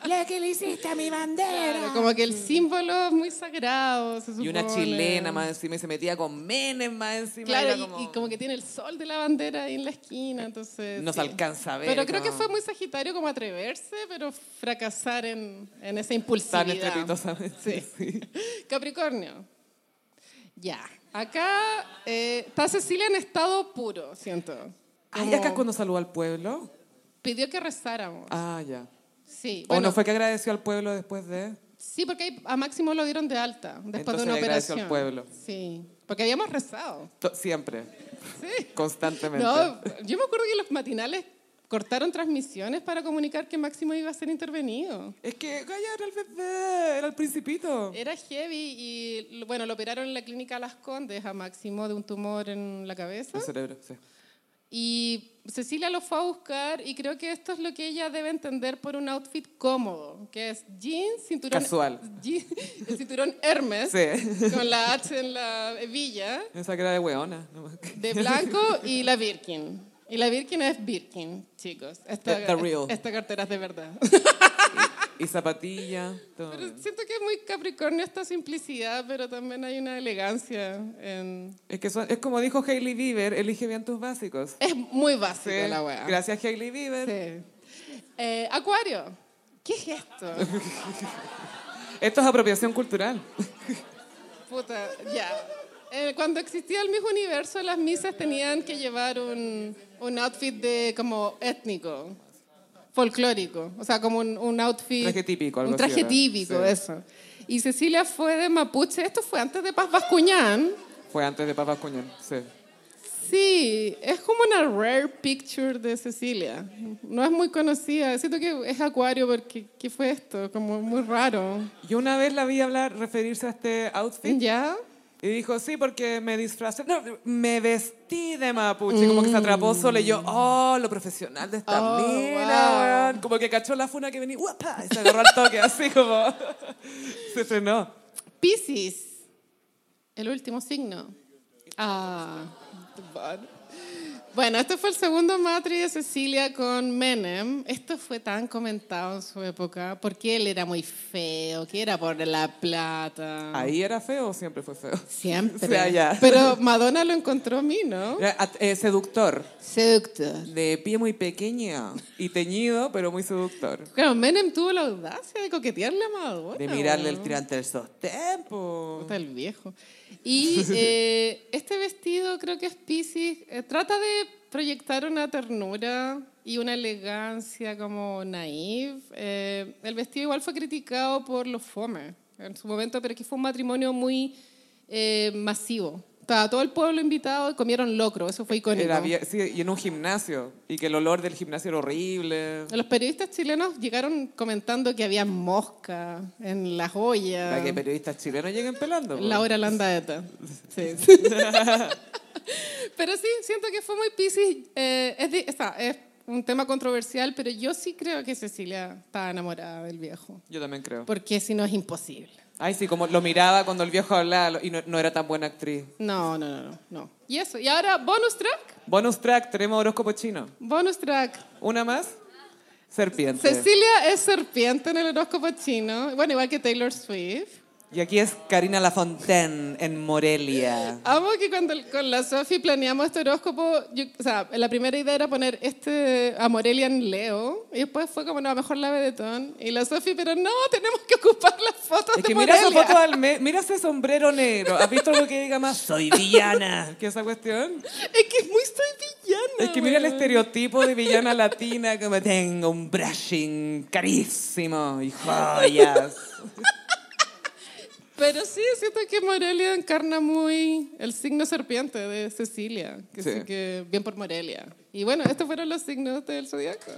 S1: La que le hiciste a mi bandera.
S2: Claro, como que el símbolo es muy sagrado. se
S1: Y una
S2: supone.
S1: chilena más encima y se metía con Menem más encima.
S2: Claro,
S1: era
S2: y y
S1: como-
S2: como... que tiene el sol de la bandera ahí en la esquina, entonces...
S1: Nos alcanza a ver,
S2: Pero creo que
S1: como-
S2: fue muy sagitario como atreverse, pero fracasar en, en esa
S1: tan
S2: impulsividad.
S1: estrepitosamente. *laughs* sí.
S2: Capricornio. Ya. Acá eh, está Cecilia en estado puro, siento.
S1: Ay,
S2: Como
S1: acá cuando saludó al pueblo.
S2: Pidió que rezáramos.
S1: Ah, ya.
S2: Sí.
S1: ¿O no
S2: bueno,
S1: fue que agradeció al pueblo después de...?
S2: Sí, porque ahí a Máximo lo dieron de alta después
S1: Entonces
S2: de una
S1: le agradeció
S2: operación.
S1: al pueblo.
S2: Sí, porque habíamos rezado.
S1: To- Siempre.
S2: Sí.
S1: Constantemente.
S2: No, yo me acuerdo que los matinales cortaron transmisiones para comunicar que Máximo iba a ser intervenido.
S1: Es que Gaya era el bebé, era el principito.
S2: Era heavy y, bueno, lo operaron en la clínica Las Condes a Máximo de un tumor en la cabeza.
S1: El cerebro, sí.
S2: Y Cecilia lo fue a buscar y creo que esto es lo que ella debe entender por un outfit cómodo, que es jeans, cinturón...
S1: Casual.
S2: jean- *laughs* el cinturón Hermes,
S1: Sí. *laughs*
S2: con la H en la hebilla.
S1: Esa que era de weona. nomás.
S2: De blanco y la Birkin. Y la Birkin es Birkin, chicos. Esta,
S1: The- the real.
S2: esta cartera es
S1: *laughs*
S2: de verdad.
S1: Y zapatilla. todo.
S2: Pero siento que es muy Capricornio esta simplicidad, pero también hay una elegancia. en-
S1: Es que son- es como dijo Hailey Bieber, elige bien tus básicos.
S2: Es muy básico
S1: Sí.
S2: la weá.
S1: Gracias Hailey Bieber.
S2: Sí. Eh, Acuario, ¿qué es esto?
S1: Esto es apropiación cultural.
S2: Puta, ya. Eh, cuando existía el mismo universo, las misas tenían que llevar un, un outfit de como étnico, folclórico. O sea, como un, un outfit.
S1: Traje típico, algo
S2: Un traje
S1: así era.
S2: típico,
S1: Sí.
S2: eso. Y Cecilia fue de Mapuche. Esto fue antes de Paz Bascuñán.
S1: Fue antes de Papas Cuñón. Sí.
S2: Sí, es como una rare picture de Cecilia. No es muy conocida. Siento que es Acuario porque ¿qué fue esto? Como muy raro.
S1: Yo una vez la vi hablar, referirse a este outfit
S2: ¿Ya?
S1: y dijo, sí, porque me disfrazé, no, me vestí de mapuche, como que se atrapó sola y yo, oh, lo profesional de esta
S2: Oh,
S1: mina,
S2: wow.
S1: weón. como que cachó la funa que venía, guapa, y se agarró al toque, así como, *laughs* se frenó.
S2: Piscis, el último signo. Ah, bueno. bueno, este fue el segundo matri de Cecilia con Menem. Esto fue tan comentado en su época porque él era muy feo, que era por la plata.
S1: Ahí era feo, o siempre fue feo.
S2: Siempre.
S1: O sea, ya.
S2: Pero Madonna lo encontró a mí, ¿no?
S1: Era, at- eh, seductor,
S2: Seductor.
S1: de pie muy pequeña y teñido, pero muy seductor.
S2: Claro, Menem tuvo la audacia de coquetearle a Madonna.
S1: De mirarle el
S2: weón.
S1: tirante del sostén, po.
S2: Puta, el viejo. Y eh, este vestido creo que es Pisces. eh, trata de proyectar una ternura y una elegancia como naive. Eh, el vestido igual fue criticado por los Fomer en su momento, pero que fue un matrimonio muy eh, masivo. Estaba todo el pueblo invitado y comieron locro. Eso fue icónico.
S1: Eh, Era vie- sí, y en un gimnasio, y que el olor del gimnasio era horrible.
S2: Los periodistas chilenos llegaron comentando que había mosca en las ollas.
S1: Para que periodistas chilenos lleguen pelando. po.
S2: Laura Landaeta. Sí. *laughs* pero sí, siento que fue muy piscis. eh, es, di- o sea, es un tema controversial, pero yo sí creo que Cecilia estaba enamorada del viejo.
S1: Yo también creo.
S2: Porque si no es imposible.
S1: Ay, sí, como lo miraba cuando el viejo hablaba lo- y no, no era tan buena actriz.
S2: No, no, no, no, no. Y eso. Y ahora, bonus track.
S1: Bonus track, tenemos horóscopo chino.
S2: Bonus track.
S1: Una más. Serpiente.
S2: Cecilia es serpiente en el horóscopo chino. Bueno, igual que Taylor Swift.
S1: Y aquí es Karina Lafontaine en Morelia.
S2: Amo que cuando con la Sofi planeamos este horóscopo, yo- o sea, la primera idea era poner este a Morelia en Leo, y después fue como, no, mejor la Vedetón. Y la Sofi, pero no, tenemos que ocupar las fotos
S1: Es que
S2: de
S1: mira esa
S2: Morelia.
S1: foto al me- mira ese sombrero negro. ¿Has visto algo que diga más
S3: Soy villana.
S1: *laughs* que esa cuestión?
S2: Es que es muy soy villana.
S1: Es que mira el
S2: weón.
S1: estereotipo de villana latina como tengo un brushing carísimo y joyas.
S2: Pero sí, siento que Morelia encarna muy el signo serpiente de Cecilia. Que
S1: Sí.
S2: sí que bien por Morelia. Y bueno, estos fueron los signos del zodiaco.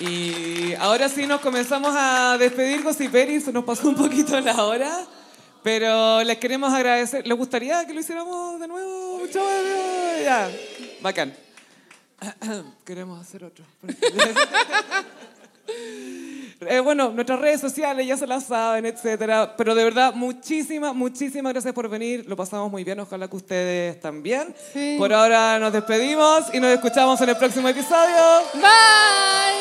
S1: Y ahora sí nos comenzamos a despedir, Gossiperi, se nos pasó un poquito la hora, pero les queremos agradecer. ¿Les gustaría que lo hiciéramos de nuevo, muchachos? Ya, bacán. *coughs* Queremos hacer otro. *laughs* Eh, bueno, nuestras redes sociales ya se las saben, etcétera. Pero de verdad, muchísimas, muchísimas gracias por venir. Lo pasamos muy bien, ojalá que ustedes también.
S2: Sí.
S1: Por ahora nos despedimos y nos escuchamos en el próximo episodio.
S2: Bye.